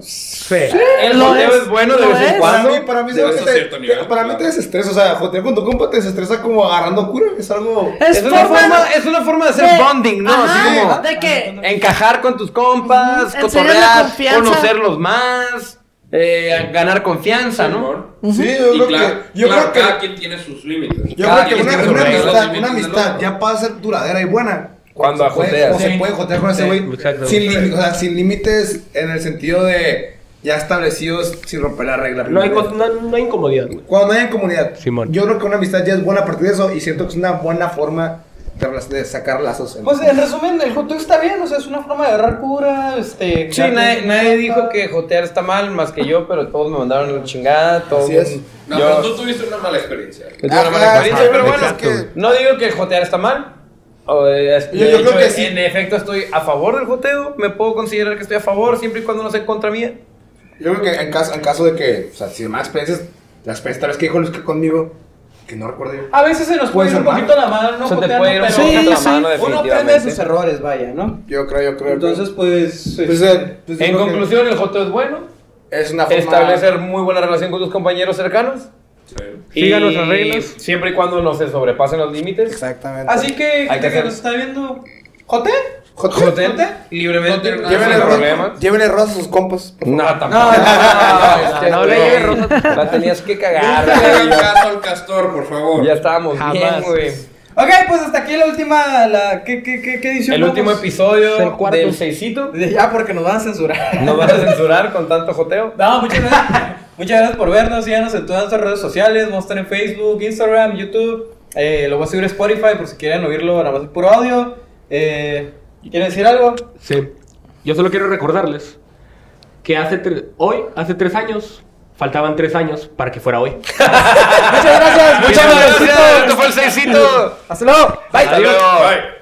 [SPEAKER 2] El
[SPEAKER 4] Lo
[SPEAKER 2] joteo
[SPEAKER 4] es,
[SPEAKER 2] es bueno de
[SPEAKER 4] lo
[SPEAKER 2] vez en
[SPEAKER 4] es.
[SPEAKER 2] cuando.
[SPEAKER 6] Para mí, para mí,
[SPEAKER 7] De
[SPEAKER 6] ¿sabes
[SPEAKER 7] eso
[SPEAKER 6] qué te-
[SPEAKER 7] cierto nivel,
[SPEAKER 6] para mí
[SPEAKER 7] claro.
[SPEAKER 6] te desestresa. O sea, jotear con tu compa te desestresa como agarrando cura. Es algo.
[SPEAKER 4] Es,
[SPEAKER 2] Es una forma, es una forma de hacer
[SPEAKER 4] de-
[SPEAKER 2] bonding, ¿no? Así
[SPEAKER 4] Ajá,
[SPEAKER 2] como
[SPEAKER 4] De que.
[SPEAKER 2] encajar con tus compas,
[SPEAKER 4] Ujú, enseñar la
[SPEAKER 2] cotorrear,
[SPEAKER 4] confianza.
[SPEAKER 2] conocerlos más, eh, ganar confianza, ¿no?
[SPEAKER 6] Sí, yo
[SPEAKER 7] Y
[SPEAKER 6] creo
[SPEAKER 7] claro,
[SPEAKER 6] que. Yo
[SPEAKER 7] claro,
[SPEAKER 6] creo que.
[SPEAKER 7] cada quien tiene sus límites.
[SPEAKER 6] Yo
[SPEAKER 2] Cada
[SPEAKER 6] creo que
[SPEAKER 2] quien
[SPEAKER 6] una,
[SPEAKER 2] tiene sus
[SPEAKER 6] una
[SPEAKER 2] reglas,
[SPEAKER 6] amistad,
[SPEAKER 7] los
[SPEAKER 6] una
[SPEAKER 7] límites del
[SPEAKER 6] amistad
[SPEAKER 7] otro.
[SPEAKER 6] ya puede ser duradera y buena.
[SPEAKER 2] Cuando
[SPEAKER 6] se puede,
[SPEAKER 2] joteas.
[SPEAKER 6] O se
[SPEAKER 2] Sí.
[SPEAKER 6] puede jotear con ese güey.
[SPEAKER 5] exacto.
[SPEAKER 6] Sin, límites, o sea, sin límites en el sentido de ya establecidos sin romper la regla.
[SPEAKER 5] No hay,
[SPEAKER 6] primero.
[SPEAKER 5] cos- no, no hay incomodidad, güey.
[SPEAKER 6] Cuando hay en comunidad.
[SPEAKER 5] Simón.
[SPEAKER 6] Yo creo que una amistad ya es buena a partir de eso y siento que es una buena forma de, rela- de sacar lazos. en-
[SPEAKER 1] Pues en resumen, el joteo está bien. O sea, es una forma de agarrar cura. Este.
[SPEAKER 2] Sí,
[SPEAKER 1] quedarte
[SPEAKER 2] nadie,
[SPEAKER 1] con
[SPEAKER 2] nadie
[SPEAKER 1] tu compa.
[SPEAKER 2] dijo que jotear está mal más que yo, pero todos me mandaron la chingada. Todos
[SPEAKER 6] Así es.
[SPEAKER 7] No,
[SPEAKER 2] yo-
[SPEAKER 7] pero tú tuviste una mala experiencia.
[SPEAKER 2] yo tuve una mala
[SPEAKER 6] Ajá,
[SPEAKER 2] experiencia,
[SPEAKER 6] ajá,
[SPEAKER 2] pero bueno,
[SPEAKER 6] exacto.
[SPEAKER 2] es que no digo que jotear está mal. o, eh, es-
[SPEAKER 6] Yo-
[SPEAKER 2] de
[SPEAKER 6] yo creo
[SPEAKER 2] hecho,
[SPEAKER 6] que sí.
[SPEAKER 2] En efecto, estoy a favor del joteo. Me puedo considerar que estoy a favor siempre y cuando no sea en contra mía.
[SPEAKER 6] Yo creo que en caso, en caso de que, o sea, si más experiencias, las experiencias tal vez que dijo Luis que conmigo, que no recuerdo yo.
[SPEAKER 1] A veces se nos puede
[SPEAKER 6] Puede
[SPEAKER 1] ir un
[SPEAKER 6] ser
[SPEAKER 1] poquito la mano, no
[SPEAKER 2] Se te
[SPEAKER 1] joteando,
[SPEAKER 2] puede ir un
[SPEAKER 1] pero.
[SPEAKER 2] poquito la mano,
[SPEAKER 1] Uno aprende de
[SPEAKER 2] definitivamente.
[SPEAKER 1] sus errores, vaya, ¿no?
[SPEAKER 6] Yo creo, yo creo.
[SPEAKER 1] Entonces, pues.
[SPEAKER 6] Pues, eh, pues, yo
[SPEAKER 2] En
[SPEAKER 6] creo que
[SPEAKER 2] conclusión, el joteo es bueno.
[SPEAKER 6] es una forma.
[SPEAKER 2] Establecer muy buena relación con tus compañeros cercanos.
[SPEAKER 7] Sí.
[SPEAKER 5] Sigan
[SPEAKER 2] Y
[SPEAKER 5] nuestras reglas.
[SPEAKER 2] Siempre y cuando no se sobrepasen los límites.
[SPEAKER 6] Exactamente.
[SPEAKER 1] Así que,
[SPEAKER 2] Hay que
[SPEAKER 1] gente que
[SPEAKER 2] hacer-
[SPEAKER 1] nos está viendo. ¿Jote?
[SPEAKER 2] Joteen libremente.
[SPEAKER 7] Joteen,
[SPEAKER 1] Ah,
[SPEAKER 2] no
[SPEAKER 7] llévenle
[SPEAKER 2] hay
[SPEAKER 7] rosas.
[SPEAKER 2] problema.
[SPEAKER 6] Llévenle rosas a sus compas.
[SPEAKER 2] No, tampoco.
[SPEAKER 1] No, no, no, no,
[SPEAKER 2] Este,
[SPEAKER 5] no, no,
[SPEAKER 2] güey,
[SPEAKER 5] le lleve rosas.
[SPEAKER 2] La tenías que cagar,
[SPEAKER 7] Nunca le hagan
[SPEAKER 2] güey.
[SPEAKER 7] caso al castor, por favor.
[SPEAKER 2] Ya estábamos bien,
[SPEAKER 5] Jamás.
[SPEAKER 2] güey.
[SPEAKER 1] Ok, pues hasta aquí la última. La, ¿qué, qué, qué, qué edición?
[SPEAKER 2] El
[SPEAKER 1] vamos?
[SPEAKER 2] último episodio
[SPEAKER 5] El cuarto.
[SPEAKER 2] del seisito.
[SPEAKER 1] Ya, porque nos van a censurar.
[SPEAKER 2] Nos van a censurar con tanto joteo.
[SPEAKER 1] No, muchas gracias. muchas gracias por vernos. Síganos en todas nuestras redes sociales. Vamos a estar en Facebook, Instagram, YouTube. Eh, lo voy a subir a Spotify por si quieren oírlo nada más en puro audio. Eh, ¿Quieren decir algo?
[SPEAKER 5] Sí. Yo solo quiero recordarles que hace tre- hoy, hace tres años, faltaban tres años para que fuera hoy.
[SPEAKER 1] Muchas gracias.
[SPEAKER 2] Muchas gracias. Esto fue el seisito.
[SPEAKER 1] Hasta luego.
[SPEAKER 2] Hasta luego.
[SPEAKER 7] Bye.